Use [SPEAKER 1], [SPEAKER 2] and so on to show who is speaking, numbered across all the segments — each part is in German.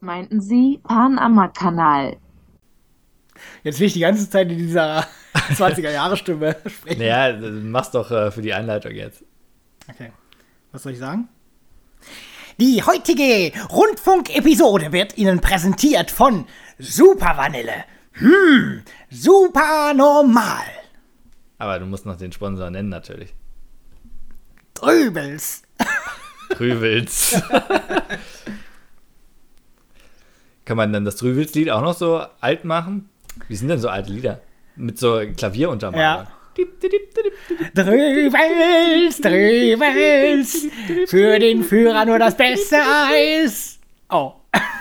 [SPEAKER 1] meinten Sie Panama-Kanal?
[SPEAKER 2] Jetzt will ich die ganze Zeit in dieser 20er-Jahre-Stimme sprechen.
[SPEAKER 3] Naja, das mach's doch äh, für die Einleitung jetzt.
[SPEAKER 2] Okay. Was soll ich sagen? Die heutige Rundfunk-Episode wird Ihnen präsentiert von Supervanille. Hm, super normal.
[SPEAKER 3] Aber du musst noch den Sponsor nennen, natürlich.
[SPEAKER 2] Trübels.
[SPEAKER 3] Trüwels. Kann man dann das Trüwels-Lied auch noch so alt machen? Wie sind denn so alte Lieder? Mit so Klavieruntermalung.
[SPEAKER 2] Ja. Drübels, Drübels, für den Führer nur das beste Eis. Oh.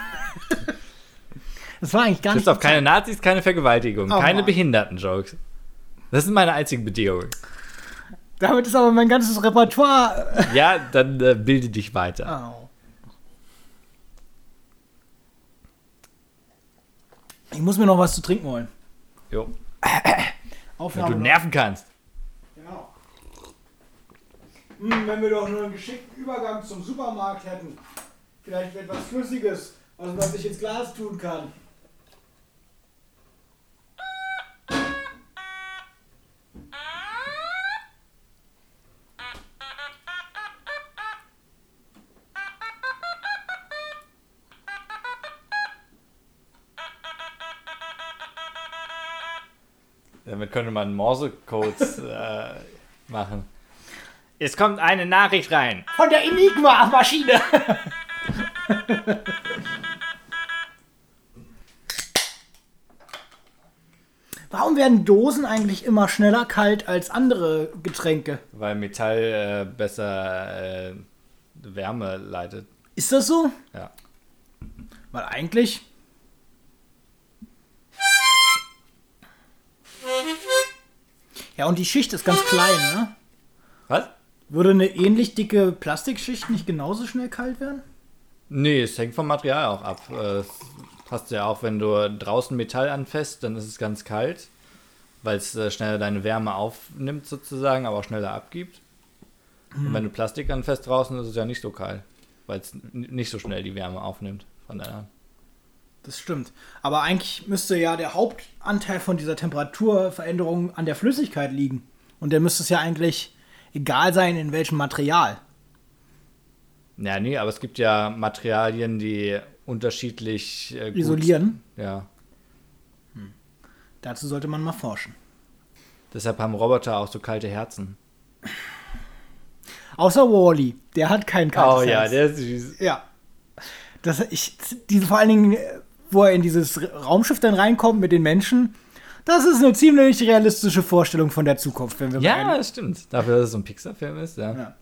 [SPEAKER 2] Das war eigentlich gar nicht.
[SPEAKER 3] Christoph, keine Nazis, keine Vergewaltigung,
[SPEAKER 2] Oh
[SPEAKER 3] keine
[SPEAKER 2] Mann.
[SPEAKER 3] Behinderten-Jokes. Das sind meine einzigen Bedingungen.
[SPEAKER 2] Damit ist aber mein ganzes Repertoire.
[SPEAKER 3] Ja, dann äh, bilde dich weiter.
[SPEAKER 2] Au. Ich muss mir noch was zu trinken holen.
[SPEAKER 3] Jo. Wenn
[SPEAKER 2] Aufnahme.
[SPEAKER 3] du nerven kannst.
[SPEAKER 2] Genau. Hm, wenn wir doch nur einen geschickten Übergang zum Supermarkt hätten. Vielleicht etwas Flüssiges, also was ich ins Glas tun kann.
[SPEAKER 3] Damit könnte man Morsecodes äh, machen. Es kommt eine Nachricht rein.
[SPEAKER 2] Von der Enigma-Maschine. Warum werden Dosen eigentlich immer schneller kalt als andere Getränke?
[SPEAKER 3] Weil Metall äh, besser äh, Wärme leitet.
[SPEAKER 2] Ist das so?
[SPEAKER 3] Ja.
[SPEAKER 2] Weil eigentlich. Ja, und die Schicht ist ganz klein, ne?
[SPEAKER 3] Was?
[SPEAKER 2] Würde eine ähnlich dicke Plastikschicht nicht genauso schnell kalt werden?
[SPEAKER 3] Nee, es hängt vom Material auch ab. Äh, Es passt ja auch, wenn du draußen Metall anfasst, dann ist es ganz kalt, weil es äh, schneller deine Wärme aufnimmt sozusagen, aber auch schneller abgibt. Und wenn du Plastik anfasst draußen, ist es ja nicht so kalt, weil es n- nicht so schnell die Wärme aufnimmt von deiner Hand.
[SPEAKER 2] Das stimmt. Aber eigentlich müsste ja der Hauptanteil von dieser Temperaturveränderung an der Flüssigkeit liegen. Und der müsste es ja eigentlich egal sein, in welchem Material.
[SPEAKER 3] Ja, nee, aber es gibt ja Materialien, die unterschiedlich äh, gut-
[SPEAKER 2] Isolieren.
[SPEAKER 3] Ja.
[SPEAKER 2] Dazu sollte man mal forschen.
[SPEAKER 3] Deshalb haben Roboter auch so kalte Herzen.
[SPEAKER 2] Außer Wally, der hat kein kaltes
[SPEAKER 3] Oh
[SPEAKER 2] Herz.
[SPEAKER 3] ist süß.
[SPEAKER 2] Ja. Das, ich, diese, vor allen Dingen, äh, wo er in dieses R- Raumschiff dann reinkommt mit den Menschen, das ist eine ziemlich realistische Vorstellung von der Zukunft, wenn wir mal
[SPEAKER 3] Ja,
[SPEAKER 2] ehrlich-
[SPEAKER 3] das stimmt. Dafür, dass es so ein Pixar-Film ist, ja.
[SPEAKER 2] Ja.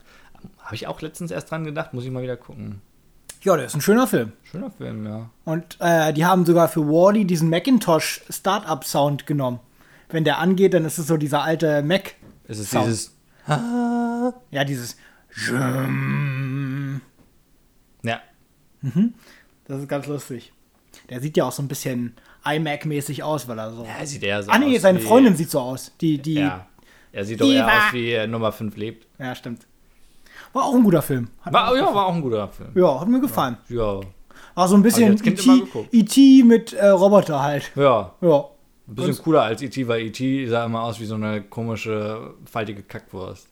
[SPEAKER 3] Habe ich auch letztens erst dran gedacht, muss ich mal wieder gucken.
[SPEAKER 2] ja, das ist ein schöner Film.
[SPEAKER 3] Schöner Film, ja.
[SPEAKER 2] Und äh, die haben sogar für Wally diesen Macintosh Startup Sound genommen. Wenn der angeht, dann ist es so dieser alte Mac.
[SPEAKER 3] Es ist
[SPEAKER 2] Sound.
[SPEAKER 3] dieses.
[SPEAKER 2] Ja, dieses.
[SPEAKER 3] Ja.
[SPEAKER 2] Das ist ganz lustig. Der sieht ja auch so ein bisschen iMac-mäßig aus, weil er so.
[SPEAKER 3] Er sieht eher so
[SPEAKER 2] ah, nee,
[SPEAKER 3] aus
[SPEAKER 2] seine
[SPEAKER 3] wie-
[SPEAKER 2] Freundin sieht so aus. Die, die.
[SPEAKER 3] Ja. Er sieht doch
[SPEAKER 2] Die
[SPEAKER 3] eher
[SPEAKER 2] war-
[SPEAKER 3] aus wie äh, Nummer 5 lebt.
[SPEAKER 2] Ja, stimmt. War auch ein guter Film. Hat,
[SPEAKER 3] War, ja, war auch ein guter Film.
[SPEAKER 2] ja, hat mir gefallen.
[SPEAKER 3] Ja.
[SPEAKER 2] War so ein bisschen E
[SPEAKER 3] Hab ich als Kind immer
[SPEAKER 2] E.T.
[SPEAKER 3] geguckt.
[SPEAKER 2] E.T. mit äh, Roboter halt.
[SPEAKER 3] Ja.
[SPEAKER 2] Ja.
[SPEAKER 3] Ein bisschen cooler als E.T., weil E.T. sah immer aus wie so eine komische, faltige Kackwurst.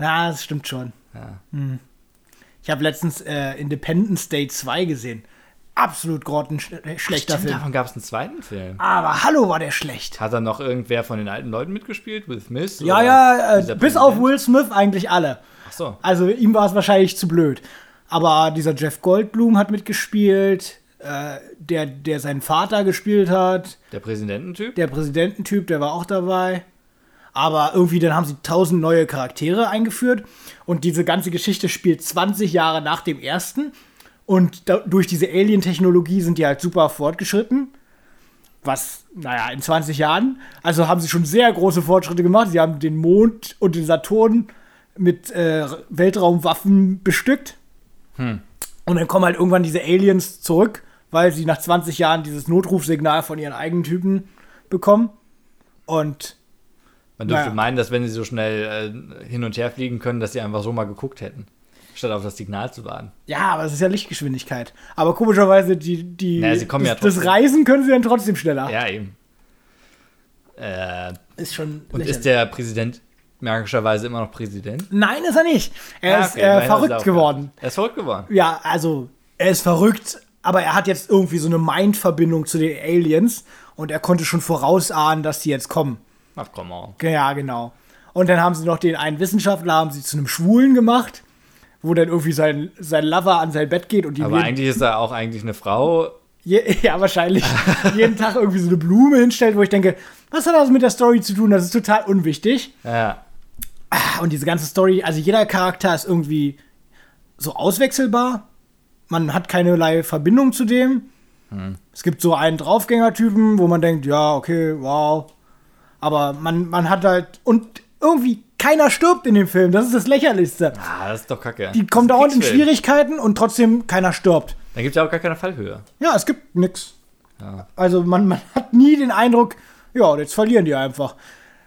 [SPEAKER 2] Ja, das stimmt schon.
[SPEAKER 3] Ja.
[SPEAKER 2] Hm. Ich habe letztens äh, Independence Day 2 gesehen. Absolut grottenschlechter
[SPEAKER 3] Stimmt,
[SPEAKER 2] Film.
[SPEAKER 3] davon gab es einen zweiten Film.
[SPEAKER 2] Aber hallo war der schlecht.
[SPEAKER 3] Hat da noch irgendwer von den alten Leuten mitgespielt? Will Smith?
[SPEAKER 2] Ja,
[SPEAKER 3] oder
[SPEAKER 2] ja, äh,
[SPEAKER 3] dieser
[SPEAKER 2] bis auf
[SPEAKER 3] Präsident?
[SPEAKER 2] Will Smith eigentlich alle.
[SPEAKER 3] Ach so.
[SPEAKER 2] Also ihm war es wahrscheinlich zu blöd. Aber dieser Jeff Goldblum hat mitgespielt, äh, der, der seinen Vater gespielt hat,
[SPEAKER 3] Der Präsidententyp?
[SPEAKER 2] der Präsidententyp, der war auch dabei. Aber irgendwie dann haben sie tausend neue Charaktere eingeführt und diese ganze Geschichte spielt 20 Jahre nach dem ersten. Und da, durch diese Alien-Technologie sind die halt super fortgeschritten. Was, naja, in 20 Jahren. Also haben sie schon sehr große Fortschritte gemacht. Sie haben den Mond und den Saturn mit äh, Weltraumwaffen bestückt. Und dann kommen halt irgendwann diese Aliens zurück, weil sie nach 20 Jahren dieses Notrufsignal von ihren eigenen Typen bekommen. Und
[SPEAKER 3] Man dürfte
[SPEAKER 2] Naja.
[SPEAKER 3] meinen, dass wenn sie so schnell äh, hin und her fliegen können, dass sie einfach so mal geguckt hätten. statt auf das Signal zu warten.
[SPEAKER 2] Ja, aber es ist ja Lichtgeschwindigkeit. Aber komischerweise, die, die,
[SPEAKER 3] Naja, sie kommen
[SPEAKER 2] das,
[SPEAKER 3] ja trotzdem.
[SPEAKER 2] das Reisen können sie dann trotzdem schneller.
[SPEAKER 3] Ja, eben. Äh,
[SPEAKER 2] Ist schon
[SPEAKER 3] und
[SPEAKER 2] lächerlich.
[SPEAKER 3] ist der Präsident magischerweise immer noch Präsident?
[SPEAKER 2] Nein, ist er nicht. Er
[SPEAKER 3] Ah,
[SPEAKER 2] ist
[SPEAKER 3] okay,
[SPEAKER 2] äh,
[SPEAKER 3] immerhin hat er
[SPEAKER 2] verrückt
[SPEAKER 3] auch
[SPEAKER 2] geworden.
[SPEAKER 3] Er ist verrückt geworden.
[SPEAKER 2] Ja, also, er ist verrückt, aber er hat jetzt irgendwie so eine Mind-Verbindung zu den Aliens und er konnte schon vorausahnen, dass die jetzt kommen.
[SPEAKER 3] Ach komm on.
[SPEAKER 2] Ja, genau. Und dann haben sie noch den einen Wissenschaftler, haben sie zu einem Schwulen gemacht, wo dann irgendwie sein, sein Lover an sein Bett geht und die
[SPEAKER 3] Aber eigentlich ist er auch eigentlich eine Frau.
[SPEAKER 2] Je, ja, wahrscheinlich jeden Tag irgendwie so eine Blume hinstellt, wo ich denke, was hat das mit der Story zu tun? Das ist total unwichtig.
[SPEAKER 3] Ja.
[SPEAKER 2] Ah, Und diese ganze Story, also jeder Charakter ist irgendwie so auswechselbar. Man hat keinerlei Verbindung zu dem. Es gibt so einen Draufgänger-Typen, wo man denkt, ja, okay, wow. Aber man, man hat halt. Und irgendwie keiner stirbt in dem Film. Das ist das Lächerlichste.
[SPEAKER 3] Ah, das ist doch kacke.
[SPEAKER 2] Die kommen
[SPEAKER 3] Das ist ein
[SPEAKER 2] dauernd in
[SPEAKER 3] Kriegsfilm.
[SPEAKER 2] Schwierigkeiten und trotzdem keiner stirbt.
[SPEAKER 3] Dann gibt es ja auch gar keine Fallhöhe.
[SPEAKER 2] Ja, es gibt nix.
[SPEAKER 3] Ja.
[SPEAKER 2] Also man, man hat nie den Eindruck, ja, und jetzt verlieren die einfach.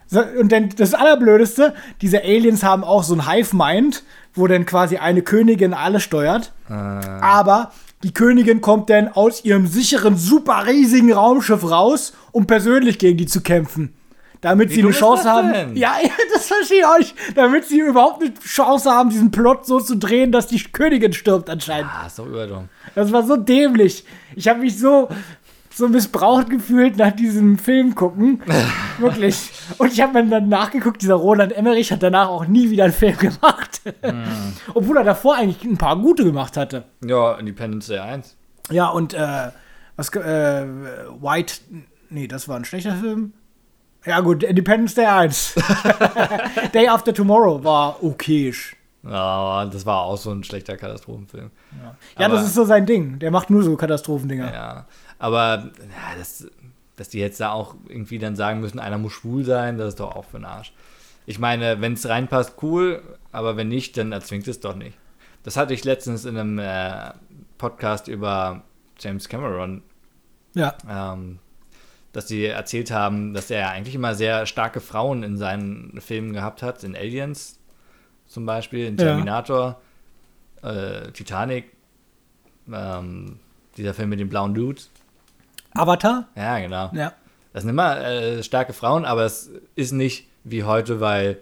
[SPEAKER 2] So, Und dann das Allerblödeste, diese Aliens haben auch so ein Hive-Mind, wo dann quasi eine Königin alle steuert.
[SPEAKER 3] Äh.
[SPEAKER 2] Aber die Königin kommt dann aus ihrem sicheren, super riesigen Raumschiff raus, um persönlich gegen die zu kämpfen. Damit sie
[SPEAKER 3] dumm
[SPEAKER 2] eine
[SPEAKER 3] ist
[SPEAKER 2] Chance
[SPEAKER 3] das
[SPEAKER 2] haben.
[SPEAKER 3] denn?
[SPEAKER 2] Ja, ja, das verstehe ich auch nicht. Damit sie überhaupt eine Chance haben, diesen Plot so zu drehen, dass die Königin stirbt anscheinend.
[SPEAKER 3] Ah, ist doch überdumm.
[SPEAKER 2] Das war so dämlich. Ich habe mich so, so missbraucht gefühlt nach diesem Film gucken. Wirklich. Und ich habe mir dann nachgeguckt, dieser Roland Emmerich hat danach auch nie wieder einen Film gemacht.
[SPEAKER 3] Mhm.
[SPEAKER 2] Obwohl er davor eigentlich ein paar gute gemacht hatte.
[SPEAKER 3] Ja, Independence Day 1.
[SPEAKER 2] Ja, und äh, was, ge- äh, White, nee, das war ein schlechter Film. Ja gut, Independence Day 1. Day After Tomorrow war okayisch.
[SPEAKER 3] Ja, das war auch so ein schlechter Katastrophenfilm.
[SPEAKER 2] Ja,
[SPEAKER 3] Aber-
[SPEAKER 2] das ist so sein Ding. Der macht nur so Katastrophendinger.
[SPEAKER 3] Ja, aber ja, das, dass die jetzt da auch irgendwie dann sagen müssen, einer muss schwul sein, das ist doch auch für den Arsch. Ich meine, wenn es reinpasst, cool, aber wenn nicht, dann erzwingt es doch nicht. Das hatte ich letztens in einem äh, Podcast über James Cameron,
[SPEAKER 2] Ja.
[SPEAKER 3] ähm, dass die erzählt haben, dass er ja eigentlich immer sehr starke Frauen in seinen Filmen gehabt hat, in Aliens zum Beispiel, in
[SPEAKER 2] Ja.
[SPEAKER 3] Terminator, äh, Titanic, ähm, dieser Film mit dem blauen Dude.
[SPEAKER 2] Avatar?
[SPEAKER 3] Ja, genau.
[SPEAKER 2] Ja.
[SPEAKER 3] Das sind immer äh, starke Frauen, aber es ist nicht wie heute, weil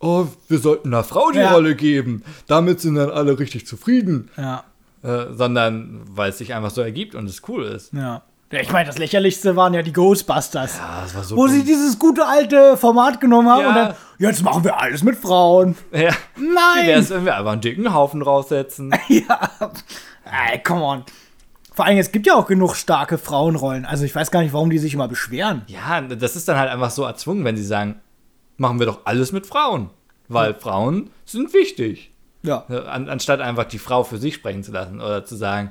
[SPEAKER 3] oh, wir sollten einer Frau die
[SPEAKER 2] Ja.
[SPEAKER 3] Rolle geben. Damit sind dann alle richtig zufrieden.
[SPEAKER 2] Ja.
[SPEAKER 3] Äh, sondern weil es sich einfach so ergibt und es cool ist.
[SPEAKER 2] Ja. Ich meine, das lächerlichste waren ja die Ghostbusters.
[SPEAKER 3] Ah, das war so
[SPEAKER 2] Wo sie
[SPEAKER 3] dumm.
[SPEAKER 2] dieses gute alte Format genommen haben
[SPEAKER 3] Ja.
[SPEAKER 2] und dann, jetzt machen wir alles mit Frauen.
[SPEAKER 3] ja. Wie
[SPEAKER 2] Nein!
[SPEAKER 3] wär's, wenn wir einfach einen dicken Haufen raussetzen?
[SPEAKER 2] ja. Ey, come on. Vor allem, es gibt ja auch genug starke Frauenrollen. Also ich weiß gar nicht, warum die sich immer beschweren.
[SPEAKER 3] ja, das ist dann halt einfach so erzwungen, wenn sie sagen, machen wir doch alles mit Frauen. Weil Frauen sind wichtig.
[SPEAKER 2] Ja.
[SPEAKER 3] Ne, An, anstatt einfach die Frau für sich sprechen zu lassen oder zu sagen,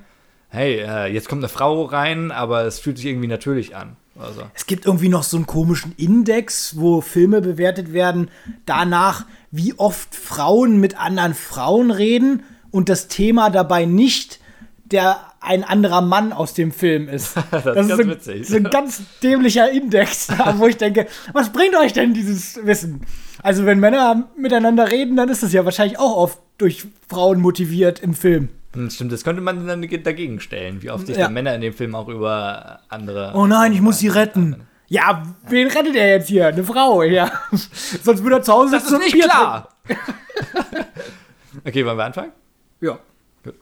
[SPEAKER 3] hey, äh, jetzt kommt eine Frau rein, aber es fühlt sich irgendwie natürlich an. Also,
[SPEAKER 2] Es gibt irgendwie noch so einen komischen Index, wo Filme bewertet werden, danach, wie oft Frauen mit anderen Frauen reden und das Thema dabei nicht der ein anderer Mann aus dem Film ist. Das,
[SPEAKER 3] ganz
[SPEAKER 2] so, ein-
[SPEAKER 3] witzig.
[SPEAKER 2] so ein ganz dämlicher Index, wo ich denke, was bringt euch denn dieses Wissen? Also wenn Männer miteinander reden, dann ist das ja wahrscheinlich auch oft durch Frauen motiviert im Film.
[SPEAKER 3] hm, stimmt, das könnte man dann dagegen stellen, wie oft sich
[SPEAKER 2] Ja.
[SPEAKER 3] dann Männer in dem Film auch über andere.
[SPEAKER 2] Oh nein, ich muss sie retten. Ja, wen rettet er jetzt hier? Eine Frau, ja. Sonst würde er zu Hause
[SPEAKER 3] Das
[SPEAKER 2] sitzen und
[SPEAKER 3] ist nicht
[SPEAKER 2] Bier
[SPEAKER 3] klar! okay, wollen wir anfangen?
[SPEAKER 2] Ja.
[SPEAKER 3] Gut.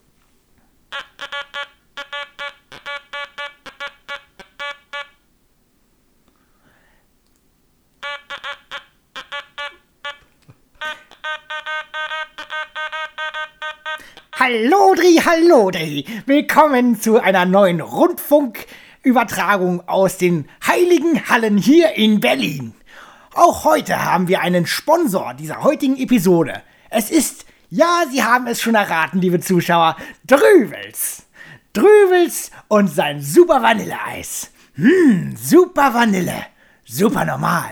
[SPEAKER 2] Hallodri, hallodri. Willkommen zu einer neuen Rundfunkübertragung aus den Heiligen Hallen hier in Berlin. Auch heute haben wir einen Sponsor dieser heutigen Episode. Es ist, ja, Sie haben es schon erraten, liebe Zuschauer, Drüvels. Drüvels und sein Super Vanilleeis. Hm, Super Vanille. Super normal.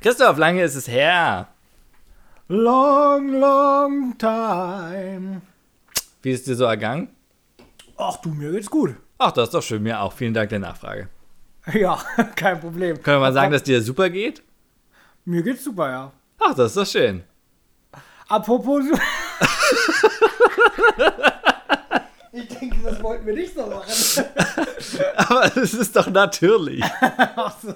[SPEAKER 3] Christoph, lange ist es her.
[SPEAKER 2] Long, long time.
[SPEAKER 3] Wie ist es dir so ergangen?
[SPEAKER 2] Ach du, mir geht's gut.
[SPEAKER 3] Ach, das ist doch schön, mir auch. Vielen Dank der Nachfrage.
[SPEAKER 2] Ja, kein Problem.
[SPEAKER 3] Können wir mal sagen, dass dir super geht?
[SPEAKER 2] Mir geht's super, ja.
[SPEAKER 3] Ach, das ist doch schön.
[SPEAKER 2] Apropos. Su- ich denke, das wollten wir nicht so machen.
[SPEAKER 3] Aber es ist doch natürlich.
[SPEAKER 2] Ach so.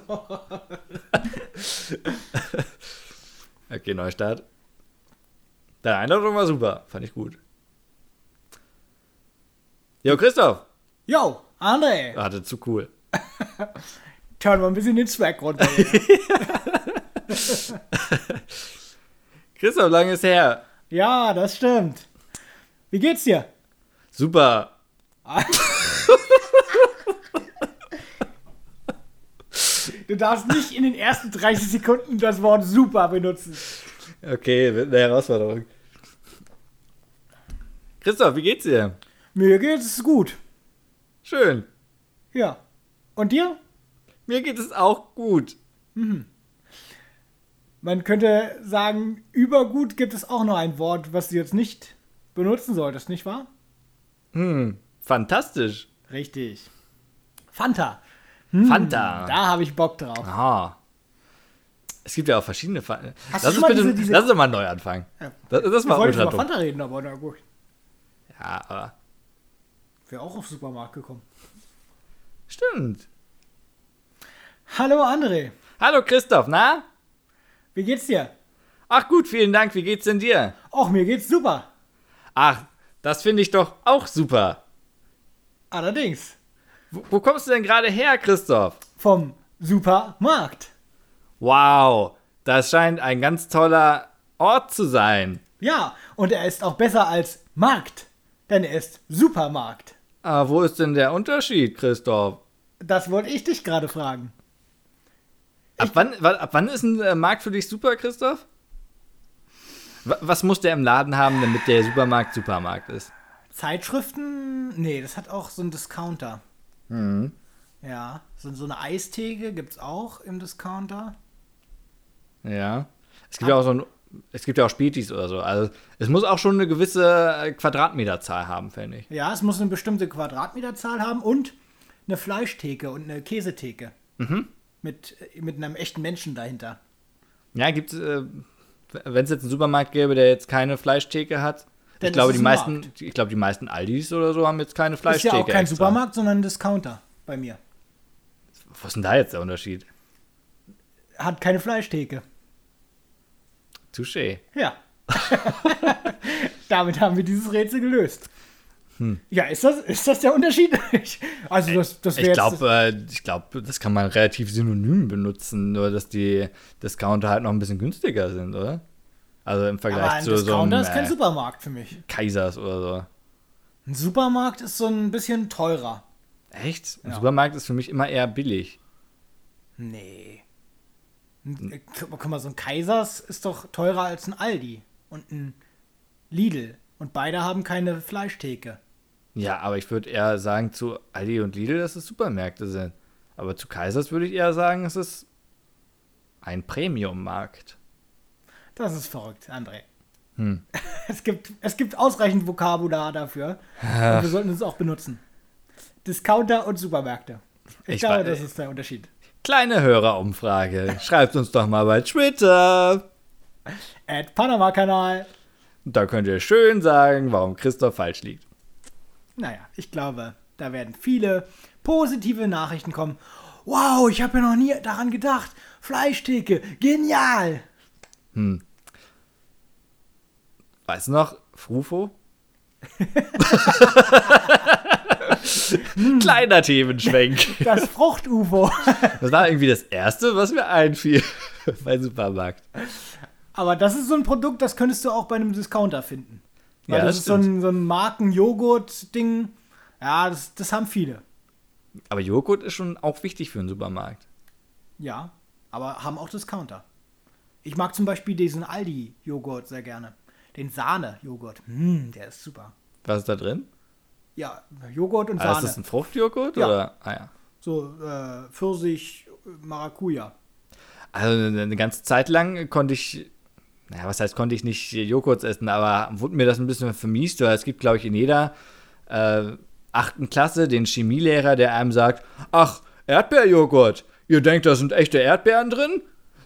[SPEAKER 3] Okay, Neustart. Deine Einladung war super. Fand ich gut. Jo, Christoph.
[SPEAKER 2] Yo, André,
[SPEAKER 3] Ah, das ist zu cool.
[SPEAKER 2] turn mal ein bisschen den Swag runter.
[SPEAKER 3] Christoph, lange ist her.
[SPEAKER 2] ja, das stimmt. Wie geht's dir?
[SPEAKER 3] Super.
[SPEAKER 2] Du darfst nicht in den ersten 30 Sekunden das Wort super benutzen.
[SPEAKER 3] Okay, wird eine Herausforderung. Christoph, wie geht's dir?
[SPEAKER 2] Mir geht's gut.
[SPEAKER 3] Schön.
[SPEAKER 2] Ja. Und dir?
[SPEAKER 3] Mir geht es auch gut.
[SPEAKER 2] Man könnte sagen, übergut gibt es auch noch ein Wort, was du jetzt nicht benutzen solltest, nicht wahr?
[SPEAKER 3] Hm, fantastisch.
[SPEAKER 2] Richtig. Fanta. Hm.
[SPEAKER 3] Fanta.
[SPEAKER 2] Da habe ich Bock drauf.
[SPEAKER 3] Aha. Es gibt ja auch verschiedene Fanta.
[SPEAKER 2] Hast du schon
[SPEAKER 3] Lass uns
[SPEAKER 2] mal
[SPEAKER 3] bitte,
[SPEAKER 2] diese- diese-
[SPEAKER 3] lass uns mal neu anfangen.
[SPEAKER 2] Ja.
[SPEAKER 3] Das, das
[SPEAKER 2] Ich
[SPEAKER 3] war
[SPEAKER 2] wollte
[SPEAKER 3] ultra
[SPEAKER 2] über
[SPEAKER 3] dumm.
[SPEAKER 2] Fanta reden, aber na gut.
[SPEAKER 3] Ja, aber
[SPEAKER 2] Wäre auch auf Supermarkt gekommen.
[SPEAKER 3] stimmt.
[SPEAKER 2] Hallo André,
[SPEAKER 3] Hallo Christoph, na?
[SPEAKER 2] wie geht's dir?
[SPEAKER 3] Ach gut, vielen Dank. Wie geht's denn dir?
[SPEAKER 2] Och, mir geht's super.
[SPEAKER 3] Ach, das finde ich doch auch super.
[SPEAKER 2] Allerdings
[SPEAKER 3] Wo, wo kommst du denn gerade her, Christoph?
[SPEAKER 2] vom Supermarkt.
[SPEAKER 3] Wow, das scheint ein ganz toller Ort zu sein.
[SPEAKER 2] Ja, und er ist auch besser als Markt, denn er ist Supermarkt.
[SPEAKER 3] Ah, wo ist denn der Unterschied, Christoph?
[SPEAKER 2] Das wollte ich dich gerade fragen.
[SPEAKER 3] Ab wann, wa- ab wann ist ein äh, Markt für dich super, Christoph? Wa- Was muss der im Laden haben, damit der Supermarkt Supermarkt ist?
[SPEAKER 2] Zeitschriften? Nee, das hat auch so einen Discounter. Mhm. Ja, so, so eine Eistheke gibt's auch im Discounter.
[SPEAKER 3] Ja. Es gibt ja auch so ein, es gibt ja auch Spätis oder so. Also es muss auch schon eine gewisse äh, Quadratmeterzahl haben, finde ich.
[SPEAKER 2] Ja, es muss eine bestimmte Quadratmeterzahl haben und eine Fleischtheke und eine Käsetheke.
[SPEAKER 3] Mhm.
[SPEAKER 2] Mit, äh, mit einem echten Menschen dahinter.
[SPEAKER 3] Ja, gibt äh, wenn es jetzt einen Supermarkt gäbe, der jetzt keine Fleischtheke hat.
[SPEAKER 2] Dann
[SPEAKER 3] ich glaube,
[SPEAKER 2] ist es
[SPEAKER 3] die
[SPEAKER 2] ein
[SPEAKER 3] meisten, ich glaube, die meisten Aldis oder so haben jetzt keine
[SPEAKER 2] Ist
[SPEAKER 3] Fleischtheke.
[SPEAKER 2] ja auch kein
[SPEAKER 3] extra.
[SPEAKER 2] Supermarkt, sondern ein Discounter bei mir.
[SPEAKER 3] Was ist denn da jetzt der Unterschied?
[SPEAKER 2] Hat keine Fleischtheke.
[SPEAKER 3] Touché.
[SPEAKER 2] Ja. Damit haben wir dieses Rätsel gelöst.
[SPEAKER 3] Hm.
[SPEAKER 2] Ja, ist das, ist das der Unterschied? Ich- also, das, das wäre
[SPEAKER 3] Ich
[SPEAKER 2] jetzt.
[SPEAKER 3] glaube, äh, ich glaube, das kann man relativ synonym benutzen, nur dass die Discounter halt noch ein bisschen günstiger sind, oder? Also im
[SPEAKER 2] aber ein
[SPEAKER 3] Vergleich zu so einem
[SPEAKER 2] Discounter ist kein
[SPEAKER 3] äh,
[SPEAKER 2] Supermarkt für mich.
[SPEAKER 3] Kaisers oder so.
[SPEAKER 2] Ein Supermarkt ist so ein bisschen teurer.
[SPEAKER 3] Echt? Ein Supermarkt ist für mich immer eher billig.
[SPEAKER 2] Nee.
[SPEAKER 3] Hm.
[SPEAKER 2] Ein- äh, Guck mal, so ein Kaisers ist doch teurer als ein Aldi und ein Lidl. Und beide haben keine Fleischtheke.
[SPEAKER 3] Ja, aber ich würde eher sagen zu Aldi und Lidl, dass es Supermärkte sind. Aber zu Kaisers würde ich eher sagen, es ist ein Premium-Markt.
[SPEAKER 2] Das ist verrückt, André.
[SPEAKER 3] Hm.
[SPEAKER 2] Es, gibt, es gibt ausreichend Vokabular dafür. Und wir sollten es auch benutzen. Discounter und Supermärkte. Ich,
[SPEAKER 3] Ich
[SPEAKER 2] glaube,
[SPEAKER 3] wei-
[SPEAKER 2] das ist der Unterschied.
[SPEAKER 3] Kleine Hörerumfrage. Schreibt uns doch mal bei Twitter.
[SPEAKER 2] At Panama-Kanal.
[SPEAKER 3] Da könnt ihr schön sagen, warum Christoph falsch liegt.
[SPEAKER 2] Naja, ich glaube, da werden viele positive Nachrichten kommen. Wow, ich habe ja noch nie daran gedacht. Fleischtheke, genial.
[SPEAKER 3] Weißt du noch, Frufo? Kleiner Themenschwenk.
[SPEAKER 2] Das Frucht-UFO.
[SPEAKER 3] Das war irgendwie das Erste, was mir einfiel bei Supermarkt.
[SPEAKER 2] Aber das ist so ein Produkt, das könntest du auch bei einem Discounter finden. Weil
[SPEAKER 3] Ja,
[SPEAKER 2] das,
[SPEAKER 3] das
[SPEAKER 2] ist so ein, so ein Marken-Joghurt-Ding. Ja, das, das haben viele.
[SPEAKER 3] Aber Joghurt ist schon auch wichtig für einen Supermarkt.
[SPEAKER 2] Ja, aber haben auch Discounter. Ich mag zum Beispiel diesen Aldi-Joghurt sehr gerne. Den Sahne-Joghurt. Hm, der ist super.
[SPEAKER 3] Was ist da drin?
[SPEAKER 2] Ja, Joghurt und
[SPEAKER 3] Ah,
[SPEAKER 2] Sahne.
[SPEAKER 3] ist das ein Fruchtjoghurt?
[SPEAKER 2] Ja.
[SPEAKER 3] Oder? Ah, ja.
[SPEAKER 2] so äh, Pfirsich, äh, Maracuja.
[SPEAKER 3] Also eine eine ganze Zeit lang konnte ich, naja, was heißt, konnte ich nicht Joghurt essen, aber wurde mir das ein bisschen vermiest, weil es gibt, glaube ich, in jeder äh, achten Klasse den Chemielehrer, der einem sagt, ach, Erdbeerjoghurt, ihr denkt, da sind echte Erdbeeren drin?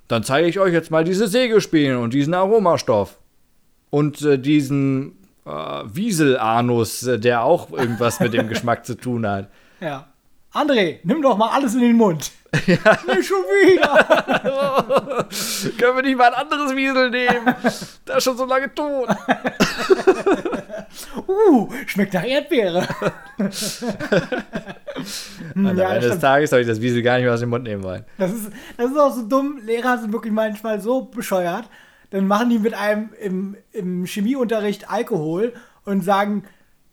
[SPEAKER 3] Dann zeige ich euch jetzt mal diese Sägespäne und diesen Aromastoff. Und äh, diesen äh, Wieselanus, äh, der auch irgendwas mit dem Geschmack zu tun hat.
[SPEAKER 4] Ja. André, nimm doch mal alles in den Mund. Ja. Nicht schon wieder.
[SPEAKER 3] Können wir nicht mal ein anderes Wiesel nehmen? Der ist schon so lange tot.
[SPEAKER 4] Uh, schmeckt nach Erdbeere. Hm,
[SPEAKER 3] Und am
[SPEAKER 4] ja, das
[SPEAKER 3] Ende des
[SPEAKER 4] stimmt.
[SPEAKER 3] Tages habe ich das Wiesel gar nicht mehr aus dem Mund nehmen wollen.
[SPEAKER 4] Das ist, das ist auch so dumm. Lehrer sind wirklich manchmal so bescheuert. Dann machen die mit einem im, im Chemieunterricht Alkohol und sagen,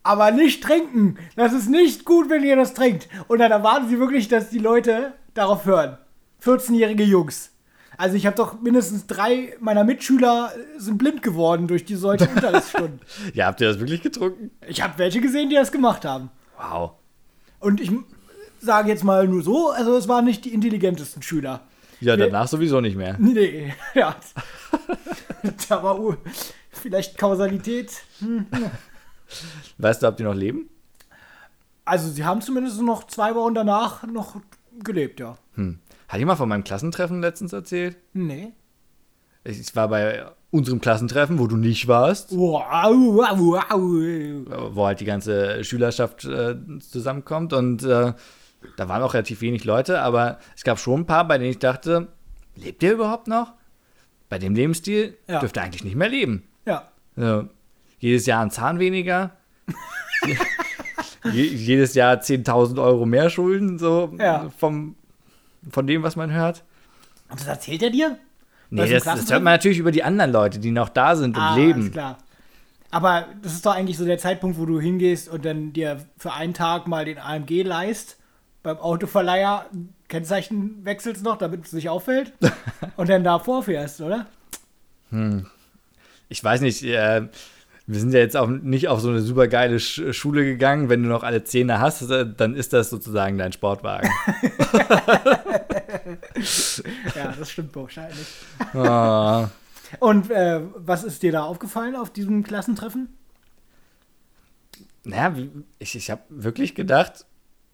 [SPEAKER 4] aber nicht trinken. Das ist nicht gut, wenn ihr das trinkt. Und dann erwarten sie wirklich, dass die Leute darauf hören. 14-jährige Jungs. Also ich habe doch mindestens drei meiner Mitschüler sind blind geworden durch die solchen Unterrichtsstunden.
[SPEAKER 3] Ja, habt ihr das wirklich getrunken?
[SPEAKER 4] Ich habe welche gesehen, die das gemacht haben.
[SPEAKER 3] Wow.
[SPEAKER 4] Und ich sage jetzt mal nur so, also es waren nicht die intelligentesten Schüler.
[SPEAKER 3] Ja, danach sowieso nicht mehr.
[SPEAKER 4] Nee, ja. da war Ur vielleicht Kausalität.
[SPEAKER 3] Weißt du, ob die noch leben?
[SPEAKER 4] Also sie haben zumindest noch zwei Wochen danach noch gelebt, ja.
[SPEAKER 3] Hm. Hat jemand von meinem Klassentreffen letztens erzählt?
[SPEAKER 4] Nee.
[SPEAKER 3] Ich ich war bei unserem Klassentreffen, wo du nicht warst,
[SPEAKER 4] Wow, wow, wow.
[SPEAKER 3] wo halt die ganze Schülerschaft äh, zusammenkommt und äh, da waren auch relativ wenig Leute, aber es gab schon ein paar, bei denen ich dachte, lebt ihr überhaupt noch? Bei dem Lebensstil
[SPEAKER 4] Ja.
[SPEAKER 3] dürft ihr eigentlich nicht mehr leben.
[SPEAKER 4] Ja.
[SPEAKER 3] Ja. Jedes Jahr ein Zahn weniger. Je, jedes Jahr 10.000 Euro mehr Schulden, so
[SPEAKER 4] Ja.
[SPEAKER 3] vom, von dem, was man hört.
[SPEAKER 4] Und das erzählt er dir?
[SPEAKER 3] Nee,
[SPEAKER 4] Bei so
[SPEAKER 3] das,
[SPEAKER 4] einem
[SPEAKER 3] das hört man natürlich über die anderen Leute, die noch da sind und
[SPEAKER 4] Ah,
[SPEAKER 3] leben.
[SPEAKER 4] Alles klar. Aber das ist doch eigentlich so der Zeitpunkt, wo du hingehst und dann dir für einen Tag mal den AMG leist, beim Autoverleiher Kennzeichen wechselst noch, damit es nicht auffällt und dann da vorfährst, oder?
[SPEAKER 3] Ich weiß nicht, äh, wir sind ja jetzt auch nicht auf so eine super geile Sch Schule gegangen. Wenn du noch alle Zähne hast, äh, dann ist das sozusagen dein Sportwagen.
[SPEAKER 4] Ja, das stimmt wahrscheinlich.
[SPEAKER 3] Ah.
[SPEAKER 4] Und äh, was ist dir da aufgefallen auf diesem Klassentreffen?
[SPEAKER 3] Naja, wie- ich, ich habe wirklich gedacht,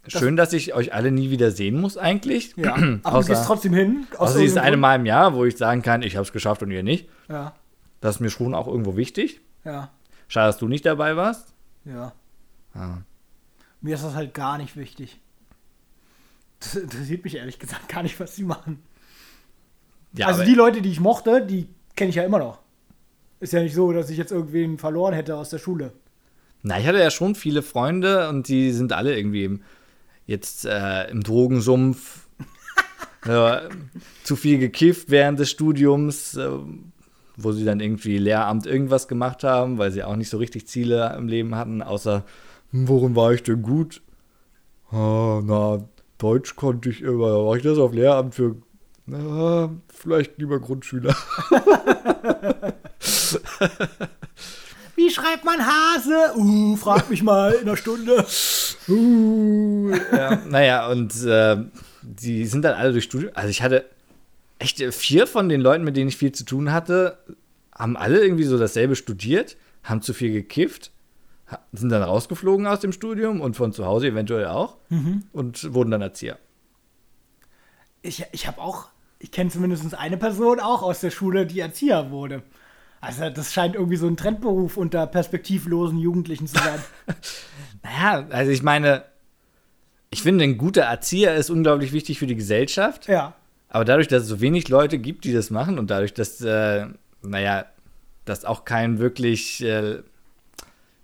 [SPEAKER 3] schön, dass ich euch alle nie wieder sehen muss eigentlich.
[SPEAKER 4] Aber du gehst
[SPEAKER 3] außer,
[SPEAKER 4] trotzdem hin. aus
[SPEAKER 3] außer dieses eine
[SPEAKER 4] irgendeinem
[SPEAKER 3] Mal im Jahr, wo ich sagen kann, ich habe es geschafft und ihr nicht.
[SPEAKER 4] Grund. Ja,
[SPEAKER 3] Das ist mir schon auch irgendwo wichtig.
[SPEAKER 4] ja,
[SPEAKER 3] Schade, dass du nicht dabei warst.
[SPEAKER 4] ja.
[SPEAKER 3] Ah.
[SPEAKER 4] Mir ist das halt gar nicht wichtig. Das interessiert mich ehrlich gesagt gar nicht, was sie machen.
[SPEAKER 3] Ja,
[SPEAKER 4] also
[SPEAKER 3] aber-
[SPEAKER 4] die Leute, die ich mochte, die kenne ich ja immer noch. Ist ja nicht so, dass ich jetzt irgendwen verloren hätte aus der Schule.
[SPEAKER 3] Na, ich hatte ja schon viele Freunde und die sind alle irgendwie im, jetzt äh, im Drogensumpf. äh, zu viel gekifft während des Studiums, äh, wo sie dann irgendwie Lehramt irgendwas gemacht haben, weil sie auch nicht so richtig Ziele im Leben hatten, außer, "Hm, worin war ich denn gut? Ah, na, Deutsch konnte ich immer, da war ich das auf Lehramt für, na, vielleicht lieber Grundschüler.
[SPEAKER 4] Wie schreibt man Hase? Uh, frag mich mal in einer Stunde.
[SPEAKER 3] Uh, ja. naja, und äh, die sind dann alle durch Studium. Also ich hatte echt äh, vier von den Leuten, mit denen ich viel zu tun hatte, haben alle irgendwie so dasselbe studiert, haben zu viel gekifft, ha- sind dann rausgeflogen aus dem Studium und von zu Hause eventuell auch und wurden dann Erzieher.
[SPEAKER 4] Ich, ich habe auch, ich kenne zumindest eine Person auch aus der Schule, die Erzieher wurde. Also das scheint irgendwie so ein Trendberuf unter perspektivlosen Jugendlichen zu sein.
[SPEAKER 3] Naja, also ich meine, ich finde, ein guter Erzieher ist unglaublich wichtig für die Gesellschaft.
[SPEAKER 4] ja.
[SPEAKER 3] Aber dadurch, dass es so wenig Leute gibt, die das machen und dadurch, dass, äh, naja, dass auch kein wirklich, äh,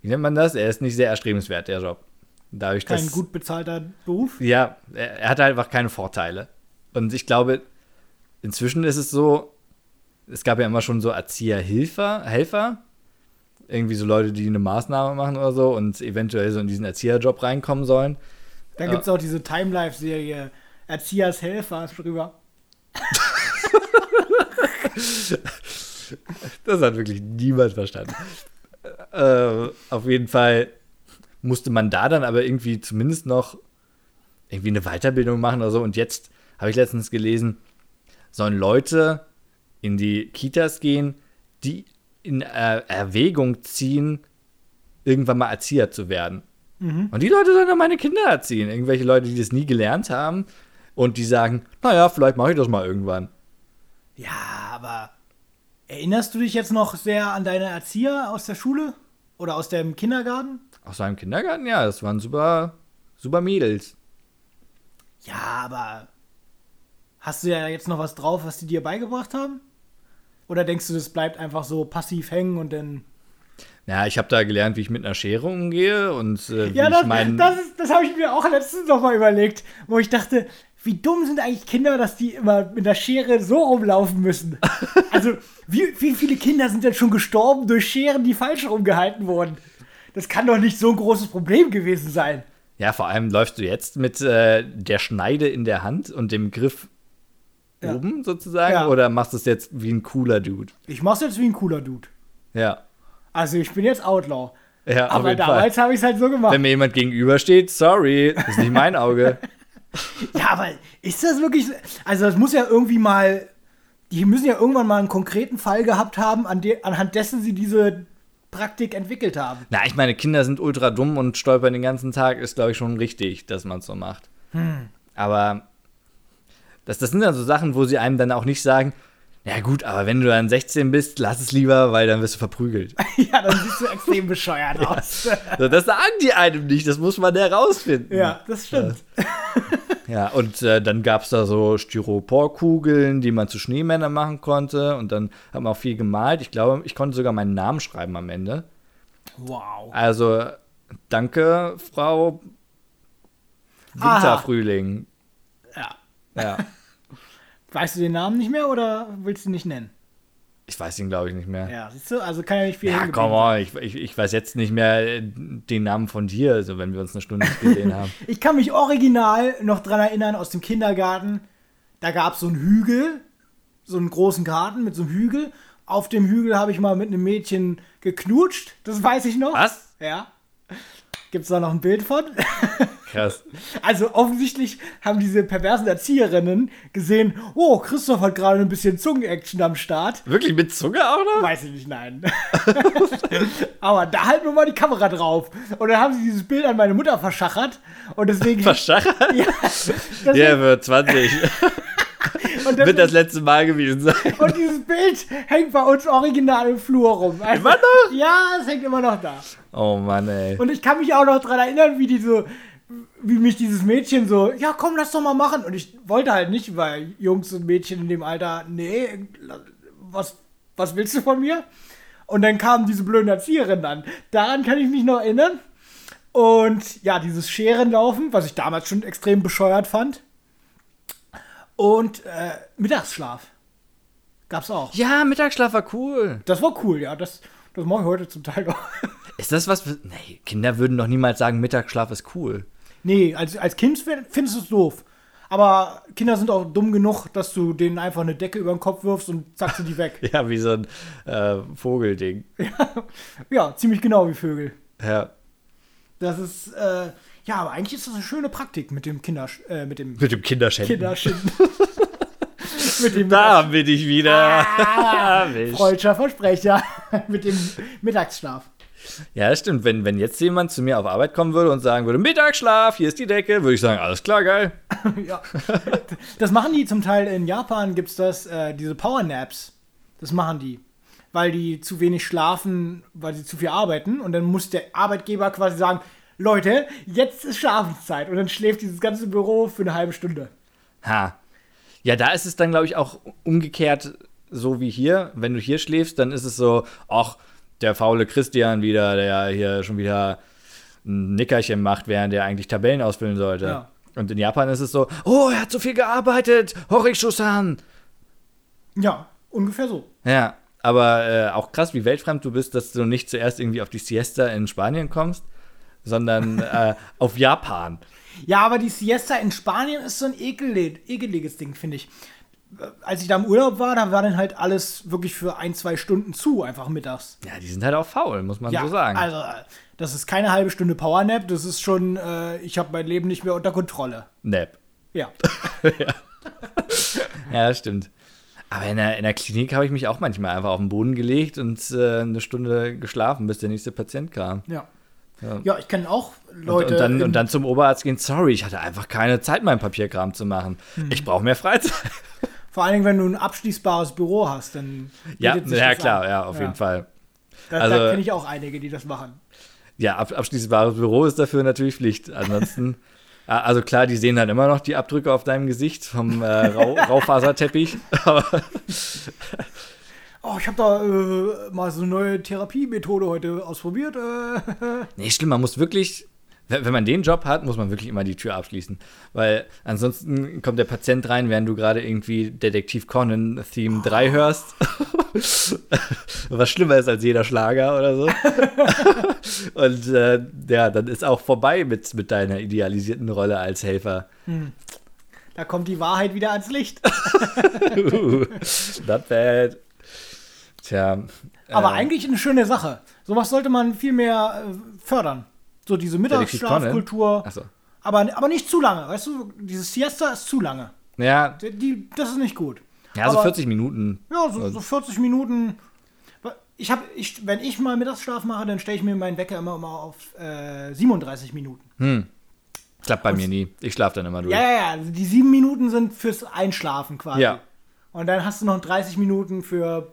[SPEAKER 3] wie nennt man das? Er ist nicht sehr erstrebenswert, der Job. Dadurch,
[SPEAKER 4] Kein
[SPEAKER 3] dass,
[SPEAKER 4] gut bezahlter Beruf.
[SPEAKER 3] Ja, er, er hat halt einfach keine Vorteile. Und ich glaube, inzwischen ist es so, es gab ja immer schon so Erzieherhilfer, Helfer, irgendwie so Leute, die eine Maßnahme machen oder so und eventuell so in diesen Erzieherjob reinkommen sollen.
[SPEAKER 4] Da gibt's auch diese Time-Life-Serie Erziehers Helfer drüber.
[SPEAKER 3] Das hat wirklich niemand verstanden. äh, auf jeden Fall musste man da dann aber irgendwie zumindest noch irgendwie eine Weiterbildung machen oder so. Und jetzt habe ich letztens gelesen, sollen Leute in die Kitas gehen, die in äh, Erwägung ziehen, irgendwann mal Erzieher zu werden. Und die Leute sollen dann meine Kinder erziehen. Irgendwelche Leute, die das nie gelernt haben und die sagen, naja, vielleicht mache ich das mal irgendwann.
[SPEAKER 4] Ja, aber erinnerst du dich jetzt noch sehr an deine Erzieher aus der Schule oder aus dem Kindergarten?
[SPEAKER 3] Aus seinem Kindergarten, ja, das waren super, super Mädels.
[SPEAKER 4] Ja, aber hast du ja jetzt noch was drauf, was die dir beigebracht haben? Oder denkst du, das bleibt einfach so passiv hängen und dann.
[SPEAKER 3] Ja, ich habe da gelernt, wie ich mit einer Schere umgehe und äh, wie
[SPEAKER 4] Ja, das,
[SPEAKER 3] ich meinen.
[SPEAKER 4] das, ist- das habe ich mir auch letztens nochmal überlegt, wo ich dachte, wie dumm sind eigentlich Kinder, dass die immer mit der Schere so rumlaufen müssen. Also, wie, wie viele Kinder sind denn schon gestorben durch Scheren, die falsch rumgehalten wurden? Das kann doch nicht so ein großes Problem gewesen sein.
[SPEAKER 3] Ja, vor allem läufst du jetzt mit äh, der Schneide in der Hand und dem Griff
[SPEAKER 4] Ja.
[SPEAKER 3] oben sozusagen
[SPEAKER 4] Ja.
[SPEAKER 3] oder machst du es jetzt wie ein cooler Dude?
[SPEAKER 4] Ich mach's jetzt wie ein cooler Dude.
[SPEAKER 3] Ja.
[SPEAKER 4] Also ich bin jetzt Outlaw.
[SPEAKER 3] Ja, auf
[SPEAKER 4] Aber
[SPEAKER 3] jeden Fall.
[SPEAKER 4] damals habe ich es halt so gemacht.
[SPEAKER 3] Wenn mir jemand gegenübersteht, sorry, das ist nicht mein Auge.
[SPEAKER 4] Ja, aber ist das wirklich. so- Also das muss ja irgendwie mal. Die müssen ja irgendwann mal einen konkreten Fall gehabt haben, an de anhand dessen sie diese Praktik entwickelt haben.
[SPEAKER 3] Na, ich meine, Kinder sind ultra dumm und stolpern den ganzen Tag, ist, glaube ich, schon richtig, dass man es so macht. Aber das, das sind dann so Sachen, wo sie einem dann auch nicht sagen, ja gut, aber wenn du dann 16 bist, lass es lieber, weil dann wirst du verprügelt.
[SPEAKER 4] ja, dann siehst du extrem bescheuert aus.
[SPEAKER 3] So, das sagen die einem nicht, das muss man herausfinden.
[SPEAKER 4] Ja, das stimmt.
[SPEAKER 3] Ja, und äh, dann gab es da so Styroporkugeln, die man zu Schneemännern machen konnte. Und dann hat man auch viel gemalt. Ich glaube, ich konnte sogar meinen Namen schreiben am Ende.
[SPEAKER 4] Wow.
[SPEAKER 3] Also, danke, Frau
[SPEAKER 4] Aha.
[SPEAKER 3] Winterfrühling.
[SPEAKER 4] Ja.
[SPEAKER 3] Ja,
[SPEAKER 4] Weißt du den Namen nicht mehr oder willst du ihn nicht nennen?
[SPEAKER 3] ich weiß ihn, glaube ich, nicht mehr.
[SPEAKER 4] Ja, siehst du? Also kann ja nicht viel
[SPEAKER 3] Ja,
[SPEAKER 4] hängen
[SPEAKER 3] komm
[SPEAKER 4] geblieben
[SPEAKER 3] on, ich, ich, ich weiß jetzt nicht mehr äh, den Namen von dir, also wenn wir uns eine Stunde nicht gesehen haben.
[SPEAKER 4] Ich kann mich original noch dran erinnern aus dem Kindergarten. Da gab es so einen Hügel, so einen großen Garten mit so einem Hügel. Auf dem Hügel habe ich mal mit einem Mädchen geknutscht. Das weiß ich noch.
[SPEAKER 3] Was?
[SPEAKER 4] Ja. Gibt es da noch ein Bild von?
[SPEAKER 3] Krass.
[SPEAKER 4] Also offensichtlich haben diese perversen Erzieherinnen gesehen, oh, Christoph hat gerade ein bisschen Zungen-Action am Start.
[SPEAKER 3] Wirklich mit Zunge auch noch?
[SPEAKER 4] Weiß ich nicht, nein. Aber da halten wir mal die Kamera drauf. Und dann haben sie dieses Bild an meine Mutter verschachert. Und deswegen...
[SPEAKER 3] Verschachert?
[SPEAKER 4] ja,
[SPEAKER 3] Der wird 20.
[SPEAKER 4] und
[SPEAKER 3] wird
[SPEAKER 4] deswegen-
[SPEAKER 3] das letzte Mal gewesen sein.
[SPEAKER 4] Und dieses Bild hängt bei uns original im Flur rum. Also,
[SPEAKER 3] Immer noch?
[SPEAKER 4] Ja, es hängt immer noch da.
[SPEAKER 3] Oh Mann, ey.
[SPEAKER 4] Und ich kann mich auch noch daran erinnern, wie die so, wie mich dieses Mädchen so, ja komm, lass doch mal machen. Und ich wollte halt nicht, weil Jungs und Mädchen in dem Alter, nee, was, was willst du von mir? Und dann kamen diese blöden Erzieherinnen an. Daran kann ich mich noch erinnern. Und ja, dieses Scherenlaufen, was ich damals schon extrem bescheuert fand. Und äh, Mittagsschlaf. Gab's auch.
[SPEAKER 3] Ja, Mittagsschlaf war cool.
[SPEAKER 4] Das war cool, ja. Das, das mache ich heute zum Teil noch.
[SPEAKER 3] Ist das was? für- Nee, Kinder würden doch niemals sagen, Mittagsschlaf ist cool.
[SPEAKER 4] nee, als, als Kind fin- findest du es doof. Aber Kinder sind auch dumm genug, dass du denen einfach eine Decke über den Kopf wirfst und zack sie die weg.
[SPEAKER 3] Ja, wie so ein äh, Vogelding.
[SPEAKER 4] ja, ziemlich genau wie Vögel.
[SPEAKER 3] Ja.
[SPEAKER 4] Das ist, äh, ja, aber eigentlich ist das eine schöne Praktik mit dem Kinder, äh, mit dem
[SPEAKER 3] Mit dem Kinderschänden.
[SPEAKER 4] Kinderschinden. mit dem
[SPEAKER 3] Da bin ich wieder. Mensch.
[SPEAKER 4] Freudscher Versprecher. mit dem Mittagsschlaf.
[SPEAKER 3] ja, das stimmt. Wenn, wenn jetzt jemand zu mir auf Arbeit kommen würde und sagen würde, Mittagsschlaf, hier ist die Decke, würde ich sagen, alles klar, geil.
[SPEAKER 4] ja. Das machen die zum Teil in Japan, gibt es das, äh, diese Powernaps. Das machen die. Weil die zu wenig schlafen, weil sie zu viel arbeiten. Und dann muss der Arbeitgeber quasi sagen, Leute, jetzt ist Schlafenszeit. Und dann schläft dieses ganze Büro für eine halbe Stunde.
[SPEAKER 3] Ha. Ja, da ist es dann, glaube ich, auch umgekehrt so wie hier. Wenn du hier schläfst, dann ist es so, ach, der faule Christian wieder, der hier schon wieder ein Nickerchen macht, während er eigentlich Tabellen ausfüllen sollte.
[SPEAKER 4] Ja.
[SPEAKER 3] Und in Japan ist es so, oh, er hat so viel gearbeitet, Horik-Shusan.
[SPEAKER 4] Ja, ungefähr so.
[SPEAKER 3] Ja, aber äh, auch krass, wie weltfremd du bist, dass du nicht zuerst irgendwie auf die Siesta in Spanien kommst, sondern äh, auf Japan.
[SPEAKER 4] Ja, aber die Siesta in Spanien ist so ein ekelig, ekeliges Ding, finde ich. Äh, Als ich da im Urlaub war, da war dann halt alles wirklich für ein, zwei Stunden zu, einfach mittags.
[SPEAKER 3] Ja, die sind halt auch faul, muss man
[SPEAKER 4] Ja,
[SPEAKER 3] so sagen.
[SPEAKER 4] also äh, das ist keine halbe Stunde Powernap, das ist schon, äh, ich habe mein Leben nicht mehr unter Kontrolle.
[SPEAKER 3] Nap.
[SPEAKER 4] Ja,
[SPEAKER 3] Ja, das stimmt. Aber in der, in der Klinik habe ich mich auch manchmal einfach auf den Boden gelegt und äh, eine Stunde geschlafen, bis der nächste Patient kam.
[SPEAKER 4] Ja.
[SPEAKER 3] Ja.
[SPEAKER 4] Ja, ich kenne auch
[SPEAKER 3] Und,
[SPEAKER 4] Leute.
[SPEAKER 3] und, dann,
[SPEAKER 4] in-
[SPEAKER 3] und dann zum Oberarzt gehen, sorry, ich hatte einfach keine Zeit, meinen Papierkram zu machen.
[SPEAKER 4] Hm.
[SPEAKER 3] Ich brauche mehr Freizeit.
[SPEAKER 4] vor allen Dingen, wenn du ein abschließbares Büro hast, dann.
[SPEAKER 3] Ja,
[SPEAKER 4] bietet sich
[SPEAKER 3] ja
[SPEAKER 4] das
[SPEAKER 3] klar,
[SPEAKER 4] an.
[SPEAKER 3] ja, auf jeden Fall.
[SPEAKER 4] Da,
[SPEAKER 3] Also-
[SPEAKER 4] da kenne ich auch einige, die das machen.
[SPEAKER 3] Ja, ab, abschließbares Büro ist dafür natürlich Pflicht. Ansonsten, Ah, also klar, die sehen dann immer noch die Abdrücke auf deinem Gesicht vom äh, Rau Raufaserteppich. Aber
[SPEAKER 4] Oh, ich habe da äh, mal so eine neue Therapiemethode heute ausprobiert. Äh,
[SPEAKER 3] nee, stimmt, man muss wirklich, wenn wenn man den Job hat, muss man wirklich immer die Tür abschließen. Weil ansonsten kommt der Patient rein, während du gerade irgendwie Detektiv Conan Theme 3 hörst. Was schlimmer ist als jeder Schlager oder so. Und äh, ja, dann ist auch vorbei mit, mit deiner idealisierten Rolle als Helfer.
[SPEAKER 4] da kommt die Wahrheit wieder ans Licht.
[SPEAKER 3] Uh, Not bad. Tja.
[SPEAKER 4] Aber
[SPEAKER 3] äh,
[SPEAKER 4] eigentlich eine schöne Sache. Sowas sollte man viel mehr äh, fördern. So diese
[SPEAKER 3] Detektiv Conan?
[SPEAKER 4] Mittagsschlafkultur.
[SPEAKER 3] Achso.
[SPEAKER 4] Aber, aber nicht zu lange, weißt du? Dieses Siesta ist zu lange.
[SPEAKER 3] Ja,
[SPEAKER 4] Die- Die, das ist nicht gut.
[SPEAKER 3] ja so
[SPEAKER 4] Aber-
[SPEAKER 3] 40 Minuten.
[SPEAKER 4] Ja, so, so 40 Minuten. Ich hab, ich, wenn ich mal Mittagsschlaf mache, dann stelle ich mir meinen Wecker immer, immer auf äh, 37 Minuten.
[SPEAKER 3] Klappt bei mir nie. Ich schlafe dann immer durch.
[SPEAKER 4] Ja, ja, ja. Also die sieben Minuten sind fürs Einschlafen quasi.
[SPEAKER 3] Ja.
[SPEAKER 4] Und dann hast du noch 30 Minuten für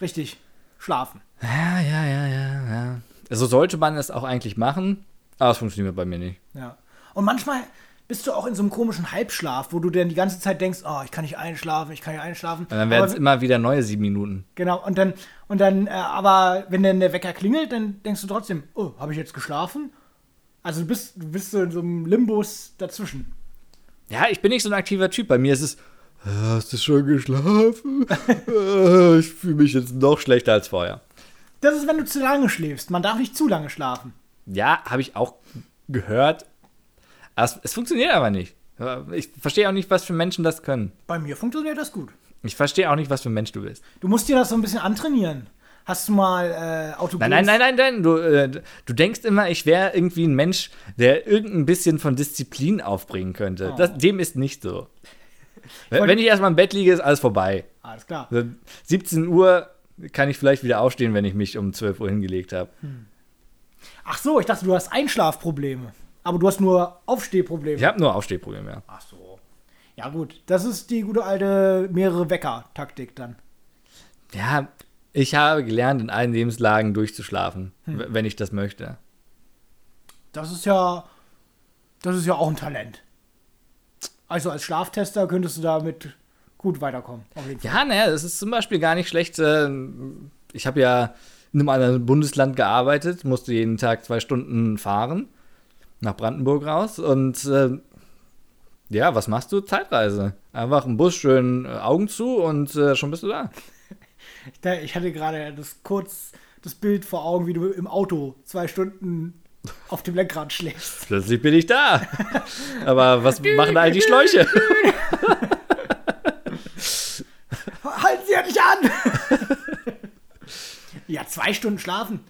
[SPEAKER 4] richtig schlafen.
[SPEAKER 3] Ja, ja, ja, ja, ja. So sollte man es auch eigentlich machen, aber es funktioniert bei mir nicht.
[SPEAKER 4] Ja. Und manchmal bist du auch in so einem komischen Halbschlaf, wo du dann die ganze Zeit denkst, oh, ich kann nicht einschlafen, ich kann nicht einschlafen.
[SPEAKER 3] Und dann werden
[SPEAKER 4] Aber-
[SPEAKER 3] es immer wieder neue sieben Minuten.
[SPEAKER 4] Genau, und dann, und dann, äh, aber wenn dann der Wecker klingelt, dann denkst du trotzdem, oh, habe ich jetzt geschlafen? Also du bist, du bist so in so einem Limbus dazwischen.
[SPEAKER 3] Ja, ich bin nicht so ein aktiver Typ. Bei mir ist es, "Ah, hast du schon geschlafen? Äh, ich fühle mich jetzt noch schlechter als vorher.
[SPEAKER 4] Das ist, wenn du zu lange schläfst. Man darf nicht zu lange schlafen.
[SPEAKER 3] Ja, habe ich auch gehört. Aber es, es funktioniert aber nicht. Ich verstehe auch nicht, was für Menschen das können.
[SPEAKER 4] Bei mir funktioniert das gut.
[SPEAKER 3] Ich verstehe auch nicht, was für ein Mensch du bist.
[SPEAKER 4] Du musst dir das so ein bisschen antrainieren. Hast du mal äh, Autobus?
[SPEAKER 3] Nein, nein, nein, nein, nein. Du, äh, du denkst immer, ich wäre irgendwie ein Mensch, der irgendein bisschen von Disziplin aufbringen könnte. Das, dem ist nicht so. Wenn wenn ich erstmal im Bett liege, ist alles vorbei.
[SPEAKER 4] Alles klar.
[SPEAKER 3] Also 17 Uhr kann ich vielleicht wieder aufstehen, wenn ich mich um 12 Uhr hingelegt habe.
[SPEAKER 4] Ach so, ich dachte, du hast Einschlafprobleme. Aber du hast nur Aufstehprobleme.
[SPEAKER 3] Ich habe nur Aufstehprobleme. Ja.
[SPEAKER 4] Ach so. Ja gut, das ist die gute alte mehrere Wecker-Taktik dann.
[SPEAKER 3] ja, ich habe gelernt, in allen Lebenslagen durchzuschlafen, w- wenn ich das möchte.
[SPEAKER 4] Das ist ja, das ist ja auch ein Talent. Also als Schlaftester könntest du damit gut weiterkommen. Auf jeden Fall.
[SPEAKER 3] Ja, naja, das ist zum Beispiel gar nicht schlecht. äh, Ich habe ja in einem anderen Bundesland gearbeitet, musste jeden Tag zwei Stunden fahren nach Brandenburg raus und äh, ja, was machst du? Zeitreise. Einfach im Bus schön äh, Augen zu und äh, schon bist du da.
[SPEAKER 4] Ich da- Ich hatte gerade das kurz das Bild vor Augen, wie du im Auto zwei Stunden auf dem Lenkrad schläfst.
[SPEAKER 3] Plötzlich bin ich da. Aber was machen all die Schläuche?
[SPEAKER 4] Halten Sie ja nicht an! ja, zwei Stunden schlafen.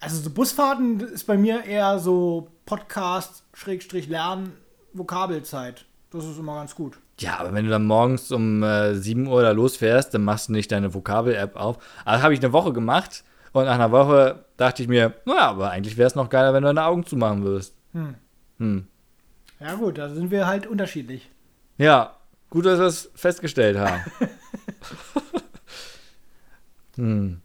[SPEAKER 4] Also so Busfahrten ist bei mir eher so Podcast, Schrägstrich, Lernen, Vokabelzeit. Das ist immer ganz gut.
[SPEAKER 3] Ja, aber wenn du dann morgens um äh, 7 Uhr da losfährst, dann machst du nicht deine Vokabel-App auf. Aber das habe ich eine Woche gemacht und nach einer Woche dachte ich mir, naja, aber eigentlich wäre es noch geiler, wenn du deine Augen zumachen würdest.
[SPEAKER 4] Ja gut, da sind wir halt unterschiedlich.
[SPEAKER 3] Ja, gut, dass wir es festgestellt haben. Hm.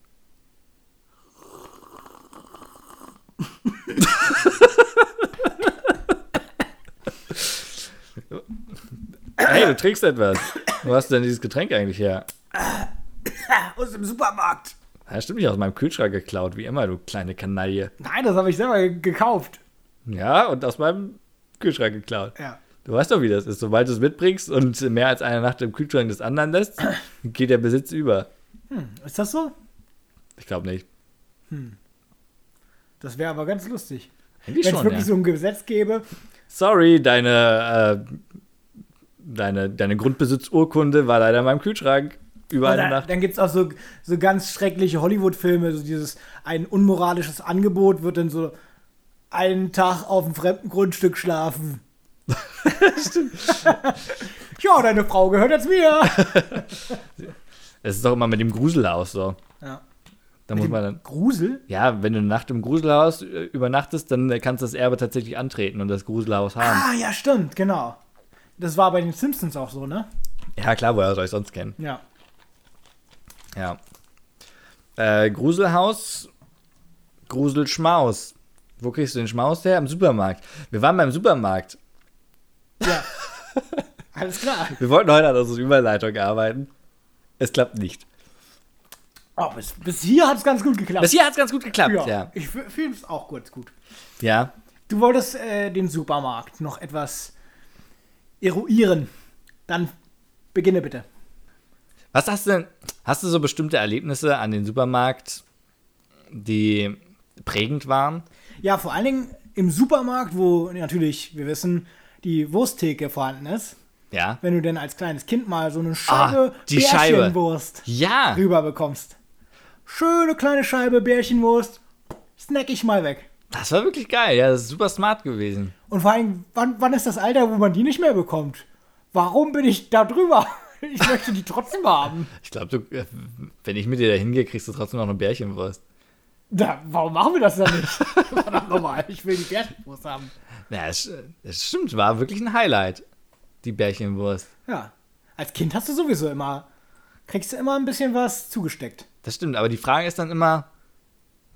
[SPEAKER 3] hm. hey, du trinkst etwas. Wo hast du denn dieses Getränk eigentlich her?
[SPEAKER 4] Aus dem Supermarkt.
[SPEAKER 3] Ja, stimmt nicht aus meinem Kühlschrank geklaut, wie immer, du kleine Kanaille.
[SPEAKER 4] Nein, das habe ich selber ge- gekauft.
[SPEAKER 3] Ja, und aus meinem Kühlschrank geklaut.
[SPEAKER 4] Ja.
[SPEAKER 3] Du weißt doch, wie das ist. Sobald du es mitbringst und mehr als eine Nacht im Kühlschrank des anderen lässt, geht der Besitz über.
[SPEAKER 4] Ist das so?
[SPEAKER 3] Ich glaube nicht.
[SPEAKER 4] Das wäre aber ganz lustig.
[SPEAKER 3] Eigentlich
[SPEAKER 4] Wenn es
[SPEAKER 3] schon,
[SPEAKER 4] wirklich
[SPEAKER 3] ja.
[SPEAKER 4] so ein Gesetz gäbe.
[SPEAKER 3] Sorry, deine, äh, deine, deine Grundbesitzurkunde war leider in meinem Kühlschrank. Über eine
[SPEAKER 4] Dann,
[SPEAKER 3] Nacht.
[SPEAKER 4] dann gibt es auch so, so ganz schreckliche Hollywood-Filme. So dieses ein unmoralisches Angebot wird dann so einen Tag auf dem fremden Grundstück schlafen. ja, deine Frau gehört jetzt mir.
[SPEAKER 3] Es ist doch immer mit dem Gruselhaus so.
[SPEAKER 4] Ja.
[SPEAKER 3] Da muss man dann.
[SPEAKER 4] Grusel?
[SPEAKER 3] Ja, wenn du eine Nacht im Gruselhaus äh, übernachtest, dann äh, kannst du das Erbe tatsächlich antreten und das Gruselhaus haben.
[SPEAKER 4] Ah, ja, stimmt, genau. Das war bei den Simpsons auch so, ne?
[SPEAKER 3] Ja, klar, woher soll ich sonst kennen?
[SPEAKER 4] Ja.
[SPEAKER 3] Ja. Äh, Gruselhaus, Gruselschmaus. Wo kriegst du den Schmaus her? Im Supermarkt. Wir waren beim Supermarkt.
[SPEAKER 4] Ja. Alles klar.
[SPEAKER 3] Wir wollten heute an unserer Überleitung arbeiten. Es klappt nicht.
[SPEAKER 4] Oh, bis, bis hier hat es ganz gut geklappt.
[SPEAKER 3] Bis hier hat es ganz gut geklappt. Ja.
[SPEAKER 4] Ich finde es auch ganz gut.
[SPEAKER 3] Ja.
[SPEAKER 4] Du wolltest äh, den Supermarkt noch etwas eruieren. Dann beginne bitte.
[SPEAKER 3] Was hast du denn? Hast du so bestimmte Erlebnisse an den Supermarkt, die prägend waren?
[SPEAKER 4] Ja, vor allen Dingen im Supermarkt, wo natürlich, wir wissen, die Wursttheke vorhanden ist.
[SPEAKER 3] Ja.
[SPEAKER 4] Wenn du denn als kleines Kind mal so eine Scheibe
[SPEAKER 3] Ah, die Scheibe.
[SPEAKER 4] Bärchenwurst
[SPEAKER 3] Ja.
[SPEAKER 4] rüber bekommst. Schöne kleine Scheibe Bärchenwurst. Snack ich mal weg.
[SPEAKER 3] Das war wirklich geil. Ja, das ist super smart gewesen.
[SPEAKER 4] Und vor allem, wann, wann ist das Alter, wo man die nicht mehr bekommt? Warum bin ich da drüber? Ich möchte die trotzdem haben.
[SPEAKER 3] Ich glaube, du, äh, wenn ich mit dir da hingehe, kriegst du trotzdem noch eine Bärchenwurst.
[SPEAKER 4] Da, warum machen wir das denn nicht? Verdammt nochmal, ich will die Bärchenwurst haben.
[SPEAKER 3] Ja, es, es stimmt, war wirklich ein Highlight. Die Bärchenwurst.
[SPEAKER 4] Ja. Als Kind hast du sowieso immer, kriegst du immer ein bisschen was zugesteckt.
[SPEAKER 3] Das stimmt, aber die Frage ist dann immer,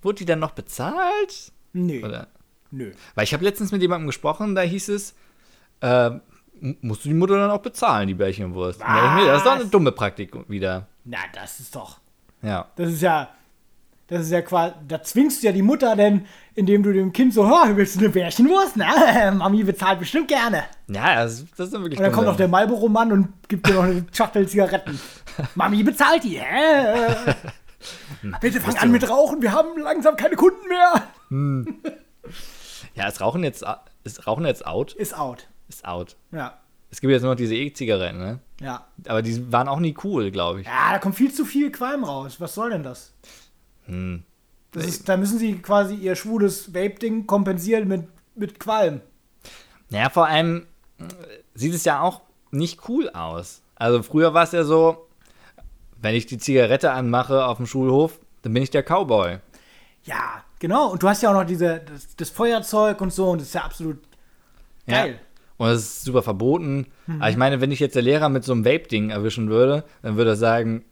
[SPEAKER 3] wurde die dann noch bezahlt?
[SPEAKER 4] Nö.
[SPEAKER 3] Oder?
[SPEAKER 4] Nö.
[SPEAKER 3] Weil ich habe letztens mit jemandem gesprochen, da hieß es, äh, m- musst du die Mutter dann auch bezahlen, die Bärchenwurst? Und da dachte ich mir, das ist doch eine dumme Praktik wieder.
[SPEAKER 4] Na, das ist doch.
[SPEAKER 3] Ja.
[SPEAKER 4] Das ist ja. Das ist ja quasi. Da zwingst du ja die Mutter denn, indem du dem Kind so, oh, willst du eine Bärchenwurst? Na, Mami bezahlt bestimmt gerne.
[SPEAKER 3] Ja, das, das ist dann wirklich
[SPEAKER 4] Und
[SPEAKER 3] dumm.
[SPEAKER 4] dann kommt noch der Marlboro-Mann und gibt dir noch eine Schachtel Zigaretten. Mami bezahlt die, hä? Bitte fang an mit Rauchen, wir haben langsam keine Kunden mehr.
[SPEAKER 3] Ja, es rauchen jetzt, es rauchen jetzt out,
[SPEAKER 4] Ist out.
[SPEAKER 3] ist out.
[SPEAKER 4] Ja.
[SPEAKER 3] Es gibt jetzt nur noch diese E-Zigaretten, ne?
[SPEAKER 4] Ja.
[SPEAKER 3] Aber die waren auch nie cool, glaube ich.
[SPEAKER 4] Ja, da kommt viel zu viel Qualm raus. Was soll denn das?
[SPEAKER 3] Hm.
[SPEAKER 4] das ist, da müssen sie quasi ihr schwules Vape-Ding kompensieren mit, mit Qualm.
[SPEAKER 3] Naja, vor allem äh, sieht es ja auch nicht cool aus. Also früher war es ja so, wenn ich die Zigarette anmache auf dem Schulhof, dann bin ich der Cowboy.
[SPEAKER 4] Ja, genau. Und du hast ja auch noch diese, das, das Feuerzeug und so und das ist ja absolut geil.
[SPEAKER 3] Ja. Und das ist super verboten. Aber ich meine, wenn ich jetzt der Lehrer mit so einem Vape-Ding erwischen würde, dann würde er sagen,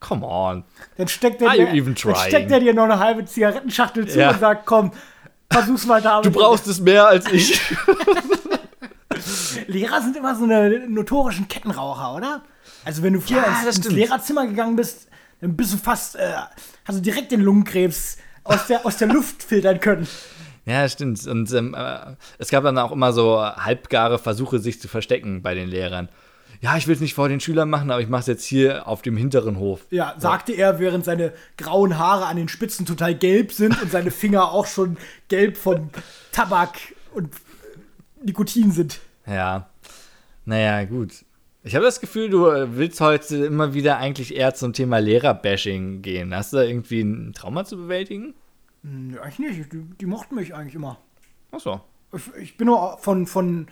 [SPEAKER 3] come on.
[SPEAKER 4] Dann steckt er
[SPEAKER 3] Are Ah, you
[SPEAKER 4] dir,
[SPEAKER 3] even
[SPEAKER 4] dann
[SPEAKER 3] trying?
[SPEAKER 4] steckt er dir noch eine halbe Zigarettenschachtel zu
[SPEAKER 3] Ja.
[SPEAKER 4] und sagt, komm, versuch's mal damit.
[SPEAKER 3] Du brauchst es mehr als ich.
[SPEAKER 4] Lehrer sind immer so eine notorischen Kettenraucher, oder? Also wenn du früher
[SPEAKER 3] Ja, das
[SPEAKER 4] ins, ins
[SPEAKER 3] stimmt.
[SPEAKER 4] Lehrerzimmer gegangen bist, dann bist du fast, äh, hast du direkt den Lungenkrebs aus der, aus der Luft filtern können.
[SPEAKER 3] ja, stimmt. Und ähm, äh, es gab dann auch immer so halbgare Versuche, sich zu verstecken bei den Lehrern. Ja, ich will es nicht vor den Schülern machen, aber ich mache es jetzt hier auf dem hinteren Hof.
[SPEAKER 4] Ja, sagte er, während seine grauen Haare an den Spitzen total gelb sind und seine Finger auch schon gelb vom Tabak und äh, Nikotin sind.
[SPEAKER 3] Ja. Naja, gut. Ich habe das Gefühl, du äh, willst heute immer wieder eigentlich eher zum Thema Lehrerbashing gehen. Hast du da irgendwie ein Trauma zu bewältigen?
[SPEAKER 4] Hm, Eigentlich nicht, die, die mochten mich eigentlich immer.
[SPEAKER 3] Achso.
[SPEAKER 4] Ich, ich bin nur von, von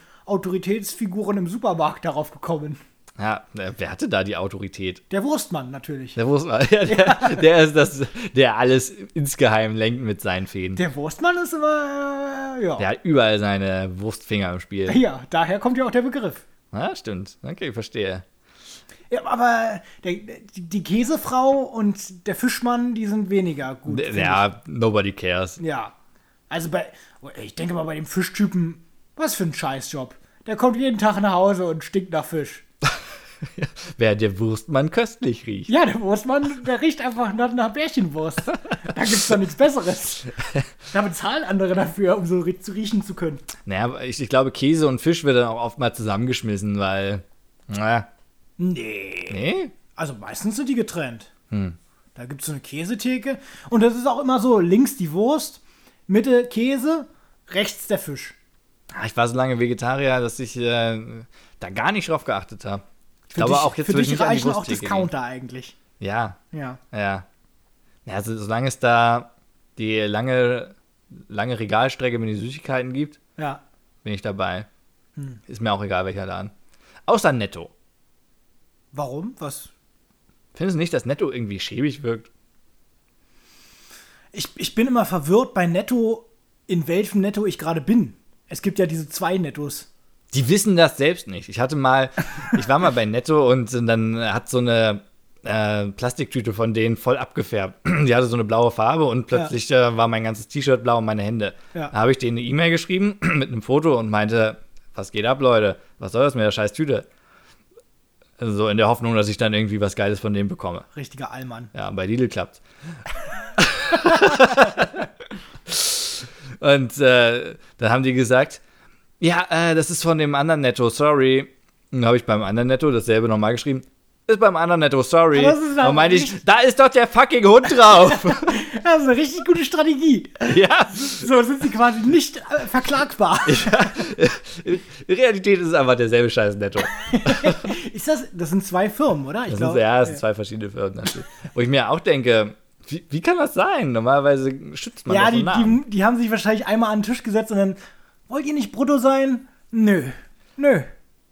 [SPEAKER 4] Autoritätsfiguren im Supermarkt darauf gekommen.
[SPEAKER 3] Ja, äh, wer hatte da die Autorität?
[SPEAKER 4] Der Wurstmann natürlich.
[SPEAKER 3] Der wusste mal, ja, der, der ist das, der alles insgeheim lenkt mit seinen Fäden. Der,
[SPEAKER 4] Der Wurstmann ist immer, äh, ja.
[SPEAKER 3] hat überall seine Wurstfinger im Spiel.
[SPEAKER 4] Ja, daher kommt ja auch der Begriff.
[SPEAKER 3] Ja, stimmt. Okay, verstehe.
[SPEAKER 4] Ja, aber der, die, die Käsefrau und der Fischmann, die sind weniger gut. finde ich.
[SPEAKER 3] Ja, nobody cares.
[SPEAKER 4] Ja. Also bei, ich denke mal bei dem Fischtypen, was für ein Scheißjob. Der kommt jeden Tag nach Hause und stinkt nach Fisch.
[SPEAKER 3] Wer der Wurstmann köstlich riecht.
[SPEAKER 4] Ja, der Wurstmann, der riecht einfach nach, nach Bärchenwurst. Da gibt's doch nichts Besseres. Da bezahlen andere dafür, um so ri- zu riechen zu können.
[SPEAKER 3] Naja, aber ich, ich glaube, Käse und Fisch wird dann auch oft mal zusammengeschmissen, weil. Na,
[SPEAKER 4] Nee.
[SPEAKER 3] nee?
[SPEAKER 4] Also meistens sind die getrennt.
[SPEAKER 3] Hm.
[SPEAKER 4] Da gibt's so eine Käsetheke. Und das ist auch immer so, links die Wurst, Mitte Käse, rechts der Fisch.
[SPEAKER 3] Ah, Ich war so lange Vegetarier, dass ich äh, da gar nicht drauf geachtet habe. Ich
[SPEAKER 4] Für
[SPEAKER 3] glaube
[SPEAKER 4] dich,
[SPEAKER 3] auch jetzt
[SPEAKER 4] für
[SPEAKER 3] würde ich
[SPEAKER 4] dich
[SPEAKER 3] nicht an die
[SPEAKER 4] reichen auch
[SPEAKER 3] Wursttheke
[SPEAKER 4] Discounter eigentlich.
[SPEAKER 3] gehen. Ja,
[SPEAKER 4] Ja.
[SPEAKER 3] Ja. Ja, also solange es da die lange, lange Regalstrecke mit den Süßigkeiten gibt,
[SPEAKER 4] Ja. Hm.
[SPEAKER 3] bin ich dabei. Ist mir auch egal, welcher Laden. Außer Netto.
[SPEAKER 4] Warum? Was?
[SPEAKER 3] Findest du nicht, dass Netto irgendwie schäbig wirkt?
[SPEAKER 4] Ich, ich bin immer verwirrt bei Netto, in welchem Netto ich gerade bin. Es gibt ja diese zwei Nettos.
[SPEAKER 3] Die wissen das selbst nicht. Ich hatte mal, ich war mal bei Netto und dann hat so eine äh, Plastiktüte von denen voll abgefärbt. Die hatte so eine blaue Farbe und plötzlich äh, war mein ganzes T-Shirt blau und meine Hände.
[SPEAKER 4] Ja.
[SPEAKER 3] Da habe ich denen eine E-Mail geschrieben mit einem Foto und meinte, was geht ab, Leute? Was soll das mit der scheiß Tüte? Also So in der Hoffnung, dass ich dann irgendwie was Geiles von denen bekomme.
[SPEAKER 4] Richtiger Allmann.
[SPEAKER 3] Ja, bei Lidl klappt. und äh, dann haben die gesagt, ja, äh, das ist von dem anderen Netto, sorry. Dann habe ich beim anderen Netto dasselbe nochmal geschrieben. Ist beim anderen Netto, sorry.
[SPEAKER 4] Aber das ist aber
[SPEAKER 3] Dann meinte ich,
[SPEAKER 4] nicht-
[SPEAKER 3] da ist doch der fucking Hund drauf.
[SPEAKER 4] Das ist eine richtig gute Strategie.
[SPEAKER 3] ja.
[SPEAKER 4] So sind sie quasi nicht äh, verklagbar.
[SPEAKER 3] In Realität ist es einfach derselbe scheiß Netto.
[SPEAKER 4] Ist das, das sind zwei Firmen, oder? Ich
[SPEAKER 3] Das
[SPEAKER 4] glaub- äh,
[SPEAKER 3] sind, ja, das sind zwei verschiedene Firmen natürlich. Wo ich mir auch denke, wie, wie kann das sein? Normalerweise schützt man
[SPEAKER 4] ja
[SPEAKER 3] das
[SPEAKER 4] die,
[SPEAKER 3] im Namen.
[SPEAKER 4] die, die haben sich wahrscheinlich einmal an den Tisch gesetzt und dann, wollt ihr nicht brutto sein? Nö, nö,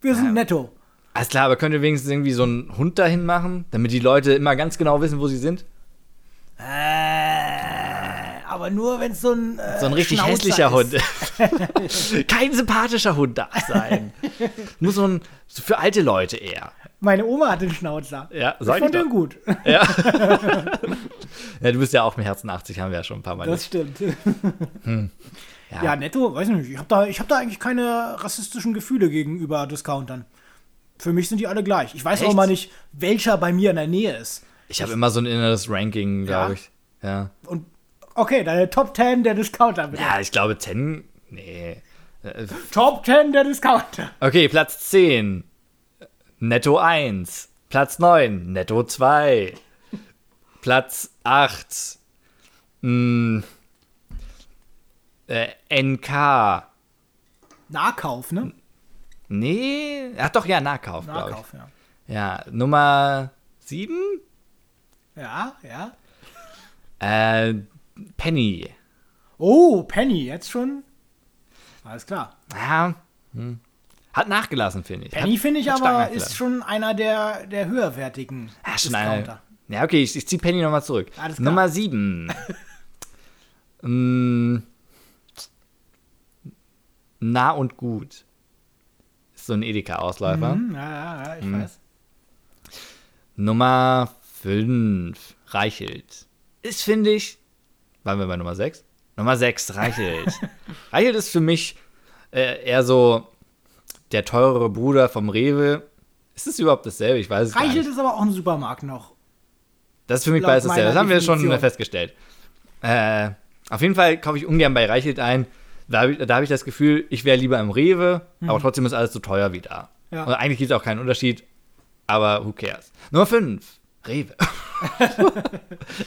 [SPEAKER 4] wir sind netto.
[SPEAKER 3] Alles klar, aber könnt ihr wenigstens irgendwie so einen Hund dahin machen, damit die Leute immer ganz genau wissen, wo sie sind?
[SPEAKER 4] Äh, aber nur, wenn es so ein äh,
[SPEAKER 3] So ein richtig
[SPEAKER 4] Schnauzer
[SPEAKER 3] hässlicher
[SPEAKER 4] ist.
[SPEAKER 3] Hund. Kein sympathischer Hund darf sein. Nur so ein, so für alte Leute eher.
[SPEAKER 4] Meine Oma hat den Schnauzer.
[SPEAKER 3] Ja,
[SPEAKER 4] ich
[SPEAKER 3] sag ich
[SPEAKER 4] fand
[SPEAKER 3] doch.
[SPEAKER 4] den gut.
[SPEAKER 3] Ja, du bist ja auch im Herzen 80, haben wir ja schon ein paar Mal.
[SPEAKER 4] Das stimmt.
[SPEAKER 3] ja.
[SPEAKER 4] Hm. Ja, netto, weiß nicht. Ich habe da, ich hab da eigentlich keine rassistischen Gefühle gegenüber Discountern. Für mich sind die alle gleich. Ich weiß auch
[SPEAKER 3] Echt?
[SPEAKER 4] mal nicht, welcher bei mir in der Nähe ist.
[SPEAKER 3] ich habe immer so ein inneres Ranking, glaube
[SPEAKER 4] Ja.
[SPEAKER 3] ich. Ja.
[SPEAKER 4] Und okay, deine Top 10 der Discounter. Bitte.
[SPEAKER 3] ja, ich glaube 10. Nee. Äh,
[SPEAKER 4] Top 10 der Discounter.
[SPEAKER 3] Okay, Platz 10. Netto 1. Platz 9. Netto 2. Platz 8. Mm, äh, NK.
[SPEAKER 4] Nahkauf, ne?
[SPEAKER 3] Nee. Ach doch, ja, Nahkauf, glaube ich.
[SPEAKER 4] Nahkauf, ja.
[SPEAKER 3] Ja, Nummer 7?
[SPEAKER 4] Ja, ja.
[SPEAKER 3] Äh, Penny.
[SPEAKER 4] Oh, Penny, jetzt schon. Alles klar.
[SPEAKER 3] Ja. Hm. Hat nachgelassen, finde ich.
[SPEAKER 4] Penny
[SPEAKER 3] Hat-
[SPEAKER 4] finde ich
[SPEAKER 3] hat stark
[SPEAKER 4] aber
[SPEAKER 3] nachgelassen.
[SPEAKER 4] ist schon einer der, der höherwertigen
[SPEAKER 3] Ah, schon eine. Ja, okay, ich, ich ziehe Penny nochmal zurück.
[SPEAKER 4] Alles klar.
[SPEAKER 3] Nummer 7. Na und gut. Ist so ein Edeka-Ausläufer.
[SPEAKER 4] Hm, ja, ja, ja, ich weiß.
[SPEAKER 3] Nummer 5. Reichelt. Ist, finde ich. Waren wir bei Nummer 6? Nummer 6, Reichelt. Reichelt ist für mich äh, eher so der teurere Bruder vom Rewe. Ist es überhaupt dasselbe? Ich weiß es gar nicht.
[SPEAKER 4] Reichelt ist aber auch ein Supermarkt noch.
[SPEAKER 3] Das ist für mich
[SPEAKER 4] Laut
[SPEAKER 3] beides dasselbe.
[SPEAKER 4] meiner
[SPEAKER 3] Das haben wir schon
[SPEAKER 4] Definition.
[SPEAKER 3] festgestellt. Äh, auf jeden Fall kaufe ich ungern bei Reichelt ein. Da habe ich, da hab ich das Gefühl, ich wäre lieber im Rewe, aber trotzdem ist alles so teuer wie da.
[SPEAKER 4] Hm. Ja.
[SPEAKER 3] Und eigentlich gibt es auch keinen Unterschied, aber who cares. Nummer 5, Rewe.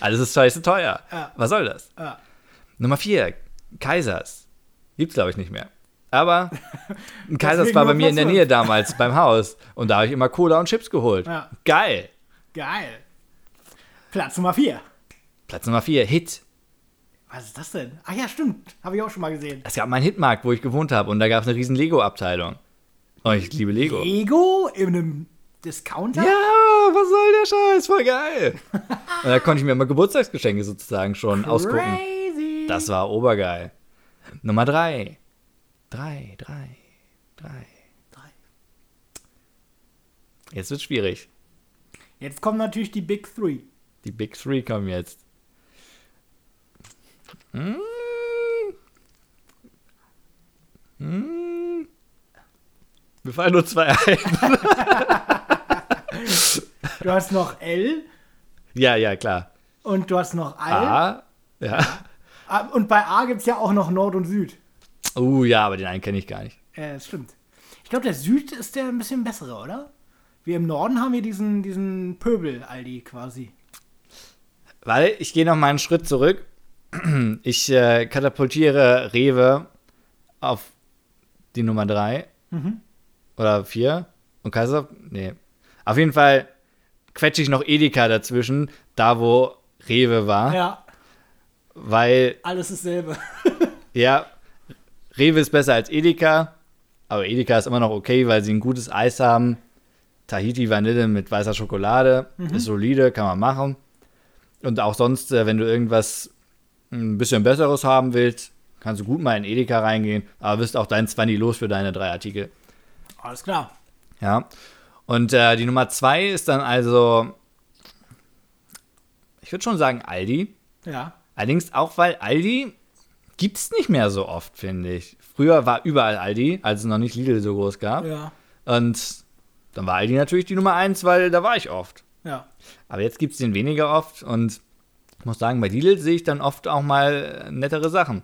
[SPEAKER 3] alles ist scheiße teuer.
[SPEAKER 4] Ja.
[SPEAKER 3] Was soll das?
[SPEAKER 4] Ja.
[SPEAKER 3] Nummer 4, Kaisers. Gibt's, glaube ich, nicht mehr. Aber ein Kaisers
[SPEAKER 4] Deswegen
[SPEAKER 3] war bei
[SPEAKER 4] nur
[SPEAKER 3] mir in der
[SPEAKER 4] Platz
[SPEAKER 3] Nähe damals beim Haus und da habe ich immer Cola und Chips geholt.
[SPEAKER 4] Ja.
[SPEAKER 3] Geil.
[SPEAKER 4] Geil. Platz Nummer 4.
[SPEAKER 3] Platz Nummer 4, Hit.
[SPEAKER 4] Was ist das denn? Ach ja, stimmt. Habe ich auch schon mal gesehen.
[SPEAKER 3] Es gab mal einen Hitmarkt, wo ich gewohnt habe und da gab es eine riesen Lego-Abteilung. Oh, ich liebe Lego.
[SPEAKER 4] Ego in einem Discounter?
[SPEAKER 3] Ja, was soll der Scheiß? Voll geil. Und da konnte ich mir immer Geburtstagsgeschenke sozusagen schon ausgucken.
[SPEAKER 4] Crazy.
[SPEAKER 3] Das war obergeil. Nummer drei. Drei, drei, drei.
[SPEAKER 4] Drei.
[SPEAKER 3] Jetzt wird's schwierig.
[SPEAKER 4] Jetzt kommen natürlich die Big Three.
[SPEAKER 3] Die Big Three kommen jetzt. Hm. Hm. Mir fallen nur zwei ein.
[SPEAKER 4] Du hast noch L
[SPEAKER 3] Ja, ja, klar.
[SPEAKER 4] und du hast noch Al.
[SPEAKER 3] A. Ja.
[SPEAKER 4] Ah, Und bei A gibt es ja auch noch Nord und Süd.
[SPEAKER 3] Oh ja, aber den einen kenne ich gar nicht.
[SPEAKER 4] Äh, das stimmt. Ich glaube, der Süd ist der ein bisschen bessere, oder? Wir im Norden haben hier diesen, diesen Pöbel-Aldi quasi.
[SPEAKER 3] Weil ich gehe noch mal einen Schritt zurück. Ich äh, katapultiere Rewe auf die Nummer 3 oder 4 und Kaiser. Nee. Auf jeden Fall quetsche ich noch Edeka dazwischen, da wo Rewe war,
[SPEAKER 4] Ja,
[SPEAKER 3] weil
[SPEAKER 4] alles dasselbe.
[SPEAKER 3] Ja, Rewe ist besser als Edeka, aber Edeka ist immer noch okay, weil sie ein gutes Eis haben. Tahiti Vanille mit weißer Schokolade. Ist solide, kann man machen. Und auch sonst, äh, wenn du irgendwas hm, ein bisschen Besseres haben willst, kannst du gut mal in Edeka reingehen, aber wirst auch dein 20 los für deine drei Artikel.
[SPEAKER 4] Alles klar.
[SPEAKER 3] Ja. Und äh, die Nummer zwei ist dann also, ich würde schon sagen Aldi.
[SPEAKER 4] Ja.
[SPEAKER 3] Allerdings auch, weil Aldi gibt es nicht mehr so oft, finde ich. Früher war überall Aldi, als es noch nicht Lidl so groß gab.
[SPEAKER 4] Ja.
[SPEAKER 3] Und dann war Aldi natürlich die Nummer eins, weil da war ich oft.
[SPEAKER 4] Ja.
[SPEAKER 3] Aber jetzt gibt es den weniger oft und ich muss sagen, bei Lidl sehe ich dann oft auch mal nettere Sachen.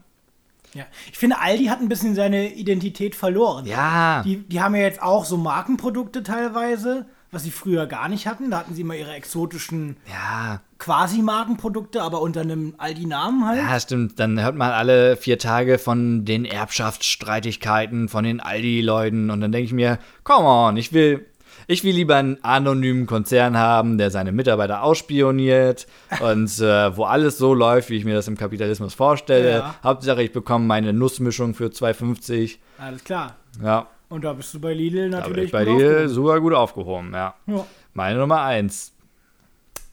[SPEAKER 4] ja. Ich finde, Aldi hat ein bisschen seine Identität verloren.
[SPEAKER 3] Ja,
[SPEAKER 4] Die, die haben ja jetzt auch so Markenprodukte teilweise, was sie früher gar nicht hatten. Da hatten sie immer ihre exotischen
[SPEAKER 3] ja,
[SPEAKER 4] Quasi-Markenprodukte, aber unter einem Aldi-Namen halt.
[SPEAKER 3] ja, Ah, stimmt. Dann hört man alle vier Tage von den Erbschaftsstreitigkeiten von den Aldi-Leuten und dann denke ich mir, come on, ich will, ich will lieber einen anonymen Konzern haben, der seine Mitarbeiter ausspioniert und äh, wo alles so läuft, wie ich mir das im Kapitalismus vorstelle.
[SPEAKER 4] Ja.
[SPEAKER 3] Hauptsache, ich bekomme meine Nussmischung für 2,50.
[SPEAKER 4] Alles klar.
[SPEAKER 3] Ja,
[SPEAKER 4] Und da bist du bei Lidl
[SPEAKER 3] da bin
[SPEAKER 4] natürlich.
[SPEAKER 3] ich bei
[SPEAKER 4] gut
[SPEAKER 3] dir
[SPEAKER 4] aufgehoben.
[SPEAKER 3] super gut aufgehoben, ja.
[SPEAKER 4] Ja.
[SPEAKER 3] Meine Nummer eins.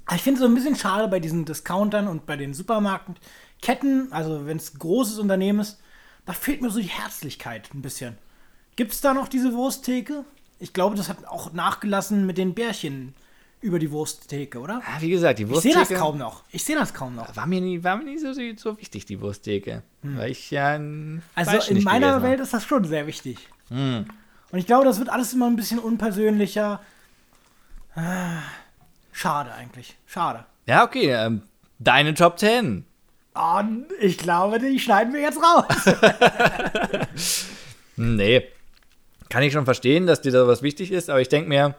[SPEAKER 4] Aber ich finde es so ein bisschen schade bei diesen Discountern und bei den Supermarktketten, also wenn es ein großes Unternehmen ist, da fehlt mir so die Herzlichkeit ein bisschen. Gibt es da noch diese Wursttheke? Ich glaube, das hat auch nachgelassen mit den Bärchen über die Wursttheke, oder?
[SPEAKER 3] Ah, wie gesagt, die
[SPEAKER 4] Ich sehe
[SPEAKER 3] Wursttheke.
[SPEAKER 4] das kaum noch. Ich sehe das kaum noch.
[SPEAKER 3] War mir nie, war mir nie so, so wichtig, die Wursttheke.
[SPEAKER 4] Hm.
[SPEAKER 3] Weil ich ja ein Fleisch
[SPEAKER 4] Also in
[SPEAKER 3] nicht
[SPEAKER 4] meiner
[SPEAKER 3] gegessen
[SPEAKER 4] Welt ist das schon sehr wichtig. Hm. Und ich glaube, das wird alles immer ein bisschen unpersönlicher. Ah, Schade eigentlich. Schade.
[SPEAKER 3] habe. Ja, okay. Ähm, deine Top 10.
[SPEAKER 4] Ah, ich glaube, die schneiden wir jetzt raus.
[SPEAKER 3] Hm, Nee. Kann ich schon verstehen, dass dir da was wichtig ist, aber ich denke mir,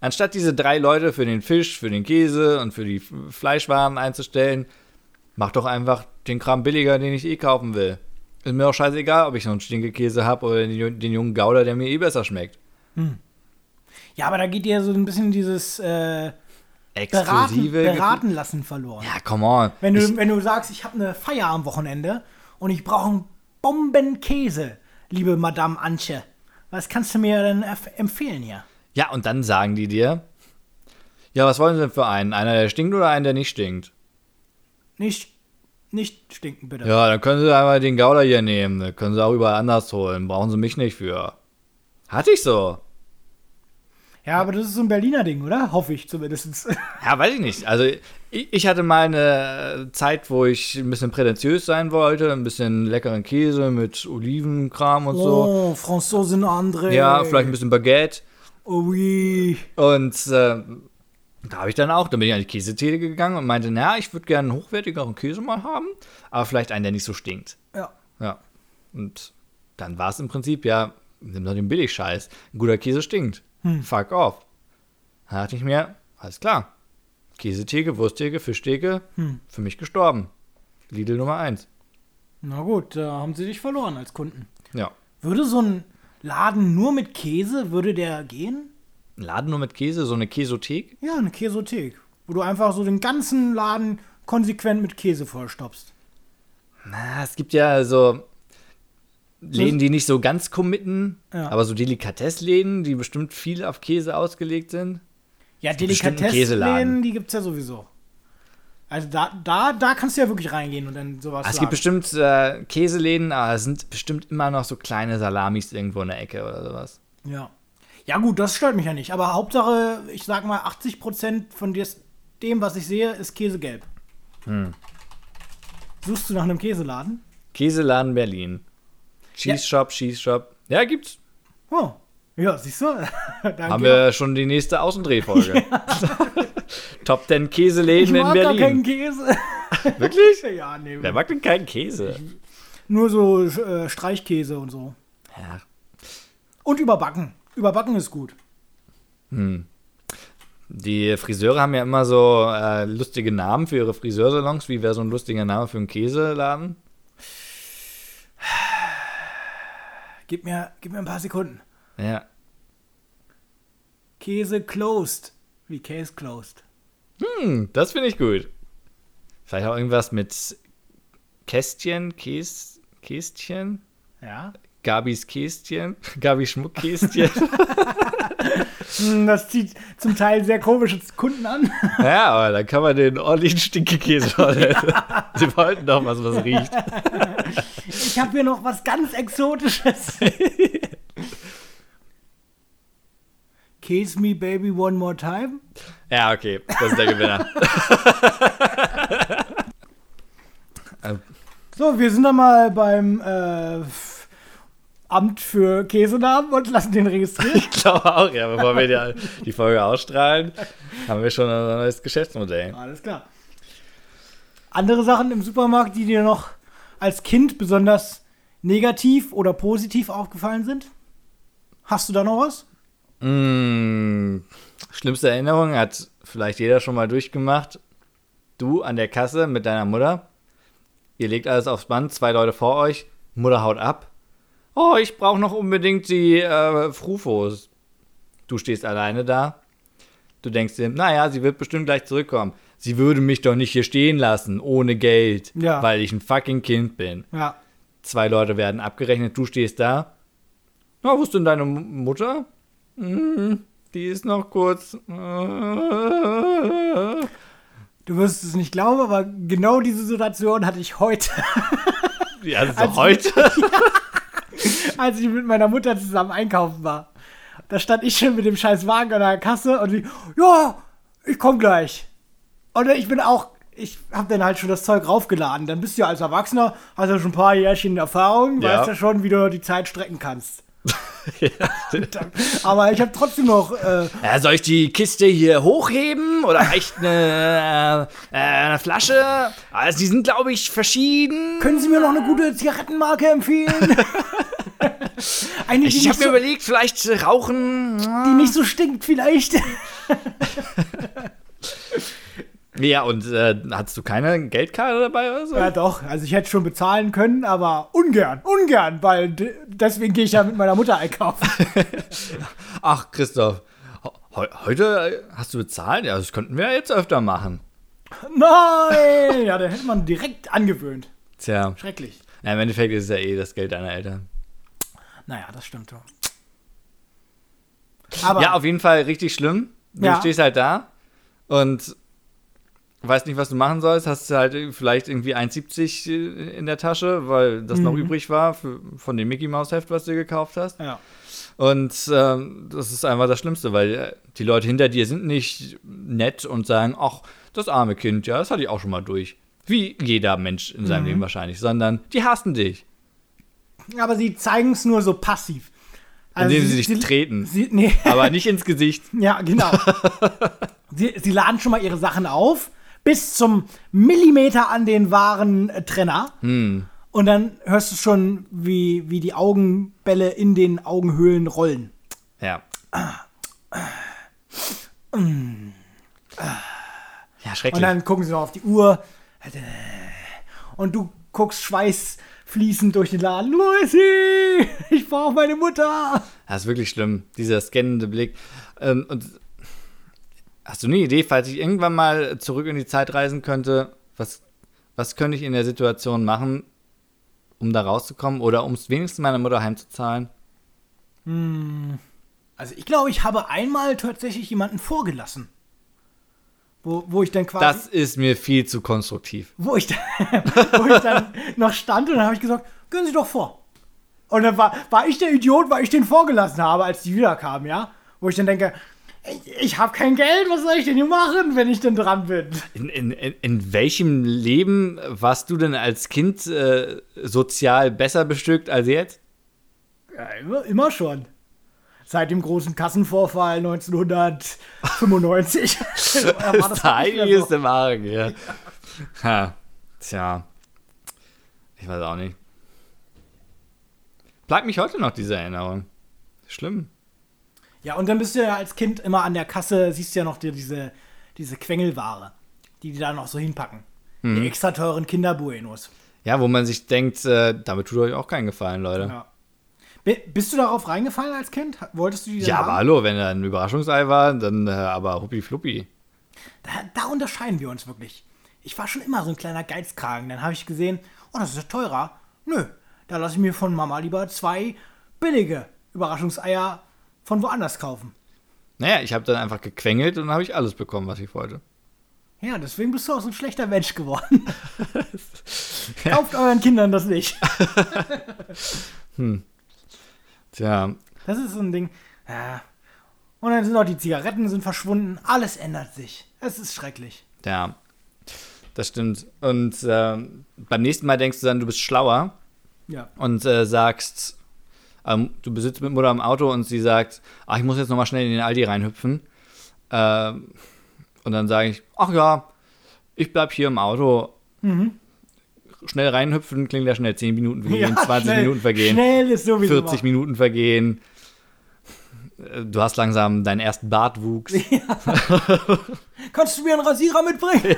[SPEAKER 3] anstatt diese drei Leute für den Fisch, für den Käse und für die F- Fleischwaren einzustellen, mach doch einfach den Kram billiger, den ich eh kaufen will. Ist mir auch scheißegal, ob ich noch einen Stinkekäse habe oder den, ju- den jungen Gouda, der mir eh besser schmeckt.
[SPEAKER 4] ja, aber da geht dir so ein bisschen dieses äh, beraten,
[SPEAKER 3] Exklusive.
[SPEAKER 4] beraten lassen verloren.
[SPEAKER 3] Ja, come on.
[SPEAKER 4] Wenn,
[SPEAKER 3] ich,
[SPEAKER 4] du, wenn du sagst, ich habe eine Feier am Wochenende und ich brauche einen Bombenkäse, liebe Madame Anche. Was kannst du mir denn erf- empfehlen hier?
[SPEAKER 3] Ja, und dann sagen die dir, ja, was wollen sie denn für einen? Einer, der stinkt oder einen, der nicht stinkt?
[SPEAKER 4] Nicht, nicht stinken, bitte.
[SPEAKER 3] Ja, dann können sie einmal den Gouda hier nehmen. Dann können sie auch überall anders holen. Brauchen sie mich nicht für. Hatte ich so.
[SPEAKER 4] Ja, aber das ist so ein Berliner Ding, oder? Hoffe ich zumindest.
[SPEAKER 3] Ja, weiß ich nicht. Also, ich, ich hatte mal eine äh, Zeit, wo ich ein bisschen prätentiös sein wollte. Ein bisschen leckeren Käse mit Olivenkram und so.
[SPEAKER 4] Oh, Franzosen André.
[SPEAKER 3] Ja, vielleicht ein bisschen Baguette.
[SPEAKER 4] Oh, oui.
[SPEAKER 3] Und äh, da habe ich dann auch, da bin ich an die Käsetheke gegangen und meinte, naja, ich würde gerne einen hochwertigeren Käse mal haben, aber vielleicht einen, der nicht so stinkt.
[SPEAKER 4] Ja.
[SPEAKER 3] Ja. Und dann war es im Prinzip, ja, nimm doch den Billigscheiß. Ein guter Käse stinkt. Fuck off. Da dachte ich mir, alles klar. Käsetheke, Wursttheke, Fischtheke, für mich gestorben. Lidl Nummer 1.
[SPEAKER 4] Na gut, da haben sie dich verloren als Kunden.
[SPEAKER 3] Ja.
[SPEAKER 4] Würde so ein Laden nur mit Käse, würde der gehen?
[SPEAKER 3] Ein Laden nur mit Käse, so eine Käsothek?
[SPEAKER 4] Ja, eine Käsothek. Wo du einfach so den ganzen Laden konsequent mit Käse vollstopfst.
[SPEAKER 3] Na, es gibt ja so Läden, die nicht so ganz committen,
[SPEAKER 4] Ja.
[SPEAKER 3] aber so Delikatessläden, die bestimmt viel auf Käse ausgelegt sind.
[SPEAKER 4] Ja,
[SPEAKER 3] bestimmt ein
[SPEAKER 4] Delikatessen,
[SPEAKER 3] Käseladen.
[SPEAKER 4] die gibt's ja sowieso. Also da, da, da kannst du ja wirklich reingehen und dann sowas
[SPEAKER 3] Ah, Es
[SPEAKER 4] sagen.
[SPEAKER 3] gibt bestimmt äh, Käseläden, aber es sind bestimmt immer noch so kleine Salamis irgendwo in der Ecke oder sowas.
[SPEAKER 4] Ja. Ja, gut, das stört mich ja nicht. Aber Hauptsache, ich sag mal, 80% von des, dem, was ich sehe, ist Käsegelb.
[SPEAKER 3] Hm.
[SPEAKER 4] Suchst du nach einem Käseladen?
[SPEAKER 3] Käseladen Berlin. Cheese Shop, Cheese Shop. Ja, gibt's.
[SPEAKER 4] Oh. Ja, siehst du? Danke.
[SPEAKER 3] Haben wir schon die nächste Außendrehfolge. Top 10 Käseläden
[SPEAKER 4] ich
[SPEAKER 3] in
[SPEAKER 4] mag gar
[SPEAKER 3] Berlin.
[SPEAKER 4] keinen Käse.
[SPEAKER 3] Wirklich?
[SPEAKER 4] ja, nee.
[SPEAKER 3] Wer mag denn keinen Käse?
[SPEAKER 4] Nur so äh, Streichkäse und so.
[SPEAKER 3] Ja,
[SPEAKER 4] Und überbacken. Überbacken ist gut.
[SPEAKER 3] Die Friseure haben ja immer so äh, lustige Namen für ihre Friseursalons. Wie wäre so ein lustiger Name für einen Käseladen?
[SPEAKER 4] Gib mir, gib mir ein paar Sekunden.
[SPEAKER 3] Ja.
[SPEAKER 4] Käse closed. Wie Case closed.
[SPEAKER 3] Hm, das finde ich gut. Vielleicht auch irgendwas mit Kästchen, Käs, Kästchen,
[SPEAKER 4] Ja?
[SPEAKER 3] Gabis Kästchen, Gabi Schmuckkästchen.
[SPEAKER 4] Hm, Das zieht zum Teil sehr komische Kunden an.
[SPEAKER 3] ja, aber da kann man den ordentlichen Stinkekäse ja. Sie wollten doch was, was riecht.
[SPEAKER 4] Ich habe hier noch was ganz Exotisches. Kiss me, baby, one more time.
[SPEAKER 3] Ja, okay, das ist der Gewinner. Ähm,
[SPEAKER 4] So, wir sind dann mal beim äh, F- Amt für Käsenamen und lassen den registrieren.
[SPEAKER 3] ich glaube auch, ja, bevor wir die, die Folge ausstrahlen, haben wir schon ein neues Geschäftsmodell.
[SPEAKER 4] Alles klar. Andere Sachen im Supermarkt, die dir noch als Kind besonders negativ oder positiv aufgefallen sind? Hast du da noch was?
[SPEAKER 3] Mm, schlimmste Erinnerung hat vielleicht jeder schon mal durchgemacht. Du an der Kasse mit deiner Mutter. Ihr legt alles aufs Band, zwei Leute vor euch. Mutter haut ab. Oh, ich brauche noch unbedingt die äh, Frufos. Du stehst alleine da. Du denkst dir, naja, sie wird bestimmt gleich zurückkommen. Sie würde mich doch nicht hier stehen lassen, ohne Geld,
[SPEAKER 4] Ja.
[SPEAKER 3] weil ich ein fucking Kind bin.
[SPEAKER 4] Ja.
[SPEAKER 3] Zwei Leute werden abgerechnet, du stehst da. Na, wo ist denn deine M- Mutter? Hm, die ist noch kurz. äh. Ja,
[SPEAKER 4] Du wirst es nicht glauben, aber genau diese Situation hatte ich heute,
[SPEAKER 3] das ist doch also heute.
[SPEAKER 4] als ich mit meiner Mutter zusammen einkaufen war. Da stand ich schon mit dem scheiß Wagen an der Kasse und sie, ja, ich komm gleich. Und ich bin auch, ich hab dann halt schon das Zeug raufgeladen. Dann bist du ja als Erwachsener, hast ja schon ein paar Jährchen Erfahrung,
[SPEAKER 3] Ja.
[SPEAKER 4] weißt ja schon, wie du die Zeit strecken kannst.
[SPEAKER 3] Ja.
[SPEAKER 4] Aber ich habe trotzdem noch. Äh,
[SPEAKER 3] Ja, soll ich die Kiste hier hochheben oder reicht eine, äh, eine Flasche? Also, die sind, glaube ich, verschieden.
[SPEAKER 4] können Sie mir noch eine gute Zigarettenmarke empfehlen? eine,
[SPEAKER 3] Ich
[SPEAKER 4] die, nicht
[SPEAKER 3] habe mir
[SPEAKER 4] so,
[SPEAKER 3] überlegt, vielleicht äh, rauchen.
[SPEAKER 4] die nicht so stinkt, vielleicht.
[SPEAKER 3] Ja, und äh, hattest du keine Geldkarte dabei oder so?
[SPEAKER 4] ja, doch. Also, ich hätte schon bezahlen können, aber ungern, ungern, weil d- deswegen gehe ich ja mit meiner Mutter einkaufen.
[SPEAKER 3] Ach, Christoph, heu- heute äh, hast du bezahlt? Ja, das könnten wir ja jetzt öfter machen.
[SPEAKER 4] Nein! Ja, da hätte man direkt angewöhnt.
[SPEAKER 3] Tja,
[SPEAKER 4] Schrecklich.
[SPEAKER 3] na, im Endeffekt ist es ja eh das Geld deiner Eltern.
[SPEAKER 4] Naja, das stimmt schon. Aber
[SPEAKER 3] Ja, auf jeden Fall richtig schlimm. Du
[SPEAKER 4] Ja.
[SPEAKER 3] stehst halt da und weißt nicht, was du machen sollst. Hast halt vielleicht irgendwie 1,70 in der Tasche, weil das noch übrig war für, von dem Mickey Mouse Heft, was du gekauft hast.
[SPEAKER 4] Mhm. ja.
[SPEAKER 3] Und ähm, das ist einfach das Schlimmste, weil äh, die Leute hinter dir sind nicht nett und sagen, ach, das arme Kind, ja, das hatte ich auch schon mal durch. Wie jeder Mensch in
[SPEAKER 4] Mhm.
[SPEAKER 3] seinem Leben wahrscheinlich, sondern die hassen dich,
[SPEAKER 4] aber sie zeigen es nur so passiv.
[SPEAKER 3] indem sie dich treten.
[SPEAKER 4] Also Sie, nee.
[SPEAKER 3] aber nicht ins Gesicht.
[SPEAKER 4] Ja, genau. sie, sie laden schon mal ihre Sachen auf, bis zum Millimeter an den wahren äh, Trenner. Und dann hörst du schon, wie, wie die Augenbälle in den Augenhöhlen rollen.
[SPEAKER 3] Ja. Ja,
[SPEAKER 4] Und
[SPEAKER 3] schrecklich.
[SPEAKER 4] dann gucken sie noch auf die Uhr. Und du guckst Schweiß fließend durch den Laden. Lucy, ich brauche meine Mutter.
[SPEAKER 3] Das ist wirklich schlimm, dieser scannende Blick. Ähm, und hast du eine Idee, falls ich irgendwann mal zurück in die Zeit reisen könnte, was, was könnte ich in der Situation machen, um da rauszukommen oder um es wenigstens meiner Mutter heimzuzahlen?
[SPEAKER 4] Also ich glaube, ich habe einmal tatsächlich jemanden vorgelassen. Wo, wo ich dann quasi...
[SPEAKER 3] Das ist mir viel zu konstruktiv.
[SPEAKER 4] wo ich, dann, wo ich dann noch stand und dann habe ich gesagt, gönnen Sie doch vor. Und dann war, war ich der Idiot, weil ich den vorgelassen habe, als die wiederkamen, ja? Wo ich dann denke, ich, ich habe kein Geld, was soll ich denn hier machen, wenn ich denn dran bin?
[SPEAKER 3] In, in, in, in welchem Leben warst du denn als Kind äh, sozial besser bestückt als jetzt?
[SPEAKER 4] Ja, immer, immer schon. Seit dem großen Kassenvorfall 1995. war
[SPEAKER 3] ist da
[SPEAKER 4] nicht mehr
[SPEAKER 3] einiges
[SPEAKER 4] so.
[SPEAKER 3] im Argen, ja. Ha. Tja. Ich weiß auch nicht. Plagt mich heute noch diese Erinnerung. Schlimm.
[SPEAKER 4] Ja, und dann bist du ja als Kind immer an der Kasse, siehst du ja noch die, diese, diese Quengelware, die die da noch so hinpacken.
[SPEAKER 3] Mhm.
[SPEAKER 4] Die extra teuren Kinderbuenos.
[SPEAKER 3] Ja, wo man sich denkt, äh, damit tut euch auch keinen Gefallen, Leute.
[SPEAKER 4] Ja. Bi- Bist du darauf reingefallen als Kind? Ha- Wolltest du die
[SPEAKER 3] Ja,
[SPEAKER 4] dann haben?
[SPEAKER 3] aber hallo, wenn da ein Überraschungsei war, dann äh, aber huppi fluppi.
[SPEAKER 4] Da, da unterscheiden wir uns wirklich. Ich war schon immer so ein kleiner Geizkragen. Dann habe ich gesehen, oh, das ist ja teurer. Nö, da lasse ich mir von Mama lieber zwei billige Überraschungseier von woanders kaufen.
[SPEAKER 3] Naja, ich habe dann einfach gequengelt und dann habe ich alles bekommen, was ich wollte.
[SPEAKER 4] Ja, deswegen bist du auch so ein schlechter Mensch geworden. Kauft euren Kindern das nicht.
[SPEAKER 3] Tja,
[SPEAKER 4] Das ist so ein Ding. Ja. Und dann sind auch die Zigaretten sind verschwunden. Alles ändert sich. Es ist schrecklich.
[SPEAKER 3] ja. Das stimmt. Und ähm, beim nächsten Mal denkst du dann, du bist schlauer
[SPEAKER 4] Ja.
[SPEAKER 3] und äh, sagst, ähm, du besitzt mit Mutter im Auto und sie sagt, ach, ich muss jetzt nochmal schnell in den Aldi reinhüpfen. Ähm, und dann sage ich, ach ja, ich bleib hier im Auto.
[SPEAKER 4] Mhm.
[SPEAKER 3] Schnell reinhüpfen, klingt ja schnell 10 Minuten vergehen,
[SPEAKER 4] ja
[SPEAKER 3] 20
[SPEAKER 4] schnell-
[SPEAKER 3] Minuten vergehen.
[SPEAKER 4] Schnell ist sowieso.
[SPEAKER 3] 40 Minuten vergehen. Äh, Du hast langsam deinen ersten Bartwuchs.
[SPEAKER 4] wahr. Kannst du mir einen Rasierer mitbringen?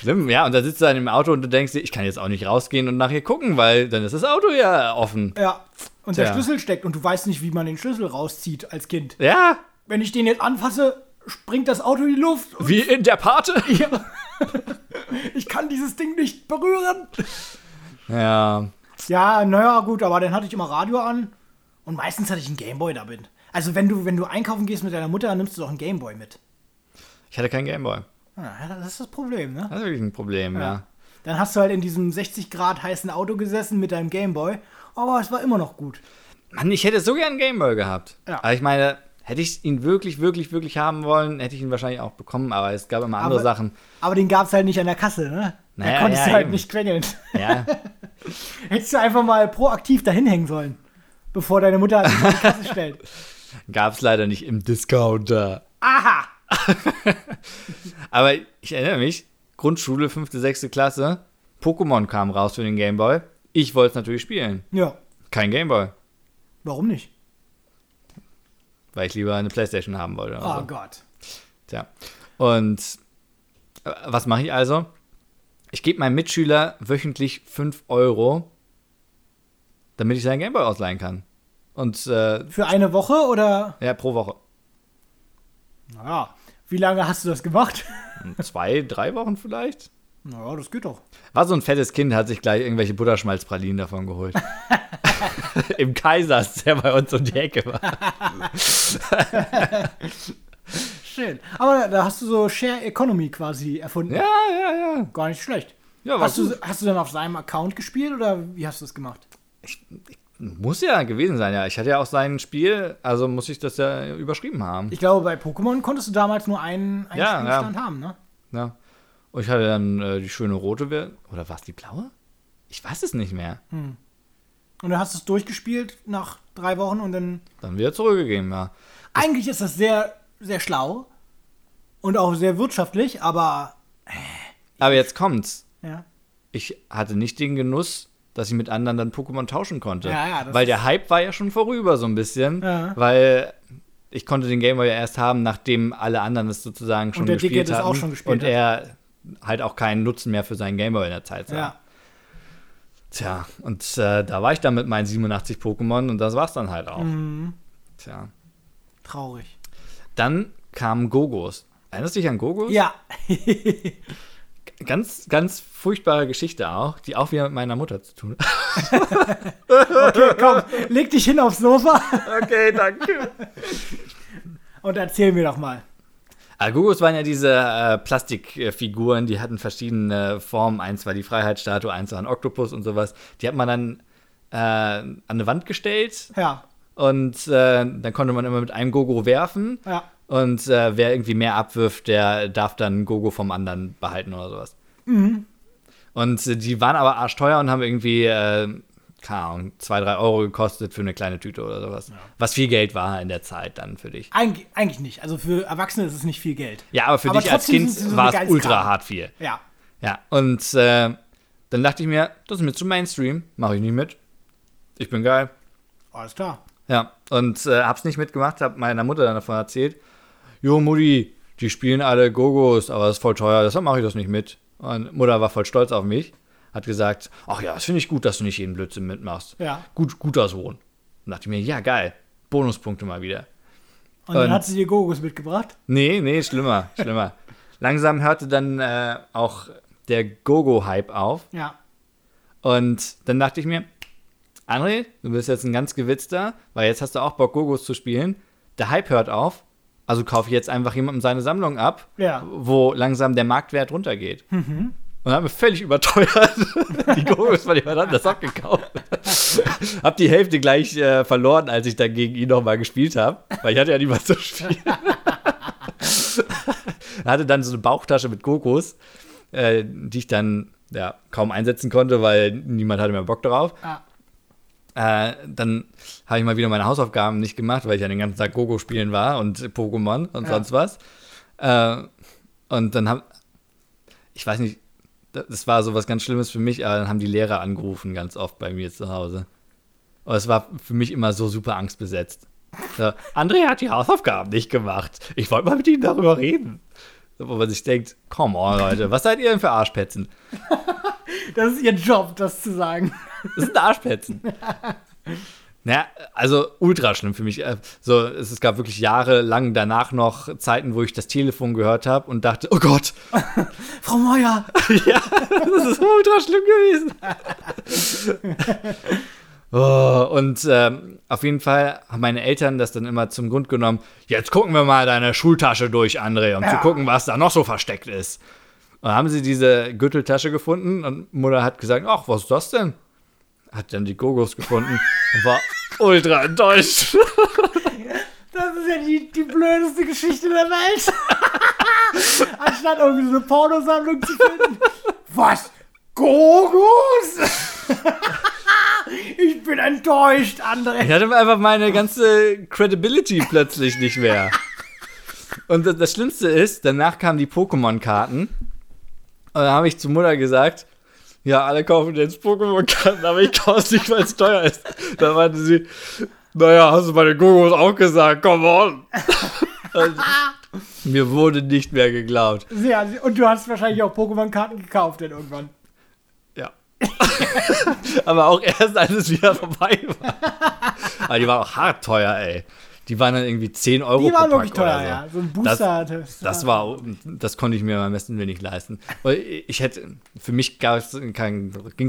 [SPEAKER 3] Schlimm, ja. Und da sitzt du dann im Auto und du denkst dir, ich kann jetzt auch nicht rausgehen und nachher gucken, weil dann ist das Auto ja offen.
[SPEAKER 4] Ja. Und der
[SPEAKER 3] Tja.
[SPEAKER 4] Schlüssel steckt und du weißt nicht, wie man den Schlüssel rauszieht als Kind.
[SPEAKER 3] Ja,
[SPEAKER 4] Wenn ich den jetzt anfasse, springt das Auto in die Luft.
[SPEAKER 3] wie in der Pate.
[SPEAKER 4] Ich kann dieses Ding nicht berühren.
[SPEAKER 3] Ja,
[SPEAKER 4] Ja, naja, gut, aber dann hatte ich immer Radio an und meistens hatte ich einen Gameboy damit. Also wenn du, wenn du einkaufen gehst mit deiner Mutter, dann nimmst du doch einen Gameboy mit. Ah,
[SPEAKER 3] ich hatte keinen Gameboy.
[SPEAKER 4] Ja, das ist das Problem, ne?
[SPEAKER 3] Das ist wirklich ein Problem, ja.
[SPEAKER 4] Dann hast du halt in diesem 60 Grad heißen Auto gesessen mit deinem Gameboy, aber es war immer noch gut.
[SPEAKER 3] Mann, ich hätte so gern einen Gameboy gehabt.
[SPEAKER 4] Ja.
[SPEAKER 3] Aber ich meine, hätte ich ihn wirklich, wirklich, wirklich haben wollen, hätte ich ihn wahrscheinlich auch bekommen, aber es gab immer andere
[SPEAKER 4] Aber-
[SPEAKER 3] Sachen.
[SPEAKER 4] Aber den gab's halt nicht an der Kasse, ne?
[SPEAKER 3] Naja,
[SPEAKER 4] da konntest
[SPEAKER 3] ja,
[SPEAKER 4] du halt
[SPEAKER 3] eben.
[SPEAKER 4] nicht quengeln.
[SPEAKER 3] Ja,
[SPEAKER 4] Hättest du einfach mal proaktiv dahin hängen sollen, bevor deine Mutter dich an die Kasse stellt.
[SPEAKER 3] gab es leider nicht im Discounter.
[SPEAKER 4] Aha!
[SPEAKER 3] Aber ich erinnere mich, Grundschule, fünfte, sechste Klasse, Pokémon kam raus für den Gameboy. Ich wollte es natürlich spielen.
[SPEAKER 4] Ja,
[SPEAKER 3] Kein Gameboy,
[SPEAKER 4] warum nicht?
[SPEAKER 3] weil ich lieber eine Playstation haben wollte. oder
[SPEAKER 4] Oh
[SPEAKER 3] so.
[SPEAKER 4] Gott.
[SPEAKER 3] Tja. Und äh, was mache ich also? Ich gebe meinem Mitschüler wöchentlich 5 Euro, damit ich seinen Gameboy ausleihen kann. Und äh,
[SPEAKER 4] Für eine Woche oder?
[SPEAKER 3] ja, pro Woche.
[SPEAKER 4] Naja, wie lange hast du das gemacht?
[SPEAKER 3] Zwei, drei Wochen vielleicht?
[SPEAKER 4] Naja, das geht doch.
[SPEAKER 3] War so ein fettes Kind, hat sich gleich irgendwelche Butterschmalzpralinen davon geholt. Im Kaisers, der bei uns um die Ecke war.
[SPEAKER 4] Schön. Aber da hast du so Share Economy quasi erfunden.
[SPEAKER 3] Ja, ja, ja.
[SPEAKER 4] Gar nicht schlecht.
[SPEAKER 3] Ja, war
[SPEAKER 4] hast, du,
[SPEAKER 3] gut.
[SPEAKER 4] hast du dann auf seinem Account gespielt oder wie hast du das gemacht?
[SPEAKER 3] Muss ja gewesen sein, ja. Ich hatte ja auch sein Spiel, also muss ich das ja überschrieben haben.
[SPEAKER 4] Ich glaube, bei Pokémon konntest du damals nur einen, einen
[SPEAKER 3] Ja,
[SPEAKER 4] Spielstand haben, ne?
[SPEAKER 3] Ja. Und ich hatte dann äh, die schöne rote, Ver- oder war es die blaue? Ich weiß es nicht mehr.
[SPEAKER 4] Hm. Und dann hast du es durchgespielt nach drei Wochen und dann.
[SPEAKER 3] Dann wieder zurückgegeben, ja.
[SPEAKER 4] Eigentlich ist das sehr, sehr schlau und auch sehr wirtschaftlich, aber
[SPEAKER 3] Aber jetzt kommt's.
[SPEAKER 4] ja.
[SPEAKER 3] Ich hatte nicht den Genuss, dass ich mit anderen dann Pokémon tauschen konnte.
[SPEAKER 4] Ja, ja, das
[SPEAKER 3] weil
[SPEAKER 4] ist-
[SPEAKER 3] der Hype war ja schon vorüber so ein bisschen.
[SPEAKER 4] Ja.
[SPEAKER 3] Weil ich konnte den Gameboy ja erst haben, nachdem alle anderen es sozusagen schon
[SPEAKER 4] der Dicke
[SPEAKER 3] gespielt
[SPEAKER 4] das
[SPEAKER 3] hatten.
[SPEAKER 4] auch schon gespielt
[SPEAKER 3] und
[SPEAKER 4] hat.
[SPEAKER 3] er halt auch keinen Nutzen mehr für seinen Gameboy in der Zeit sah.
[SPEAKER 4] ja.
[SPEAKER 3] Tja, und äh, da war ich dann mit meinen 87 Pokémon und das war's dann halt auch.
[SPEAKER 4] Mhm.
[SPEAKER 3] Tja.
[SPEAKER 4] Traurig.
[SPEAKER 3] Dann kamen Gogos. Erinnerst du dich an Gogos?
[SPEAKER 4] Ja.
[SPEAKER 3] Ganz, ganz furchtbare Geschichte auch, die auch wieder mit meiner Mutter zu tun hat.
[SPEAKER 4] Komm, leg dich hin aufs Sofa
[SPEAKER 3] Okay, danke.
[SPEAKER 4] und erzähl mir doch mal.
[SPEAKER 3] Aber Also Gogos waren ja diese äh, Plastikfiguren, die hatten verschiedene Formen. Eins war die Freiheitsstatue, eins war ein Oktopus und sowas. Die hat man dann äh, an eine Wand gestellt
[SPEAKER 4] Ja.
[SPEAKER 3] und äh, dann konnte man immer mit einem Gogo werfen.
[SPEAKER 4] Ja.
[SPEAKER 3] Und äh, wer irgendwie mehr abwirft, der darf dann einen Gogo vom anderen behalten oder sowas.
[SPEAKER 4] Mhm.
[SPEAKER 3] Und äh, die waren aber arschteuer und haben irgendwie, äh, keine Ahnung, zwei, drei Euro gekostet für eine kleine Tüte oder sowas. Was viel Geld war in der Zeit dann für dich.
[SPEAKER 4] Eig eigentlich nicht. Also für Erwachsene ist es nicht viel Geld.
[SPEAKER 3] Ja, aber für
[SPEAKER 4] Aber
[SPEAKER 3] dich als
[SPEAKER 4] trotzdem
[SPEAKER 3] Kind
[SPEAKER 4] sind sie so eine
[SPEAKER 3] war es
[SPEAKER 4] geile
[SPEAKER 3] ultra
[SPEAKER 4] Karte.
[SPEAKER 3] hart viel.
[SPEAKER 4] Ja.
[SPEAKER 3] Ja, und äh, dann dachte ich mir, das ist mir zu Mainstream, mache ich nicht mit. Ich bin geil.
[SPEAKER 4] Alles klar.
[SPEAKER 3] Ja, und äh, hab's nicht mitgemacht, hab meiner Mutter dann davon erzählt. Jo, Mutti, die spielen alle Gogos, aber das ist voll teuer, deshalb mache ich das nicht mit. Und Mutter war voll stolz auf mich, hat gesagt, ach ja, das finde ich gut, dass du nicht jeden Blödsinn mitmachst.
[SPEAKER 4] Ja.
[SPEAKER 3] Gut, guter Sohn. Und dachte ich mir, ja, geil, Bonuspunkte mal wieder.
[SPEAKER 4] Und dann
[SPEAKER 3] Und-
[SPEAKER 4] hat sie dir Gogos mitgebracht.
[SPEAKER 3] Nee, nee, schlimmer, schlimmer. Langsam hörte dann äh, auch der Gogo-Hype auf
[SPEAKER 4] Ja.
[SPEAKER 3] Und dann dachte ich mir, André, du bist jetzt ein ganz gewitzter, weil jetzt hast du auch Bock, Gogos zu spielen. Der Hype hört auf. Also kaufe ich jetzt einfach jemandem seine Sammlung ab,
[SPEAKER 4] Ja.
[SPEAKER 3] wo langsam der Marktwert runtergeht. Und habe mir völlig überteuert die Gogos von jemand anders abgekauft. hab die Hälfte gleich äh, verloren, als ich dann gegen ihn nochmal gespielt habe, weil ich hatte ja nie was zu spielen. Er hatte dann so eine Bauchtasche mit Kokos, äh, die ich dann ja, kaum einsetzen konnte, weil niemand hatte mehr Bock darauf.
[SPEAKER 4] Ah.
[SPEAKER 3] Äh, dann habe ich mal wieder meine Hausaufgaben nicht gemacht, weil ich ja den ganzen Tag Gogo spielen war und Pokémon und sonst was. Äh, und dann haben, ich weiß nicht, da- das war so was ganz Schlimmes für mich, aber dann haben die Lehrer angerufen ganz oft bei mir zu Hause. Und es war für mich immer so super angstbesetzt. So, André hat die Hausaufgaben nicht gemacht. Ich wollte mal mit ihm darüber reden. So, Wo man sich denkt, come on, Leute, was seid ihr denn für Arschpätzen?
[SPEAKER 4] Das ist ihr Job, das zu sagen.
[SPEAKER 3] Das sind Arschpätzen. Naja, also ultra schlimm für mich. Äh, So, es, es gab wirklich jahrelang danach noch Zeiten, wo ich das Telefon gehört habe und dachte, oh Gott,
[SPEAKER 4] Frau Meuer,
[SPEAKER 3] ja, das ist ultra schlimm gewesen. Oh, und ähm, auf jeden Fall haben meine Eltern das dann immer zum Grund genommen, jetzt gucken wir mal deine Schultasche durch, André, um zu gucken, was da noch so versteckt ist. Und dann haben sie diese Gürteltasche gefunden und Mutter hat gesagt, ach, was ist das denn? Hat dann die Gogos gefunden und war ultra enttäuscht.
[SPEAKER 4] das ist ja die, die blödeste Geschichte der Welt. Anstatt irgendwie so eine Pornosammlung zu finden. Was? Gogos? ich bin enttäuscht, André.
[SPEAKER 3] Ich hatte einfach meine ganze Credibility plötzlich nicht mehr. Und das- das Schlimmste ist, danach kamen die Pokémon-Karten. Und da habe ich zu Mutter gesagt, ja, alle kaufen jetzt Pokémon-Karten, aber ich kaufe es nicht, weil es teuer ist. Da meinte sie, naja, hast du bei den Gogos auch gesagt, come on. Und mir wurde nicht mehr geglaubt.
[SPEAKER 4] Ja, und du hast wahrscheinlich auch Pokémon-Karten gekauft dann irgendwann.
[SPEAKER 3] Ja. Aber auch erst, als es wieder vorbei war. Aber die waren auch hart teuer, ey. Die waren dann irgendwie 10 Euro
[SPEAKER 4] Die
[SPEAKER 3] pro
[SPEAKER 4] waren
[SPEAKER 3] Pack
[SPEAKER 4] wirklich teuer,
[SPEAKER 3] oder so.
[SPEAKER 4] ja. So ein
[SPEAKER 3] Das-
[SPEAKER 4] Booster hatte.
[SPEAKER 3] Das war, das konnte ich mir am besten wenig leisten. Weil ich hätte, für mich ging es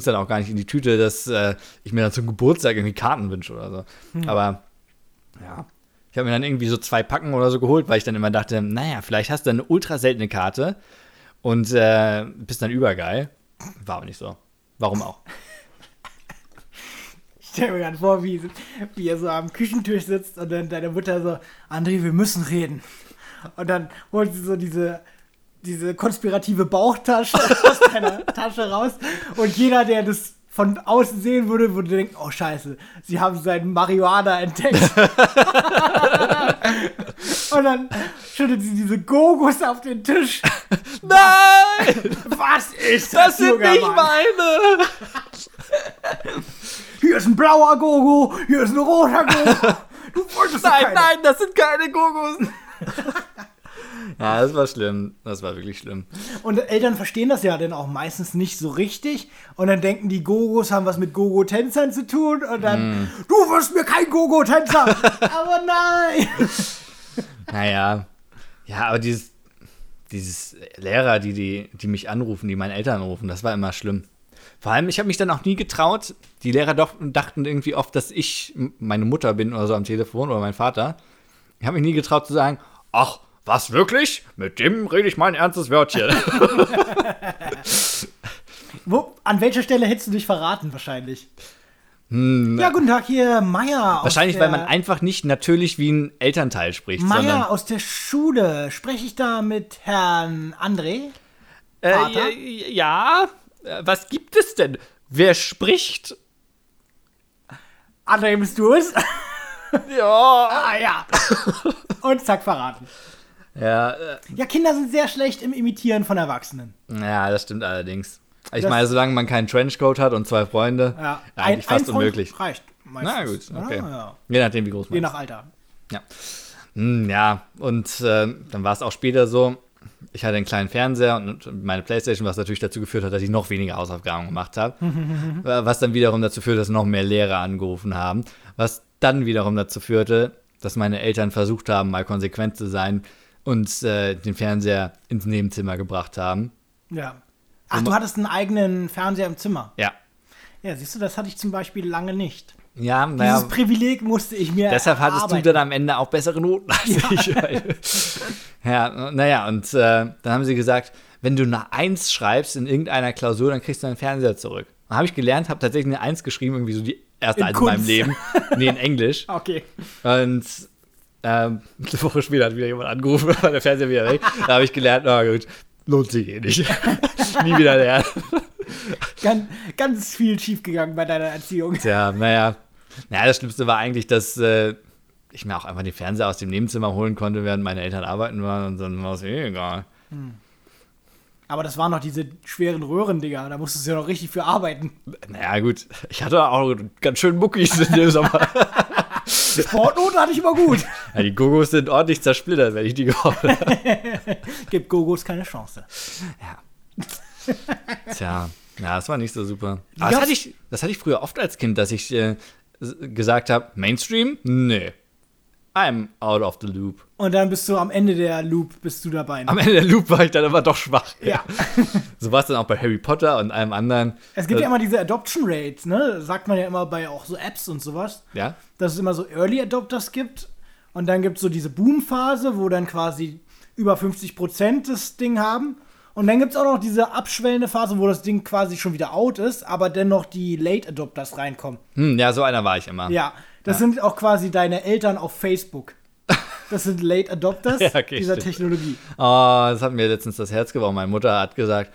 [SPEAKER 3] dann auch gar nicht in die Tüte, dass äh, ich mir dann zum Geburtstag irgendwie Karten wünsche oder so. Aber ja, ich habe mir dann irgendwie so zwei Packen oder so geholt, weil ich dann immer dachte, naja, vielleicht hast du eine ultra seltene Karte und äh, bist dann übergeil. War aber nicht so. Warum auch?
[SPEAKER 4] Ich stell mir gerade vor, wie, wie ihr so am Küchentisch sitzt und dann deine Mutter so, André, wir müssen reden. Und dann holt sie so diese, diese konspirative Bauchtasche aus deiner Tasche raus. Und jeder, der das von außen sehen würde, würde denken, oh scheiße, sie haben seinen Marihuana entdeckt. und dann schüttet sie diese Gogos auf den Tisch.
[SPEAKER 3] Nein!
[SPEAKER 4] Was ist das,
[SPEAKER 3] Das sind
[SPEAKER 4] junger
[SPEAKER 3] nicht
[SPEAKER 4] Mann?
[SPEAKER 3] meine!
[SPEAKER 4] Hier ist ein blauer Gogo, hier ist ein roter Gogo. Du wolltest doch
[SPEAKER 3] Nein,
[SPEAKER 4] keine.
[SPEAKER 3] nein, das sind keine Gogos. ja, das war schlimm. Das war wirklich schlimm.
[SPEAKER 4] Und Eltern verstehen das ja dann auch meistens nicht so richtig. Und dann denken die Gogos haben was mit Gogo-Tänzern zu tun. Und dann,
[SPEAKER 3] Hm.
[SPEAKER 4] du wirst mir kein Gogo-Tänzer. Aber nein.
[SPEAKER 3] Naja. Ja, aber dieses, dieses Lehrer, die, die, die mich anrufen, die meine Eltern rufen, das war immer schlimm. Vor allem, ich habe mich dann auch nie getraut. Die Lehrer doch, dachten irgendwie oft, dass ich m- meine Mutter bin oder so am Telefon oder mein Vater. Ich habe mich nie getraut zu sagen, ach, was wirklich? Mit dem rede ich mein ernstes Wörtchen.
[SPEAKER 4] Wo, an welcher Stelle hättest du dich verraten wahrscheinlich?
[SPEAKER 3] Hm,
[SPEAKER 4] ja,
[SPEAKER 3] äh,
[SPEAKER 4] guten Tag, hier Meier. aus
[SPEAKER 3] Wahrscheinlich, weil man
[SPEAKER 4] der-
[SPEAKER 3] einfach nicht natürlich wie ein Elternteil spricht, sondern
[SPEAKER 4] Meier aus der Schule. Spreche ich da mit Herrn André? Vater?
[SPEAKER 3] Äh, j- ja, Äh, was gibt es denn? Wer spricht?
[SPEAKER 4] André, bist du es?
[SPEAKER 3] Ja.
[SPEAKER 4] ah ja. Und zack, verraten.
[SPEAKER 3] Ja, äh,
[SPEAKER 4] Ja, Kinder sind sehr schlecht im Imitieren von Erwachsenen.
[SPEAKER 3] ja das stimmt allerdings. Ich
[SPEAKER 4] Das-
[SPEAKER 3] meine, solange man keinen Trenchcoat hat und zwei Freunde,
[SPEAKER 4] Ja.
[SPEAKER 3] eigentlich fast
[SPEAKER 4] Freund
[SPEAKER 3] unmöglich. Ne?
[SPEAKER 4] Reicht. Meistens.
[SPEAKER 3] Na gut, okay.
[SPEAKER 4] Ja, ja.
[SPEAKER 3] Je nachdem, wie groß man
[SPEAKER 4] Je
[SPEAKER 3] ist.
[SPEAKER 4] nach Alter.
[SPEAKER 3] Ja. Hm, ja, und äh, dann war es auch später so, ich hatte einen kleinen Fernseher und meine Playstation, was natürlich dazu geführt hat, dass ich noch weniger Hausaufgaben gemacht habe. Äh, was dann wiederum dazu führte, dass noch mehr Lehrer angerufen haben. Was dann wiederum dazu führte, dass meine Eltern versucht haben, mal konsequent zu sein und äh, den Fernseher ins Nebenzimmer gebracht haben.
[SPEAKER 4] Ja. Ach, du hattest einen eigenen Fernseher im Zimmer.
[SPEAKER 3] Ja.
[SPEAKER 4] Ja, siehst du, das hatte ich zum Beispiel lange nicht.
[SPEAKER 3] Ja,
[SPEAKER 4] Dieses
[SPEAKER 3] naja,
[SPEAKER 4] Privileg musste ich mir.
[SPEAKER 3] deshalb hattest
[SPEAKER 4] erarbeiten.
[SPEAKER 3] du dann am Ende auch bessere Noten als ich. weil- ja, naja, und äh, dann haben sie gesagt, wenn du eine Eins schreibst in irgendeiner Klausur, dann kriegst du deinen Fernseher zurück. Dann habe ich gelernt, habe tatsächlich eine Eins geschrieben, irgendwie so die erste
[SPEAKER 4] In
[SPEAKER 3] Eins in meinem
[SPEAKER 4] Kunst.
[SPEAKER 3] Leben. Nee, in Englisch.
[SPEAKER 4] Okay.
[SPEAKER 3] Und ähm, eine Woche später hat wieder jemand angerufen, war der Fernseher wieder weg. Da habe ich gelernt, na gut, lohnt sich eh nicht. Nie wieder lernen.
[SPEAKER 4] Ganz, ganz viel schiefgegangen bei deiner Erziehung.
[SPEAKER 3] Tja, naja. Naja, das Schlimmste war eigentlich, dass äh, ich mir auch einfach den Fernseher aus dem Nebenzimmer holen konnte, während meine Eltern arbeiten waren. Und dann war es eh egal.
[SPEAKER 4] Aber das waren noch diese schweren Röhrendinger. Da musstest du ja noch richtig für arbeiten.
[SPEAKER 3] Naja, gut. Ich hatte auch ganz schön Muckis in dem Sommer.
[SPEAKER 4] Sportnoten hatte ich immer gut.
[SPEAKER 3] Ja, die Gogos sind ordentlich zersplittert, wenn ich die geholt habe.
[SPEAKER 4] Gibt Gogos keine Chance.
[SPEAKER 3] Tja, ja, das war nicht so super.
[SPEAKER 4] Ja.
[SPEAKER 3] Aber das hatte, ich, das hatte ich früher oft als Kind, dass ich äh, s- gesagt habe, Mainstream? Nee. I'm out of the loop.
[SPEAKER 4] Und dann bist du am Ende der Loop, bist du dabei. ne?
[SPEAKER 3] Am Ende der Loop war ich dann aber doch schwach.
[SPEAKER 4] Ja.
[SPEAKER 3] So war es dann auch bei Harry Potter und allem anderen.
[SPEAKER 4] Es gibt
[SPEAKER 3] Äh,
[SPEAKER 4] ja immer diese Adoption Rates, ne? Sagt man ja immer bei auch so Apps und sowas.
[SPEAKER 3] Ja?
[SPEAKER 4] dass es immer so Early Adopters gibt. Und dann gibt es so diese Boom-Phase, wo dann quasi über 50% das Ding haben. Und dann gibt es auch noch diese abschwellende Phase, wo das Ding quasi schon wieder out ist, aber dennoch die Late Adopters reinkommen.
[SPEAKER 3] Hm, ja, so einer war ich immer.
[SPEAKER 4] Ja, das sind auch quasi deine Eltern auf Facebook. Das sind Late Adopters
[SPEAKER 3] Ja, okay,
[SPEAKER 4] dieser
[SPEAKER 3] stimmt.
[SPEAKER 4] Technologie.
[SPEAKER 3] Oh, das hat mir letztens das Herz gebrochen. Meine Mutter hat gesagt,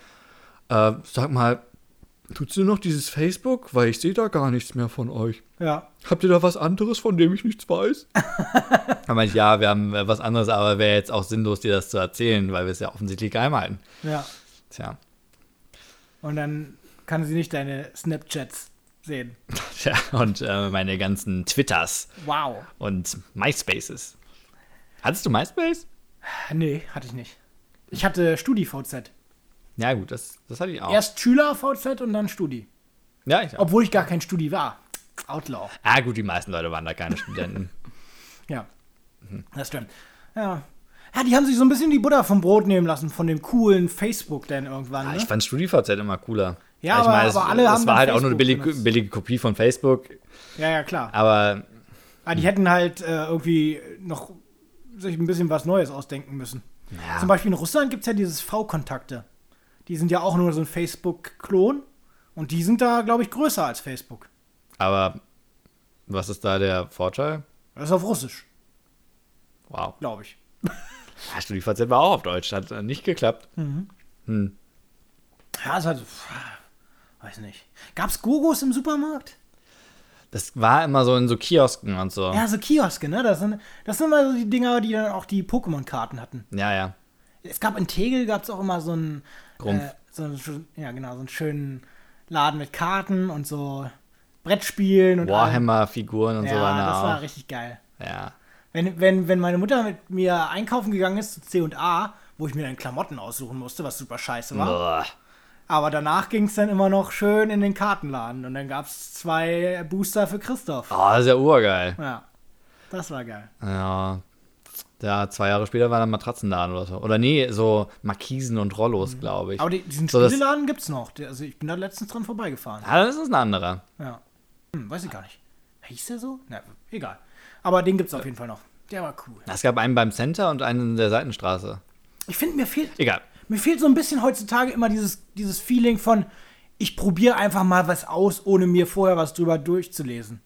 [SPEAKER 3] äh, sag mal, tutst du noch dieses Facebook? Weil ich sehe da gar nichts mehr von euch.
[SPEAKER 4] Ja.
[SPEAKER 3] Habt ihr da was anderes, von dem ich nichts weiß? Da meinte ich, ja, wir haben äh, was anderes, aber wäre jetzt auch sinnlos, dir das zu erzählen, weil wir es ja offensichtlich geheim halten.
[SPEAKER 4] Ja.
[SPEAKER 3] Tja.
[SPEAKER 4] Und dann kann sie nicht deine Snapchats sehen.
[SPEAKER 3] Tja, und äh, meine ganzen Twitters
[SPEAKER 4] Wow.
[SPEAKER 3] und MySpaces. Hattest du MySpace?
[SPEAKER 4] Äh, Nee, hatte ich nicht. Ich hatte Studi-VZ.
[SPEAKER 3] Ja, gut, das, das hatte ich auch.
[SPEAKER 4] Erst Schüler-VZ und dann Studi.
[SPEAKER 3] ja, ich auch.
[SPEAKER 4] Obwohl ich gar kein Studi war. Outlaw.
[SPEAKER 3] Ah, gut, die meisten Leute waren da keine Studenten.
[SPEAKER 4] Ja. Das stimmt. Ja. Ja, die haben sich so ein bisschen die Butter vom Brot nehmen lassen, von dem coolen Facebook dann irgendwann.
[SPEAKER 3] Ah,
[SPEAKER 4] Ne?
[SPEAKER 3] ich fand StudiVZ immer cooler. Also
[SPEAKER 4] Ja,
[SPEAKER 3] ich
[SPEAKER 4] aber-
[SPEAKER 3] es,
[SPEAKER 4] aber alle
[SPEAKER 3] es
[SPEAKER 4] haben
[SPEAKER 3] war
[SPEAKER 4] dann
[SPEAKER 3] halt auch nur eine
[SPEAKER 4] Facebook
[SPEAKER 3] billige,
[SPEAKER 4] benutzt.
[SPEAKER 3] billige Kopie von Facebook,
[SPEAKER 4] ja, ja, klar.
[SPEAKER 3] aber
[SPEAKER 4] Aber die hätten halt äh, irgendwie noch sich ein bisschen was Neues ausdenken müssen.
[SPEAKER 3] Ja.
[SPEAKER 4] Zum Beispiel in Russland gibt es ja dieses V-Kontakte. Die sind ja auch nur so ein Facebook-Klon. Und die sind da, glaube ich, größer als Facebook.
[SPEAKER 3] aber was ist da der Vorteil?
[SPEAKER 4] Das ist auf Russisch,
[SPEAKER 3] Wow.
[SPEAKER 4] glaube ich.
[SPEAKER 3] Ja, StudiVZ war auch auf Deutsch, hat äh, nicht geklappt.
[SPEAKER 4] Hm. Ja, ist halt. pff, Weiß nicht. Gab's Gogos im Supermarkt?
[SPEAKER 3] Das war immer so in so Kiosken und so. Ja,
[SPEAKER 4] Ja, so Kioske, ne? Das sind, das sind immer so die Dinger, die dann auch die Pokémon-Karten hatten.
[SPEAKER 3] ja.
[SPEAKER 4] Es gab in Tegel gab's auch immer so einen.
[SPEAKER 3] Grumpf.
[SPEAKER 4] Äh, so einen, schö- ja, genau, so einen schönen Laden mit Karten und so Brettspielen und allem.
[SPEAKER 3] Warhammer-Figuren und
[SPEAKER 4] Ja,
[SPEAKER 3] so waren
[SPEAKER 4] das
[SPEAKER 3] da
[SPEAKER 4] war
[SPEAKER 3] auch.
[SPEAKER 4] richtig geil.
[SPEAKER 3] ja.
[SPEAKER 4] Wenn, wenn, wenn meine Mutter mit mir einkaufen gegangen ist zu C&A, wo ich mir dann Klamotten aussuchen musste, was super scheiße war.
[SPEAKER 3] Boah.
[SPEAKER 4] Aber danach ging's dann immer noch schön in den Kartenladen und dann gab's zwei Booster für Christoph.
[SPEAKER 3] Oh, das ist ja urgeil.
[SPEAKER 4] Ja, das war geil.
[SPEAKER 3] Ja. Ja, zwei Jahre später war dann Matratzenladen oder so. Oder nee, so Markisen und Rollos, glaube ich.
[SPEAKER 4] Hm. Aber die, diesen
[SPEAKER 3] So, das-
[SPEAKER 4] Spieleladen gibt's noch. Der- Also ich bin da letztens dran vorbeigefahren.
[SPEAKER 3] Ah, das ist ein anderer.
[SPEAKER 4] Ja. Hm, weiß ich gar nicht. Hieß der so? Na, egal. Aber den gibt's auf jeden Fall noch. Der war cool.
[SPEAKER 3] Es gab einen beim Center und einen in der Seitenstraße.
[SPEAKER 4] Ich finde, mir fehlt,
[SPEAKER 3] Egal.
[SPEAKER 4] mir fehlt so ein bisschen heutzutage immer dieses, dieses Feeling von, ich probiere einfach mal was aus, ohne mir vorher was drüber durchzulesen.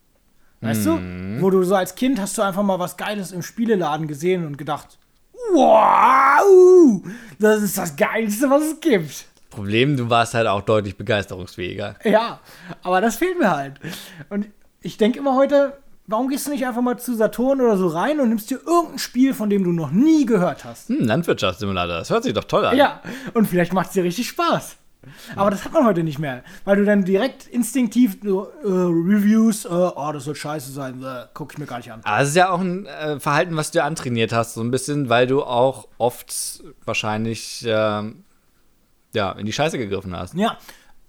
[SPEAKER 4] Weißt
[SPEAKER 3] Mhm.
[SPEAKER 4] du? Wo du so als Kind hast du einfach mal was Geiles im Spieleladen gesehen und gedacht, wow, das ist das Geilste, was es gibt.
[SPEAKER 3] Problem, du warst halt auch deutlich begeisterungsfähiger.
[SPEAKER 4] Ja, aber das fehlt mir halt. Und ich denke immer heute, warum gehst du nicht einfach mal zu Saturn oder so rein und nimmst dir irgendein Spiel, von dem du noch nie gehört hast?
[SPEAKER 3] Hm, Landwirtschaftssimulator, das hört sich doch toll an.
[SPEAKER 4] Ja, und vielleicht macht es dir richtig Spaß. Aber das hat man heute nicht mehr, weil du dann direkt instinktiv so, äh, Reviews, äh, oh, das soll scheiße sein, äh, guck ich mir gar nicht an.
[SPEAKER 3] Aber es ist ja auch ein äh, Verhalten, was du dir antrainiert hast, so ein bisschen, weil du auch oft wahrscheinlich ähm, ja, in die Scheiße gegriffen hast.
[SPEAKER 4] Ja,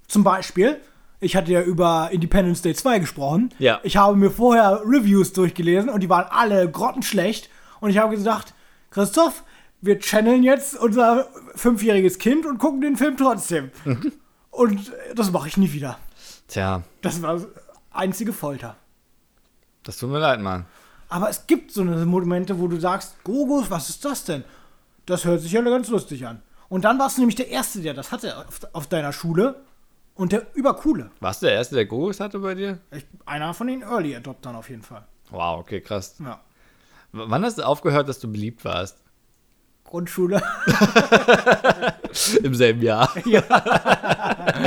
[SPEAKER 4] zum Beispiel, ich hatte ja über Independence Day 2 gesprochen.
[SPEAKER 3] Ja.
[SPEAKER 4] Ich habe mir vorher Reviews durchgelesen und die waren alle grottenschlecht. Und ich habe gedacht, Christoph, wir channeln jetzt unser fünfjähriges Kind und gucken den Film trotzdem. und das mache ich nie wieder.
[SPEAKER 3] Tja,
[SPEAKER 4] Das war einzige Folter.
[SPEAKER 3] das tut mir leid, Mann.
[SPEAKER 4] Aber es gibt so eine Momente, wo du sagst, Gogos, was ist das denn? Das hört sich ja ganz lustig an. Und dann warst du nämlich der Erste, der das hatte auf, auf deiner Schule und der übercoole.
[SPEAKER 3] Warst du der Erste, der Gogos hatte bei dir?
[SPEAKER 4] Ich, einer von den Early Adoptern auf jeden Fall.
[SPEAKER 3] Wow, okay, krass. W
[SPEAKER 4] Ja.
[SPEAKER 3] wann hast du aufgehört, dass du beliebt warst?
[SPEAKER 4] Grundschule.
[SPEAKER 3] Im selben Jahr.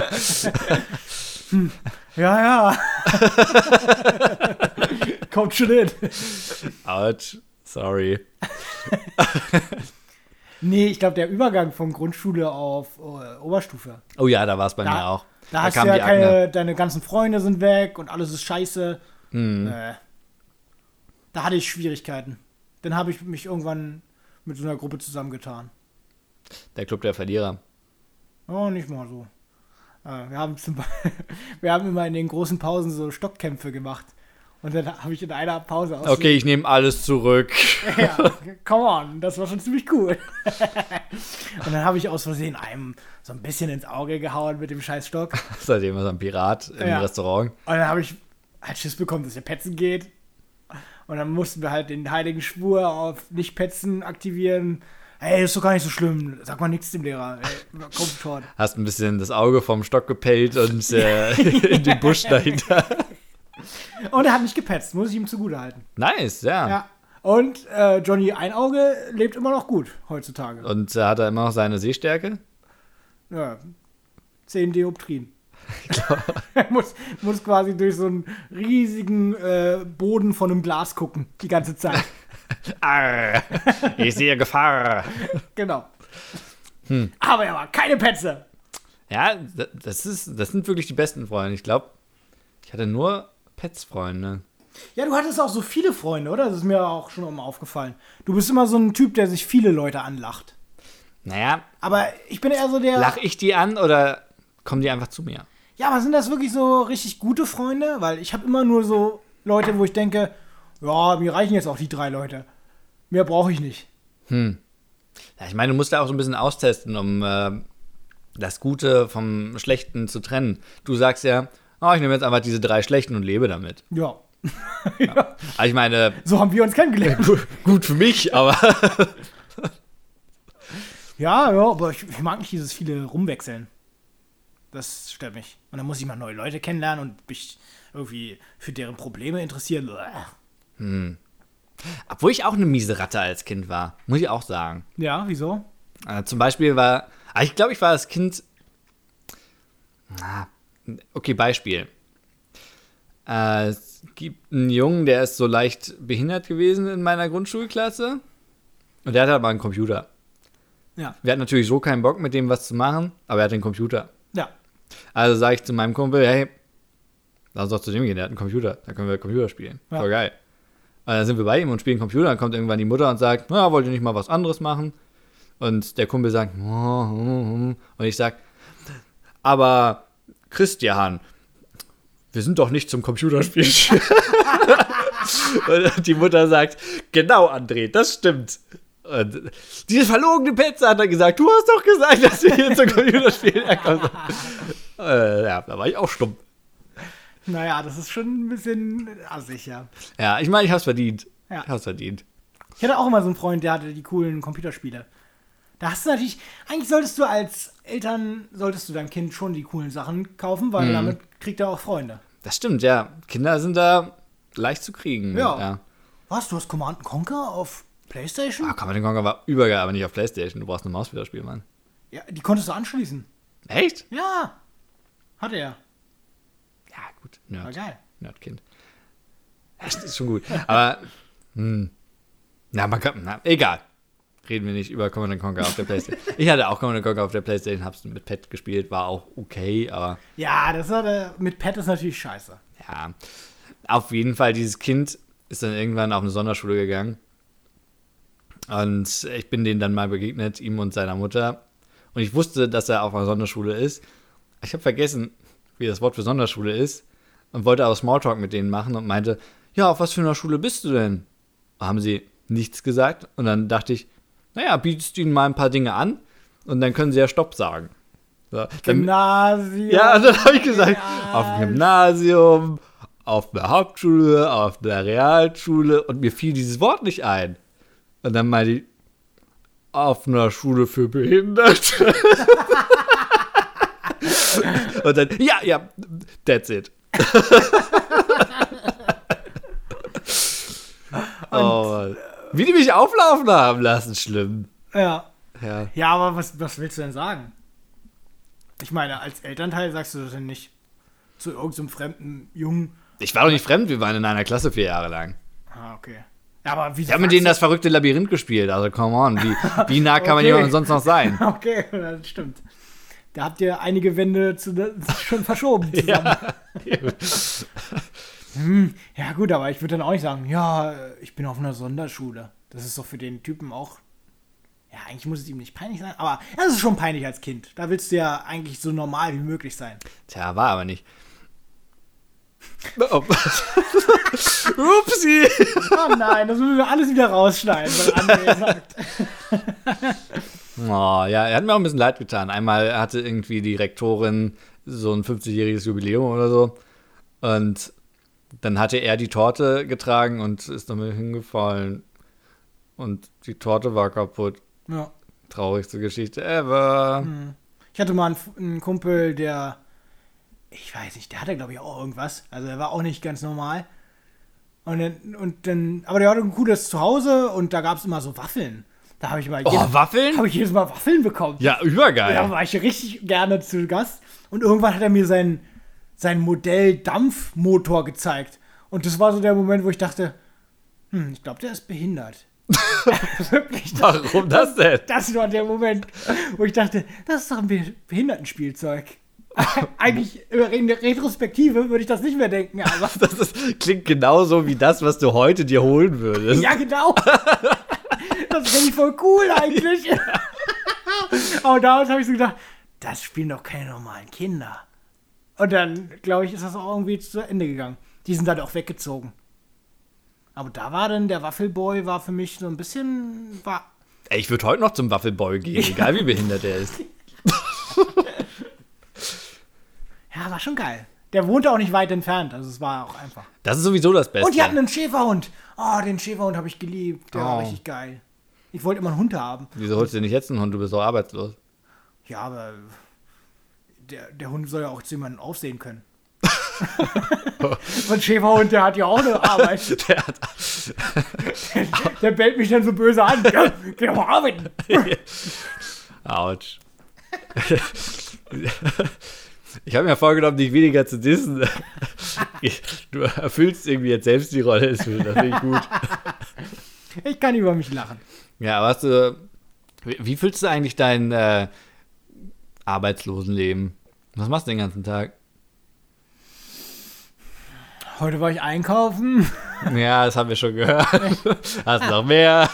[SPEAKER 4] ja, ja. Kommt schon hin.
[SPEAKER 3] Autsch, sorry.
[SPEAKER 4] Nee, ich glaube, der Übergang von Grundschule auf äh, Oberstufe.
[SPEAKER 3] Oh ja, da war es bei mir
[SPEAKER 4] Da,
[SPEAKER 3] auch.
[SPEAKER 4] da hast du ja keine, deine ganzen Freunde sind weg und alles ist scheiße. Äh, da hatte ich Schwierigkeiten. Dann habe ich mich irgendwann mit so einer Gruppe zusammengetan.
[SPEAKER 3] Der Club der Verlierer.
[SPEAKER 4] Oh, nicht mal so. Äh, wir, haben zum Beispiel, wir haben immer in den großen Pausen so Stockkämpfe gemacht. Und dann habe ich in einer Pause aus
[SPEAKER 3] Okay, ich nehme alles zurück.
[SPEAKER 4] Ja, come on, das war schon ziemlich cool. und dann habe ich aus Versehen einem so ein bisschen ins Auge gehauen mit dem scheiß Stock.
[SPEAKER 3] Seitdem war halt so ein Pirat im
[SPEAKER 4] Ja.
[SPEAKER 3] Restaurant.
[SPEAKER 4] Und dann habe ich halt Schiss bekommen, dass er petzen geht. Und dann mussten wir halt den heiligen Schwur auf Nicht-Petzen aktivieren. Ey, ist doch gar nicht so schlimm. Sag mal nichts dem Lehrer. Ey, komm schon.
[SPEAKER 3] Hast ein bisschen das Auge vom Stock gepellt und äh, in den Busch dahinter.
[SPEAKER 4] Und er hat nicht gepetzt, muss ich ihm zugutehalten.
[SPEAKER 3] Nice, ja.
[SPEAKER 4] Ja. Und äh, Johnny Einauge lebt immer noch gut heutzutage.
[SPEAKER 3] Und äh, hat er immer noch seine Sehstärke?
[SPEAKER 4] Ja. 10 Dioptrien. Er muss, muss quasi durch so einen riesigen äh, Boden von einem Glas gucken, die ganze Zeit.
[SPEAKER 3] Arr, ich sehe Gefahr.
[SPEAKER 4] genau. Aber er war keine Petze.
[SPEAKER 3] Ja, d- das, ist, das sind wirklich die besten Freunde. Ich glaube, ich hatte nur Pets-Freunde.
[SPEAKER 4] Ja, du hattest auch so viele Freunde, oder? Das ist mir auch schon mal aufgefallen. Du bist immer so ein Typ, der sich viele Leute anlacht.
[SPEAKER 3] Naja,
[SPEAKER 4] Aber ich bin eher so der.
[SPEAKER 3] lach ich die an oder kommen die einfach zu mir?
[SPEAKER 4] Ja, aber sind das wirklich so richtig gute Freunde? Weil ich habe immer nur so Leute, wo ich denke, ja, mir reichen jetzt auch die drei Leute. Mehr brauche ich nicht.
[SPEAKER 3] Ja, ich meine, du musst da auch so ein bisschen austesten, um äh, das Gute vom Schlechten zu trennen. Du sagst ja, oh, ich nehme jetzt einfach diese drei Schlechten und lebe damit.
[SPEAKER 4] Ja.
[SPEAKER 3] Aber ich meine,
[SPEAKER 4] So haben wir uns kennengelernt.
[SPEAKER 3] gu- gut für mich, aber
[SPEAKER 4] Ja, ja, aber ich, ich mag nicht dieses viele rumwechseln. Das stört mich. Und dann muss ich mal neue Leute kennenlernen und mich irgendwie für deren Probleme interessieren. Bäh.
[SPEAKER 3] obwohl ich auch eine miese Ratte als Kind war, muss ich auch sagen.
[SPEAKER 4] Ja, wieso?
[SPEAKER 3] Äh, zum Beispiel war, ah, ich glaube, ich war als Kind. Na, okay, Beispiel. Äh, es gibt einen Jungen, der ist so leicht behindert gewesen in meiner Grundschulklasse. Und der hatte aber einen Computer.
[SPEAKER 4] Ja,
[SPEAKER 3] Wir hatten natürlich so keinen Bock, mit dem was zu machen, aber er hat den Computer.
[SPEAKER 4] ja.
[SPEAKER 3] Also sage ich zu meinem Kumpel, hey, lass uns doch zu dem gehen, der hat einen Computer, da können wir Computer spielen.
[SPEAKER 4] Ja.
[SPEAKER 3] Voll geil. Und dann sind wir bei ihm und spielen Computer, dann kommt irgendwann die Mutter und sagt, na, wollt ihr nicht mal was anderes machen? Und der Kumpel sagt, "Oh, hm, hm." und ich sag, aber Christian, wir sind doch nicht zum Computerspielen. und die Mutter sagt, genau, André, das stimmt. Und diese verlogene Petze hat dann gesagt, du hast doch gesagt, dass wir hier zum Computerspielen kommen. Äh, ja, da war ich auch stumm.
[SPEAKER 4] Naja, das ist schon ein bisschen assig, ja.
[SPEAKER 3] Ja, ich meine, ich hab's verdient.
[SPEAKER 4] Ja.
[SPEAKER 3] Ich hab's verdient.
[SPEAKER 4] Ich hatte auch immer so einen Freund, der hatte die coolen Computerspiele. Da hast du natürlich, eigentlich solltest du als Eltern, solltest du deinem Kind schon die coolen Sachen kaufen, weil damit kriegt er auch Freunde.
[SPEAKER 3] Das stimmt, ja. Kinder sind da leicht zu kriegen.
[SPEAKER 4] Ja. Was, du hast Command Conquer auf Playstation?
[SPEAKER 3] Ah, Command Conquer war übergeil, aber nicht auf Playstation. Du brauchst eine Maus für das Spiel, Mann.
[SPEAKER 4] Ja, die konntest du anschließen.
[SPEAKER 3] Echt?
[SPEAKER 4] Ja, hatte er.
[SPEAKER 3] Ja, gut. Nerd.
[SPEAKER 4] War geil.
[SPEAKER 3] Nerdkind. Das ist schon gut. Aber, hm. Na, man kann, na, egal. Reden wir nicht über Command Conquer auf der Playstation. ich hatte auch Command Conquer auf der Playstation, hab's mit Pet gespielt, war auch okay, aber
[SPEAKER 4] Ja, das war der, mit Pet ist natürlich scheiße.
[SPEAKER 3] Ja, auf jeden Fall, dieses Kind ist dann irgendwann auf eine Sonderschule gegangen. Und ich bin denen dann mal begegnet, ihm und seiner Mutter. Und ich wusste, dass er auf einer Sonderschule ist. Ich habe vergessen, wie das Wort für Sonderschule ist. Und wollte aber Smalltalk mit denen machen und meinte, ja, auf was für einer Schule bist du denn? Haben sie nichts gesagt. Und dann dachte ich, naja, bietest du ihnen mal ein paar Dinge an und dann können sie ja Stopp sagen. So. Dann,
[SPEAKER 4] Gymnasium.
[SPEAKER 3] ja, dann habe ich gesagt, auf dem Gymnasium, auf der Hauptschule, auf der Realschule und mir fiel dieses Wort nicht ein. Und dann meinte ich, auf einer Schule für Behinderte. und dann, ja, ja, that's it. oh, wie die mich auflaufen haben lassen, schlimm.
[SPEAKER 4] Ja.
[SPEAKER 3] Ja.
[SPEAKER 4] Ja, aber was, was willst du denn sagen? Ich meine, als Elternteil sagst du das denn nicht zu irgendeinem fremden Jungen.
[SPEAKER 3] Ich war doch nicht fremd, wir waren in einer Klasse vier Jahre lang.
[SPEAKER 4] Ah, okay. Ja, aber wie
[SPEAKER 3] Ich habe mit denen das verrückte Labyrinth gespielt, also come on, wie, wie nah kann man
[SPEAKER 4] Okay.
[SPEAKER 3] jemandem sonst noch sein?
[SPEAKER 4] Okay, das stimmt. Da habt ihr einige Wände zu, schon verschoben. Zusammen. Ja, gut, aber ich würde dann auch nicht sagen, ja, ich bin auf einer Sonderschule. Das ist doch für den Typen auch. Ja, eigentlich muss es ihm nicht peinlich sein, aber das ist schon peinlich als Kind. Da willst du ja eigentlich so normal wie möglich sein.
[SPEAKER 3] Tja, war aber nicht. Oh. Upsi!
[SPEAKER 4] Oh nein, das müssen wir alles wieder rausschneiden, was André sagt.
[SPEAKER 3] Oh, ja, er hat mir auch ein bisschen leid getan. Einmal hatte irgendwie die Rektorin so ein 50-jähriges Jubiläum oder so. Und dann hatte er die Torte getragen und ist damit hingefallen. Und die Torte war kaputt.
[SPEAKER 4] Ja.
[SPEAKER 3] Traurigste Geschichte ever.
[SPEAKER 4] Ich hatte mal einen, F- einen Kumpel, der. Ich weiß nicht, der hatte, glaube ich, auch irgendwas. Also, er war auch nicht ganz normal. Und dann, und dann aber der hatte ein cooles Zuhause und da gab es immer so Waffeln. Da habe ich mal.
[SPEAKER 3] Oh, Waffeln?
[SPEAKER 4] Habe ich jedes Mal Waffeln bekommen.
[SPEAKER 3] Ja, übergeil.
[SPEAKER 4] Da war ich richtig gerne zu Gast. Und irgendwann hat er mir sein, sein Modell Dampfmotor gezeigt. Und das war so der Moment, wo ich dachte, hm, ich glaube, der ist behindert. Wirklich, das,
[SPEAKER 3] Warum das denn?
[SPEAKER 4] das war der Moment, wo ich dachte, das ist doch ein Be- Behindertenspielzeug. Eigentlich in der Retrospektive würde ich das nicht mehr denken, aber
[SPEAKER 3] Das ist, klingt genauso wie das, was du heute dir holen würdest.
[SPEAKER 4] ja genau. Das finde ich voll cool eigentlich. Aber damals habe ich so gedacht, das spielen doch keine normalen Kinder. Und dann, glaube ich, ist das auch irgendwie zu Ende gegangen. Die sind dann auch weggezogen. Aber da war dann der Waffelboy, war für mich so ein bisschen. War,
[SPEAKER 3] Ey, ich würde heute noch zum Waffelboy gehen, egal wie behindert er ist.
[SPEAKER 4] ja, war schon geil. Der wohnte auch nicht weit entfernt, also es war auch einfach.
[SPEAKER 3] Das ist sowieso das Beste.
[SPEAKER 4] Und die hatten einen Schäferhund. Oh, den Schäferhund habe ich geliebt. Der war
[SPEAKER 3] Oh.
[SPEAKER 4] richtig geil. Ich wollte immer einen Hund haben.
[SPEAKER 3] Wieso holst du dir nicht jetzt einen Hund? Du bist doch arbeitslos.
[SPEAKER 4] Ja, aber der, der Hund soll ja auch zu jemandem aufsehen können. so ein Schäferhund, der hat ja auch eine Arbeit.
[SPEAKER 3] Der hat,
[SPEAKER 4] Der bellt mich dann so böse an. Ja, geh doch mal arbeiten.
[SPEAKER 3] ouch. Ich habe mir vorgenommen, dich weniger zu dissen. Du erfüllst irgendwie jetzt selbst die Rolle. Das finde ich gut.
[SPEAKER 4] Ich kann über mich lachen.
[SPEAKER 3] Ja, aber hast du. Wie wie fühlst du eigentlich dein äh, Arbeitslosenleben? Was machst du den ganzen Tag?
[SPEAKER 4] Heute war ich einkaufen.
[SPEAKER 3] Ja, das haben wir schon gehört. Hast du noch mehr?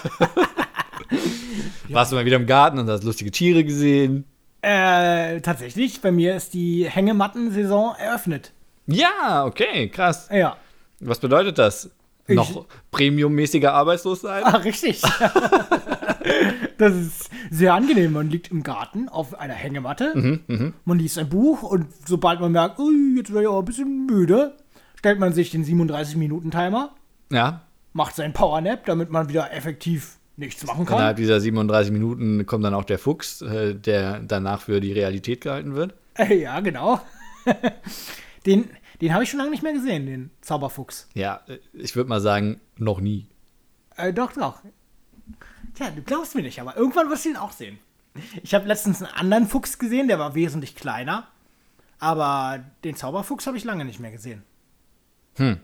[SPEAKER 3] Warst du mal wieder im Garten und hast lustige Tiere gesehen?
[SPEAKER 4] Äh, tatsächlich, bei mir ist die Hängematten-Saison eröffnet.
[SPEAKER 3] Ja, okay, krass.
[SPEAKER 4] Ja.
[SPEAKER 3] Was bedeutet das?
[SPEAKER 4] Ich-
[SPEAKER 3] Noch premiummäßiger arbeitslos sein?
[SPEAKER 4] Ah, richtig. das ist sehr angenehm. Man liegt im Garten auf einer Hängematte, man liest ein Buch und sobald man merkt, ui, jetzt werde ich auch ein bisschen müde, stellt man sich den 37-Minuten-Timer,
[SPEAKER 3] Ja.
[SPEAKER 4] macht seinen Powernap, damit man wieder effektiv nichts machen kann.
[SPEAKER 3] Innerhalb dieser 37 Minuten kommt dann auch der Fuchs, äh, der danach für die Realität gehalten wird.
[SPEAKER 4] Äh, ja, genau. den den habe ich schon lange nicht mehr gesehen, den Zauberfuchs.
[SPEAKER 3] Ja, äh, ich würde mal sagen, noch nie.
[SPEAKER 4] Äh, doch, doch. Tja, du glaubst mir nicht, aber irgendwann wirst du ihn auch sehen. Ich habe letztens einen anderen Fuchs gesehen, der war wesentlich kleiner. Aber den Zauberfuchs habe ich lange nicht mehr gesehen.
[SPEAKER 3] Hm.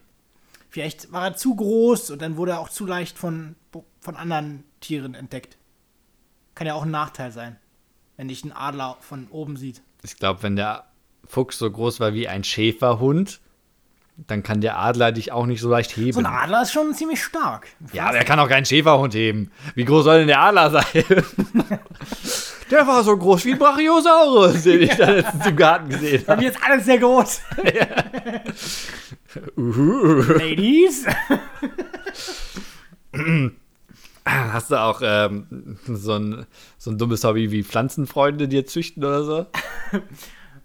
[SPEAKER 4] Vielleicht war er zu groß und dann wurde er auch zu leicht von, von anderen Tieren entdeckt. Kann ja auch ein Nachteil sein, wenn dich ein Adler von oben sieht.
[SPEAKER 3] Ich glaube, wenn der Fuchs so groß war wie ein Schäferhund, dann kann der Adler dich auch nicht so leicht heben.
[SPEAKER 4] So ein Adler ist schon ziemlich stark.
[SPEAKER 3] Ja, aber er kann auch keinen Schäferhund heben. Wie groß soll denn der Adler sein? der war so groß wie ein Brachiosaurus, den ich da letztens im Garten gesehen
[SPEAKER 4] Bei
[SPEAKER 3] habe.
[SPEAKER 4] mir ist alles sehr groß. Ladies.
[SPEAKER 3] hast du auch ähm, so, ein, so ein dummes Hobby wie Pflanzenfreunde dir züchten oder so?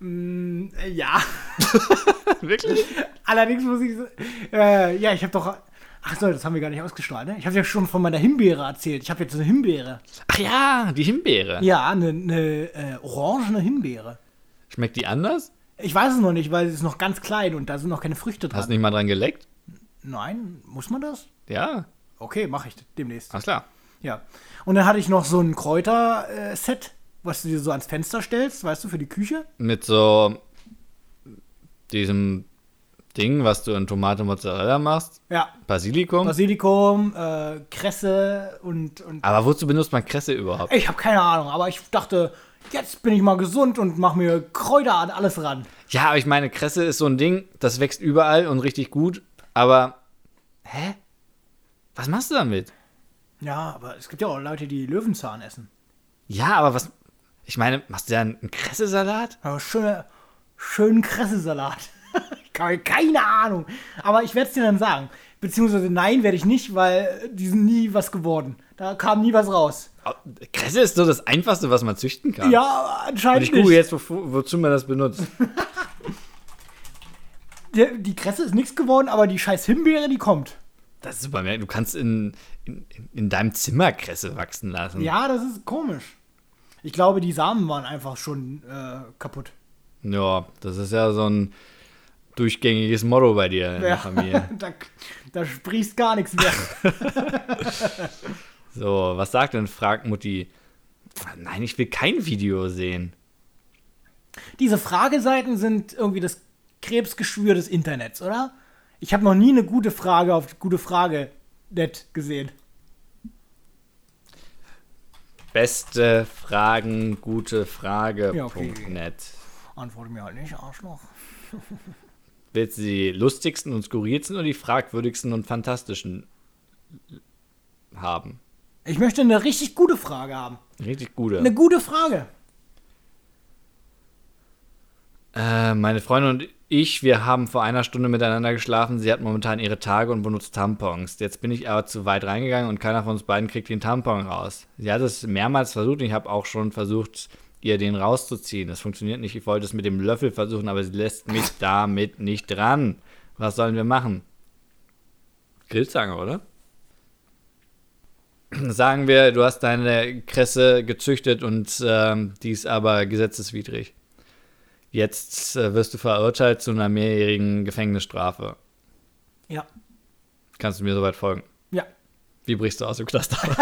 [SPEAKER 4] Äh, Ja,
[SPEAKER 3] Wirklich?
[SPEAKER 4] allerdings muss ich. so- Äh, ja, ich habe doch. Ach so, das haben wir gar nicht ausgestrahlt, ne? Ich habe ja schon von meiner Himbeere erzählt. Ich habe jetzt eine Himbeere.
[SPEAKER 3] Ach ja, die Himbeere.
[SPEAKER 4] Ja, eine, eine äh, orangene Himbeere.
[SPEAKER 3] Schmeckt die anders?
[SPEAKER 4] Ich weiß es noch nicht, weil es ist noch ganz klein und da sind noch keine Früchte dran.
[SPEAKER 3] Hast du nicht mal dran geleckt?
[SPEAKER 4] Nein, muss man das?
[SPEAKER 3] Ja,
[SPEAKER 4] Okay, mache ich demnächst.
[SPEAKER 3] ach klar.
[SPEAKER 4] Ja. Und dann hatte ich noch so ein Kräuter-Set, was du dir so ans Fenster stellst, weißt du, für die Küche.
[SPEAKER 3] Mit so diesem Ding, was du in Tomate Mozzarella machst.
[SPEAKER 4] Ja.
[SPEAKER 3] Basilikum.
[SPEAKER 4] Basilikum, äh, Kresse und. und
[SPEAKER 3] Aber wozu benutzt man Kresse überhaupt?
[SPEAKER 4] ich habe keine Ahnung, aber ich dachte, jetzt bin ich mal gesund und mache mir Kräuter an alles ran.
[SPEAKER 3] Ja, aber ich meine, Kresse ist so ein Ding, das wächst überall und richtig gut, aber. Hä? Was machst du damit?
[SPEAKER 4] Ja, aber es gibt ja auch Leute, die Löwenzahn essen.
[SPEAKER 3] Ja, aber was. Ich meine, machst du da einen Kresse-Salat?
[SPEAKER 4] Aber schöner, schönen Kressesalat. Ich habe keine Ahnung. Aber ich werde es dir dann sagen. Beziehungsweise nein, werde ich nicht, weil die sind nie was geworden. Da kam nie was raus.
[SPEAKER 3] Oh, Kresse ist so das Einfachste, was man züchten kann.
[SPEAKER 4] Ja,
[SPEAKER 3] Und
[SPEAKER 4] anscheinend
[SPEAKER 3] ich google
[SPEAKER 4] nicht.
[SPEAKER 3] jetzt, wo, wozu man das benutzt.
[SPEAKER 4] Die, die Kresse ist nichts geworden, aber die scheiß Himbeere, die kommt.
[SPEAKER 3] Das ist super. Du kannst in, in, in deinem Zimmer Kresse wachsen lassen.
[SPEAKER 4] Ja, das ist komisch. Ich glaube, die Samen waren einfach schon äh, kaputt.
[SPEAKER 3] Ja, das ist ja so ein durchgängiges Motto bei dir in
[SPEAKER 4] Ja.
[SPEAKER 3] der Familie.
[SPEAKER 4] da, da sprießt gar nichts mehr.
[SPEAKER 3] So, was sagt denn? fragt Mutti. Nein, ich will kein Video sehen.
[SPEAKER 4] Diese Frageseiten sind irgendwie das Krebsgeschwür des Internets, oder? Ich habe noch nie eine gute Frage auf gute Frage net gesehen.
[SPEAKER 3] Beste Fragen, gute Frage.
[SPEAKER 4] Ja, okay.
[SPEAKER 3] Punkt net.
[SPEAKER 4] Antworte mir halt nicht, Arschloch.
[SPEAKER 3] Willst du die lustigsten und skurrilsten oder die fragwürdigsten und fantastischen haben?
[SPEAKER 4] Ich möchte eine richtig gute Frage haben.
[SPEAKER 3] Richtig gute.
[SPEAKER 4] Eine gute Frage.
[SPEAKER 3] Äh, meine Freundin und ich, wir haben vor einer Stunde miteinander geschlafen. Sie hat momentan ihre Tage und benutzt Tampons. Jetzt bin ich aber zu weit reingegangen und keiner von uns beiden kriegt den Tampon raus. Sie hat es mehrmals versucht und ich habe auch schon versucht, ihr den rauszuziehen. Das funktioniert nicht. Ich wollte es mit dem Löffel versuchen, aber sie lässt mich damit nicht dran. Was sollen wir machen? Grillzange, oder? Sagen wir, du hast deine Kresse gezüchtet und ähm, die ist aber gesetzeswidrig. Jetzt äh, wirst du verurteilt zu einer mehrjährigen Gefängnisstrafe.
[SPEAKER 4] Ja.
[SPEAKER 3] Kannst du mir soweit folgen?
[SPEAKER 4] Ja.
[SPEAKER 3] Wie brichst du aus dem Cluster aus?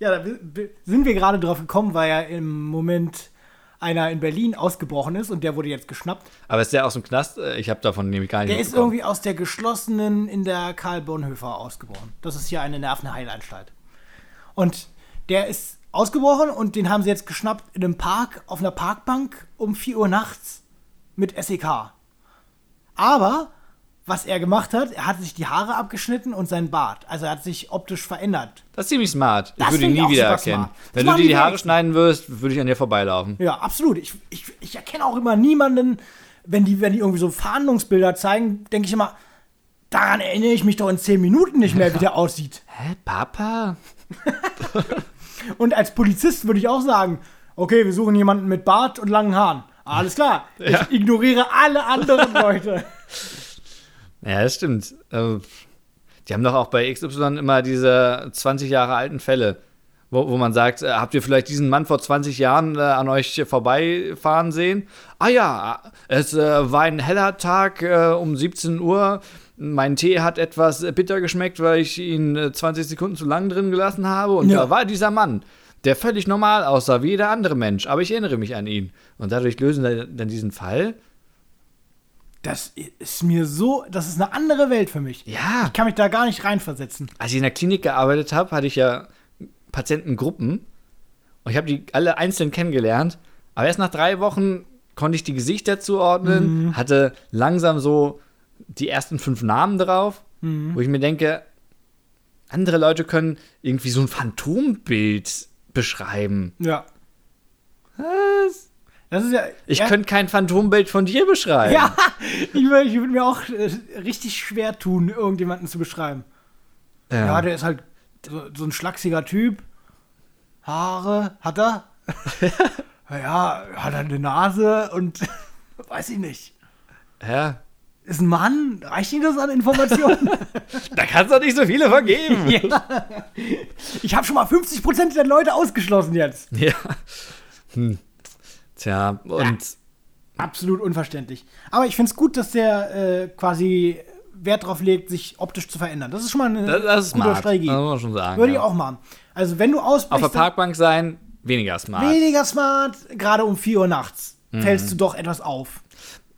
[SPEAKER 4] Ja, da bi- bi- sind wir gerade drauf gekommen, weil ja im Moment einer in Berlin ausgebrochen ist und der wurde jetzt geschnappt.
[SPEAKER 3] Aber ist der aus dem Knast? Äh, Ich habe davon nämlich gar nicht
[SPEAKER 4] Der ist
[SPEAKER 3] mitbekommen.
[SPEAKER 4] irgendwie aus der geschlossenen in der Karl Bonhoeffer ausgebrochen. Das ist hier eine Nervenheilanstalt. Und der ist ausgebrochen und den haben sie jetzt geschnappt in einem Park, auf einer Parkbank um 4 Uhr nachts mit SEK. Aber was er gemacht hat, er hat sich die Haare abgeschnitten und seinen Bart. Also er hat sich optisch verändert.
[SPEAKER 3] Das ist ziemlich smart.
[SPEAKER 4] Das
[SPEAKER 3] ich würde ihn
[SPEAKER 4] finde ich
[SPEAKER 3] nie
[SPEAKER 4] auch
[SPEAKER 3] wieder
[SPEAKER 4] super
[SPEAKER 3] erkennen.
[SPEAKER 4] smart. Das
[SPEAKER 3] Wenn du
[SPEAKER 4] machen
[SPEAKER 3] dir
[SPEAKER 4] die
[SPEAKER 3] die Haare
[SPEAKER 4] wenigsten.
[SPEAKER 3] schneiden würdest, würde ich an dir vorbeilaufen.
[SPEAKER 4] Ja, absolut. Ich, ich, ich erkenne auch immer niemanden, wenn die, wenn die irgendwie so Fahndungsbilder zeigen, denke ich immer, daran erinnere ich mich doch in 10 Minuten nicht mehr, wie der aussieht.
[SPEAKER 3] Hä, Papa?
[SPEAKER 4] Und als Polizist würde ich auch sagen, okay, wir suchen jemanden mit Bart und langen Haaren. Alles klar.
[SPEAKER 3] Ja.
[SPEAKER 4] Ich ignoriere alle anderen Leute.
[SPEAKER 3] Ja, das stimmt. Äh, Die haben doch auch bei XY immer diese 20 Jahre alten Fälle, wo, wo man sagt, äh, habt ihr vielleicht diesen Mann vor 20 Jahren äh, an euch äh, vorbeifahren sehen? Ah ja, es äh, war ein heller Tag äh, um 17 Uhr. Mein Tee hat etwas äh, bitter geschmeckt, weil ich ihn äh, 20 Sekunden zu lang drin gelassen habe. Und
[SPEAKER 4] Ja.
[SPEAKER 3] da war dieser Mann, der völlig normal aussah, wie jeder andere Mensch. Aber ich erinnere mich an ihn. Und dadurch lösen sie dann diesen Fall.
[SPEAKER 4] Das ist mir so, das ist eine andere Welt für mich.
[SPEAKER 3] Ja.
[SPEAKER 4] Ich kann mich da gar nicht reinversetzen.
[SPEAKER 3] als ich in der Klinik gearbeitet habe, hatte ich ja Patientengruppen und ich habe die alle einzeln kennengelernt. Aber erst nach drei Wochen konnte ich die Gesichter zuordnen,
[SPEAKER 4] Mhm.
[SPEAKER 3] hatte langsam so die ersten fünf Namen drauf,
[SPEAKER 4] Mhm.
[SPEAKER 3] wo ich mir denke, andere Leute können irgendwie so ein Phantombild beschreiben.
[SPEAKER 4] Ja.
[SPEAKER 3] Was?
[SPEAKER 4] Das ist ja.
[SPEAKER 3] Ich
[SPEAKER 4] ja,
[SPEAKER 3] könnte kein Phantombild von dir beschreiben.
[SPEAKER 4] Ja, ich würde ich würd mir auch äh, richtig schwer tun, irgendjemanden zu beschreiben. Ja, der ist halt so, so ein schlachsiger Typ. Haare hat er. ja, hat er eine Nase und weiß ich nicht.
[SPEAKER 3] Hä?
[SPEAKER 4] Ist ein Mann? Reicht Ihnen das an Informationen?
[SPEAKER 3] Da kannst du nicht so viele vergeben. ja.
[SPEAKER 4] ich habe schon mal 50% der Leute ausgeschlossen jetzt.
[SPEAKER 3] Hm. Tja, und
[SPEAKER 4] Absolut unverständlich. Aber ich finde es gut, dass der äh, quasi Wert drauf legt, sich optisch zu verändern. Das ist schon mal eine
[SPEAKER 3] das, das ist
[SPEAKER 4] gute
[SPEAKER 3] smart.
[SPEAKER 4] Strategie.
[SPEAKER 3] Das muss man schon sagen.
[SPEAKER 4] Würde
[SPEAKER 3] ja.
[SPEAKER 4] ich auch machen. Also wenn du
[SPEAKER 3] Auf
[SPEAKER 4] ausbrichst,
[SPEAKER 3] der Parkbank sein, weniger smart.
[SPEAKER 4] dann weniger smart, gerade um 4 Uhr nachts,
[SPEAKER 3] Mhm.
[SPEAKER 4] fällst du doch etwas auf.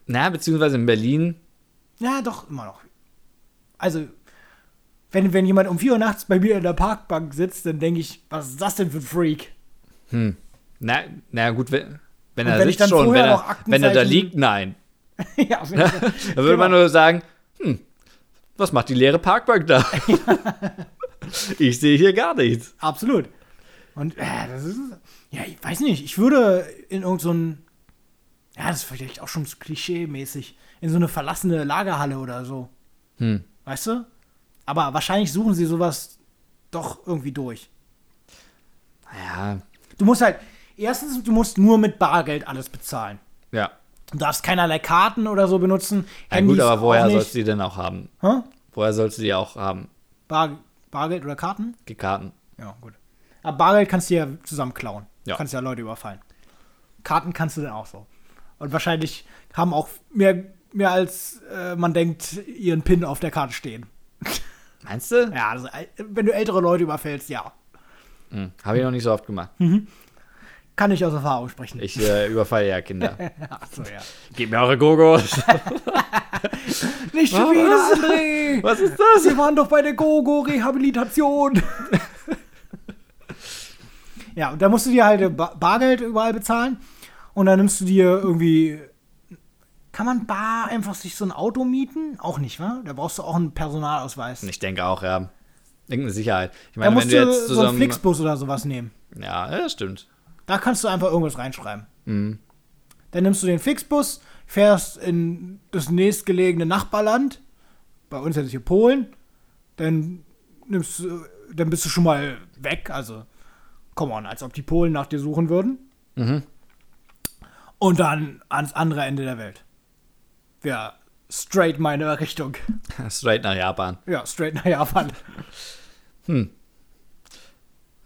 [SPEAKER 3] Na, beziehungsweise in Berlin.
[SPEAKER 4] Ja, doch, immer noch. Also, wenn, wenn jemand um 4 Uhr nachts bei mir in der Parkbank sitzt, dann denke ich, was ist das denn für ein Freak?
[SPEAKER 3] Na, na gut, wenn, wenn
[SPEAKER 4] Und
[SPEAKER 3] er
[SPEAKER 4] wenn ich
[SPEAKER 3] sitzt
[SPEAKER 4] dann
[SPEAKER 3] schon, wenn
[SPEAKER 4] vorher noch
[SPEAKER 3] er,
[SPEAKER 4] Aktenzeichen-
[SPEAKER 3] wenn er da liegt, nein.
[SPEAKER 4] ja, genau.
[SPEAKER 3] Da würde man nur sagen, hm, was macht die leere Parkbank da? ich sehe hier gar nichts.
[SPEAKER 4] Absolut. Und äh, das ist, ja, ich weiß nicht, ich würde in irgendein, ja, das ist vielleicht auch schon so klischee-mäßig, in so eine verlassene Lagerhalle oder so. Weißt du? Aber wahrscheinlich suchen sie sowas doch irgendwie durch.
[SPEAKER 3] Ja,
[SPEAKER 4] Du musst halt, erstens, du musst nur mit Bargeld alles bezahlen.
[SPEAKER 3] ja.
[SPEAKER 4] Du darfst keinerlei Karten oder so benutzen.
[SPEAKER 3] Ja, gut,
[SPEAKER 4] Handys
[SPEAKER 3] aber woher
[SPEAKER 4] auch nicht.
[SPEAKER 3] sollst du die denn auch haben?
[SPEAKER 4] Hä?
[SPEAKER 3] Woher sollst du die auch haben?
[SPEAKER 4] Bar, Bargeld oder Karten?
[SPEAKER 3] Die Karten.
[SPEAKER 4] Ja, gut. Aber Bargeld kannst du ja zusammen klauen.
[SPEAKER 3] Ja.
[SPEAKER 4] Du kannst ja Leute überfallen. Karten kannst du dann auch so. Und wahrscheinlich haben auch mehr, mehr als äh, man denkt, ihren PIN auf der Karte stehen.
[SPEAKER 3] Meinst du?
[SPEAKER 4] Ja, also, äh, wenn du ältere Leute überfällst, ja.
[SPEAKER 3] Hm, Habe ich noch nicht so oft gemacht.
[SPEAKER 4] Kann ich aus Erfahrung sprechen.
[SPEAKER 3] Ich äh, überfalle ja Kinder.
[SPEAKER 4] Ach so, ja.
[SPEAKER 3] Gebt mir eure Gogos.
[SPEAKER 4] Nicht schon wieder, André!
[SPEAKER 3] Was ist das?
[SPEAKER 4] Sie waren doch bei der Gogo-Rehabilitation. ja, und da musst du dir halt Ba- Bargeld überall bezahlen. Und dann nimmst du dir irgendwie. Kann man bar einfach sich so ein Auto mieten? Auch nicht, wa? Da brauchst du auch einen Personalausweis.
[SPEAKER 3] Ich denke auch, ja. Irgendeine Sicherheit. Ich
[SPEAKER 4] Da
[SPEAKER 3] meine, wenn
[SPEAKER 4] musst
[SPEAKER 3] du
[SPEAKER 4] du
[SPEAKER 3] jetzt
[SPEAKER 4] so einen
[SPEAKER 3] zusammen.
[SPEAKER 4] Flixbus oder sowas nehmen.
[SPEAKER 3] ja, ja, stimmt.
[SPEAKER 4] Da kannst du einfach irgendwas reinschreiben. Dann nimmst du den Flixbus, fährst in das nächstgelegene Nachbarland, bei uns jetzt hier Polen, dann nimmst du, dann bist du schon mal weg, also come on, als ob die Polen nach dir suchen würden. Und dann ans andere Ende der Welt. Ja, straight meine Richtung.
[SPEAKER 3] Straight nach Japan.
[SPEAKER 4] Ja, straight nach Japan.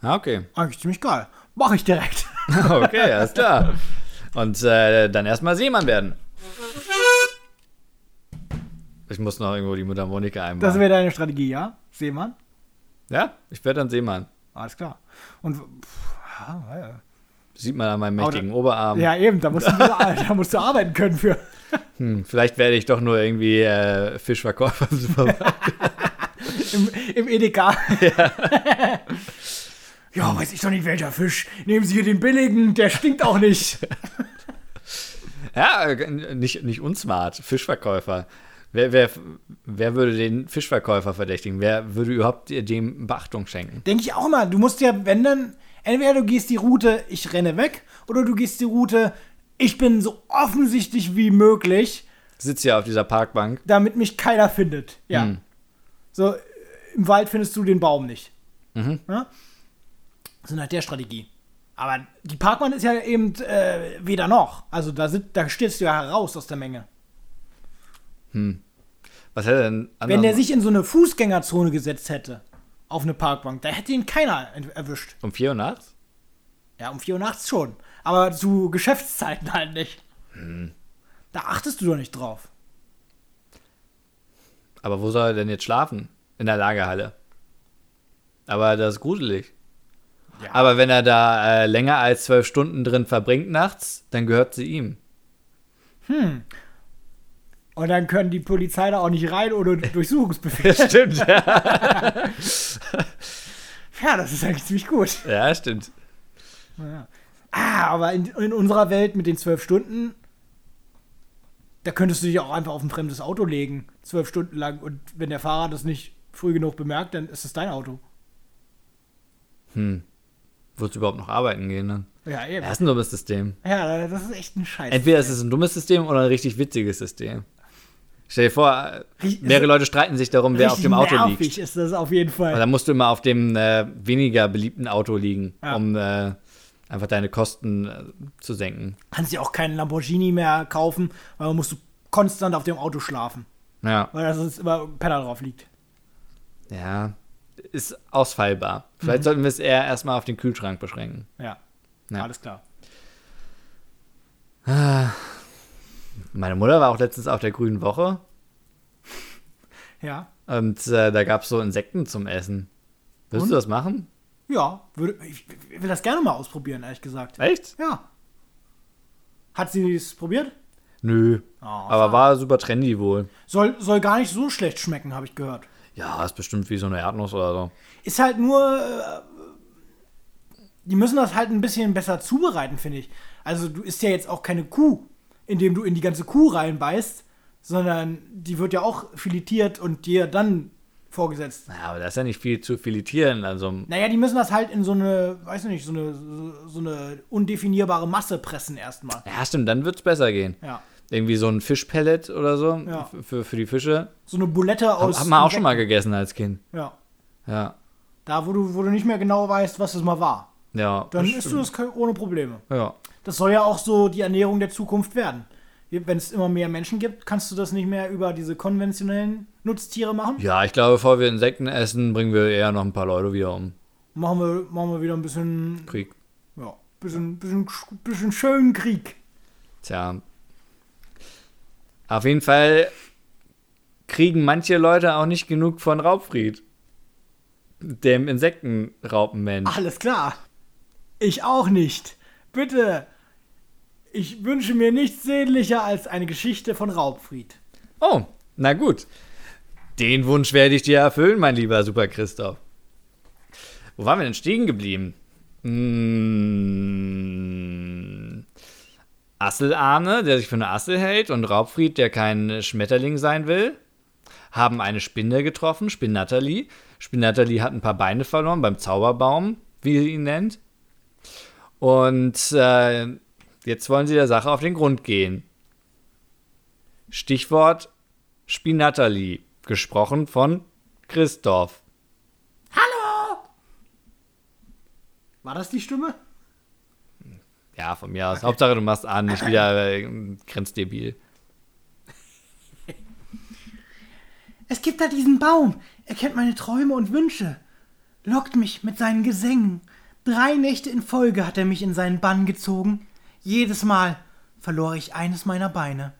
[SPEAKER 3] Ah, okay.
[SPEAKER 4] Eigentlich ziemlich geil. Mach ich direkt.
[SPEAKER 3] Okay, alles klar. Und äh, dann erstmal Seemann werden. Ich muss noch irgendwo die Mutter Monika
[SPEAKER 4] Das
[SPEAKER 3] einbauen.
[SPEAKER 4] wäre deine Strategie, ja? Seemann?
[SPEAKER 3] Ja, ich werde dann Seemann.
[SPEAKER 4] Alles klar. Und pff, ja, ja.
[SPEAKER 3] Sieht man an meinem
[SPEAKER 4] Aber
[SPEAKER 3] mächtigen
[SPEAKER 4] da-
[SPEAKER 3] Oberarm.
[SPEAKER 4] Ja, eben, da musst du, da musst du arbeiten können für.
[SPEAKER 3] Hm, vielleicht werde ich doch nur irgendwie äh, Fischverkäufer im Supermarkt.
[SPEAKER 4] Im, im Edeka. Ja. weiß ich doch nicht, welcher Fisch. Nehmen Sie hier den billigen, der stinkt auch nicht.
[SPEAKER 3] Ja, äh, nicht, nicht unsmart. Fischverkäufer. Wer, wer, wer würde den Fischverkäufer verdächtigen? Wer würde überhaupt dem Beachtung schenken?
[SPEAKER 4] Denke ich auch mal, du musst ja, wenn dann, entweder du gehst die Route, ich renne weg, oder du gehst die Route, ich bin so offensichtlich wie möglich,
[SPEAKER 3] Sitzt ja auf dieser Parkbank.
[SPEAKER 4] damit mich keiner findet. Ja.
[SPEAKER 3] Hm.
[SPEAKER 4] So, äh, im Wald findest du den Baum nicht. Ja? So nach der Strategie. Aber die Parkbahn ist ja eben äh, weder noch. Also da, sind, da stehst du ja heraus aus der Menge.
[SPEAKER 3] Was hätte denn anders
[SPEAKER 4] Wenn der sich in so eine Fußgängerzone gesetzt hätte, auf eine Parkbank, da hätte ihn keiner ent- erwischt.
[SPEAKER 3] um 4 Uhr nachts?
[SPEAKER 4] Ja, um 4 Uhr nachts schon. Aber zu Geschäftszeiten halt nicht. Da achtest du doch nicht drauf.
[SPEAKER 3] Aber wo soll er denn jetzt schlafen? In der Lagerhalle. Aber das ist gruselig.
[SPEAKER 4] Ja.
[SPEAKER 3] Aber wenn er da äh, länger als zwölf Stunden drin verbringt nachts, dann gehört sie ihm.
[SPEAKER 4] Und dann können die Polizei da auch nicht rein ohne Durchsuchungsbefehl.
[SPEAKER 3] Das stimmt. ja.
[SPEAKER 4] ja, das ist eigentlich ziemlich gut.
[SPEAKER 3] ja, stimmt.
[SPEAKER 4] Ah, aber in, in unserer Welt mit den zwölf Stunden, da könntest du dich auch einfach auf ein fremdes Auto legen, zwölf Stunden lang. Und wenn der Fahrer das nicht früh genug bemerkt, dann ist es dein Auto.
[SPEAKER 3] Würdest du überhaupt noch arbeiten gehen dann?
[SPEAKER 4] Ja, eben.
[SPEAKER 3] Das ist ein dummes System.
[SPEAKER 4] Ja, das ist echt ein Scheiß.
[SPEAKER 3] Entweder ist es ein dummes System oder ein richtig witziges System. Stell dir vor,
[SPEAKER 4] Rie-
[SPEAKER 3] mehrere Leute streiten sich darum, wer auf
[SPEAKER 4] Richtig
[SPEAKER 3] dem Auto
[SPEAKER 4] nervig
[SPEAKER 3] liegt.
[SPEAKER 4] ist das auf jeden
[SPEAKER 3] Und
[SPEAKER 4] Fall.
[SPEAKER 3] dann musst du immer auf dem äh, weniger beliebten Auto liegen,
[SPEAKER 4] Ja.
[SPEAKER 3] um äh, einfach deine Kosten äh, zu senken.
[SPEAKER 4] Kannst dir auch keinen Lamborghini mehr kaufen, weil man musst du konstant auf dem Auto schlafen,
[SPEAKER 3] Ja.
[SPEAKER 4] weil da sonst immer ein Penner drauf liegt.
[SPEAKER 3] Ja. Ist ausfallbar. Vielleicht sollten wir es eher erstmal auf den Kühlschrank beschränken.
[SPEAKER 4] Ja.
[SPEAKER 3] Ja.
[SPEAKER 4] Alles klar.
[SPEAKER 3] Meine Mutter war auch letztens auf der Grünen Woche
[SPEAKER 4] Ja.
[SPEAKER 3] und äh, da gab es so Insekten zum Essen. Willst
[SPEAKER 4] Und?
[SPEAKER 3] du das machen?
[SPEAKER 4] Ja, würde, ich ich will das gerne mal ausprobieren, ehrlich gesagt.
[SPEAKER 3] Echt?
[SPEAKER 4] Ja. Hat sie es probiert?
[SPEAKER 3] Nö. Aber war super trendy wohl.
[SPEAKER 4] Soll, soll gar nicht so schlecht schmecken, habe ich gehört.
[SPEAKER 3] Ja, ist bestimmt wie so eine Erdnuss oder so.
[SPEAKER 4] Ist halt nur. Äh, die müssen das halt ein bisschen besser zubereiten, finde ich. Also, du isst ja jetzt auch keine Kuh, indem du in die ganze Kuh reinbeißt, sondern die wird ja auch filetiert und dir dann vorgesetzt.
[SPEAKER 3] Ja, aber da ist ja nicht viel zu filetieren. Also,
[SPEAKER 4] Naja, die müssen das halt in so eine, weiß nicht, so eine, so, so eine undefinierbare Masse pressen erstmal.
[SPEAKER 3] ja, stimmt, dann wird es besser gehen.
[SPEAKER 4] Ja.
[SPEAKER 3] Irgendwie so ein Fischpellet oder so
[SPEAKER 4] Ja.
[SPEAKER 3] f- für, für die Fische.
[SPEAKER 4] So eine Bulette aus.
[SPEAKER 3] Haben wir auch schon mal gegessen als Kind.
[SPEAKER 4] Ja.
[SPEAKER 3] Ja.
[SPEAKER 4] Da, wo du, wo du nicht mehr genau weißt, was das mal war.
[SPEAKER 3] Ja.
[SPEAKER 4] Dann
[SPEAKER 3] das
[SPEAKER 4] isst du das ke- ohne Probleme.
[SPEAKER 3] stimmt. Ja.
[SPEAKER 4] Das soll ja auch so die Ernährung der Zukunft werden. Wenn es immer mehr Menschen gibt, kannst du das nicht mehr über diese konventionellen Nutztiere machen.
[SPEAKER 3] ja, ich glaube, bevor wir Insekten essen, bringen wir eher noch ein paar Leute wieder um.
[SPEAKER 4] Machen, wir, machen wir wieder ein bisschen,
[SPEAKER 3] Krieg.
[SPEAKER 4] ja, bisschen, bisschen, sch- bisschen schönen Krieg.
[SPEAKER 3] Tja. Auf jeden Fall kriegen manche Leute auch nicht genug von Raubfried. Dem Insektenraupenmensch.
[SPEAKER 4] Alles klar. Ich auch nicht. Bitte. Ich wünsche mir nichts sehnlicher als eine Geschichte von Raubfried.
[SPEAKER 3] Oh, na gut. Den Wunsch werde ich dir erfüllen, mein lieber Super Christoph. Wo waren wir denn stehen geblieben? Hm. Asselarme, der sich für eine Assel hält, und Raubfried, der kein Schmetterling sein will, haben eine Spinne getroffen, Spinatterli. Spinatterli hat ein paar Beine verloren beim Zauberbaum, wie ihr ihn nennt. Und äh, jetzt wollen sie der Sache auf den Grund gehen. Stichwort Spinatterli, gesprochen von Christoph.
[SPEAKER 4] War das die Stimme?
[SPEAKER 3] Ja, von mir aus. Hauptsache, du machst an, nicht wieder äh, grenzdebil.
[SPEAKER 4] Es gibt da diesen Baum. Er kennt meine Träume und Wünsche. Lockt mich mit seinen Gesängen. Drei Nächte in Folge hat er mich in seinen Bann gezogen. Jedes Mal verlor ich eines meiner Beine.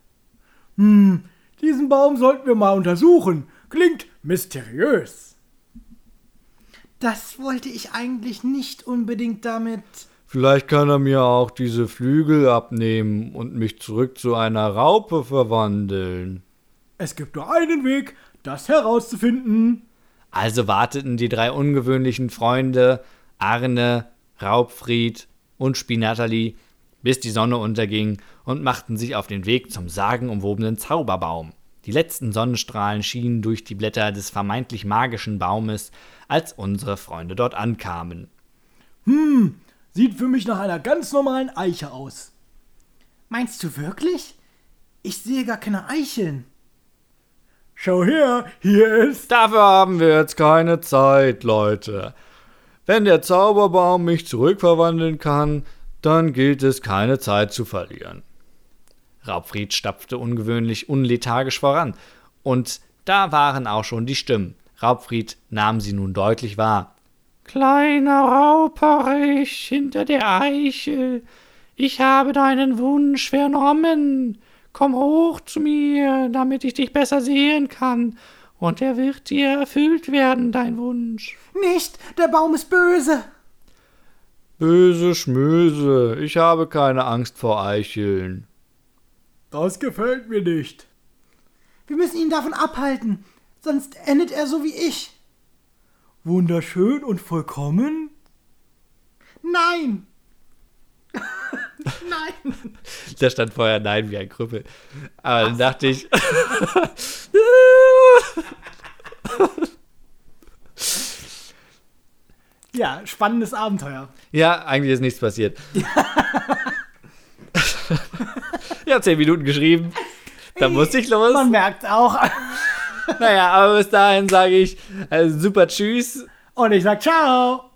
[SPEAKER 4] Hm, diesen Baum sollten wir mal untersuchen. Klingt mysteriös. Das wollte ich eigentlich nicht unbedingt damit.
[SPEAKER 3] Vielleicht kann er mir auch diese Flügel abnehmen und mich zurück zu einer Raupe verwandeln.
[SPEAKER 4] Es gibt nur einen Weg, das herauszufinden.
[SPEAKER 3] Also warteten die drei ungewöhnlichen Freunde Arne, Raubfried und Spinatterli, bis die Sonne unterging und machten sich auf den Weg zum sagenumwobenen Zauberbaum. Die letzten Sonnenstrahlen schienen durch die Blätter des vermeintlich magischen Baumes, als unsere Freunde dort ankamen.
[SPEAKER 4] Sieht für mich nach einer ganz normalen Eiche aus. Meinst du wirklich? Ich sehe gar keine Eicheln. Schau her, hier ist.
[SPEAKER 3] Dafür haben wir jetzt keine Zeit, Leute. Wenn der Zauberbaum mich zurückverwandeln kann, dann gilt es, keine Zeit zu verlieren. Raubfried stapfte ungewöhnlich unlethargisch voran, und da waren auch schon die Stimmen. Raubfried nahm sie nun deutlich wahr. Kleiner Rauperich hinter der Eiche, ich habe deinen Wunsch vernommen. Komm hoch zu mir, damit ich dich besser sehen kann, und er wird dir erfüllt werden, dein Wunsch.
[SPEAKER 4] Nicht, der Baum ist böse.
[SPEAKER 3] Böse Schmöse, ich habe keine Angst vor Eicheln.
[SPEAKER 4] Das gefällt mir nicht. Wir müssen ihn davon abhalten, sonst endet er so wie ich. Wunderschön und vollkommen? Nein. Nein.
[SPEAKER 3] Da stand vorher Nein wie ein Krüppel. Aber dann dachte ich.
[SPEAKER 4] Ja, spannendes Abenteuer.
[SPEAKER 3] ja, eigentlich ist nichts passiert. ich habe zehn Minuten geschrieben. Da musste ich los.
[SPEAKER 4] Man merkt auch.
[SPEAKER 3] Naja, aber bis dahin sage ich äh, super Tschüss.
[SPEAKER 4] Und ich sag ciao.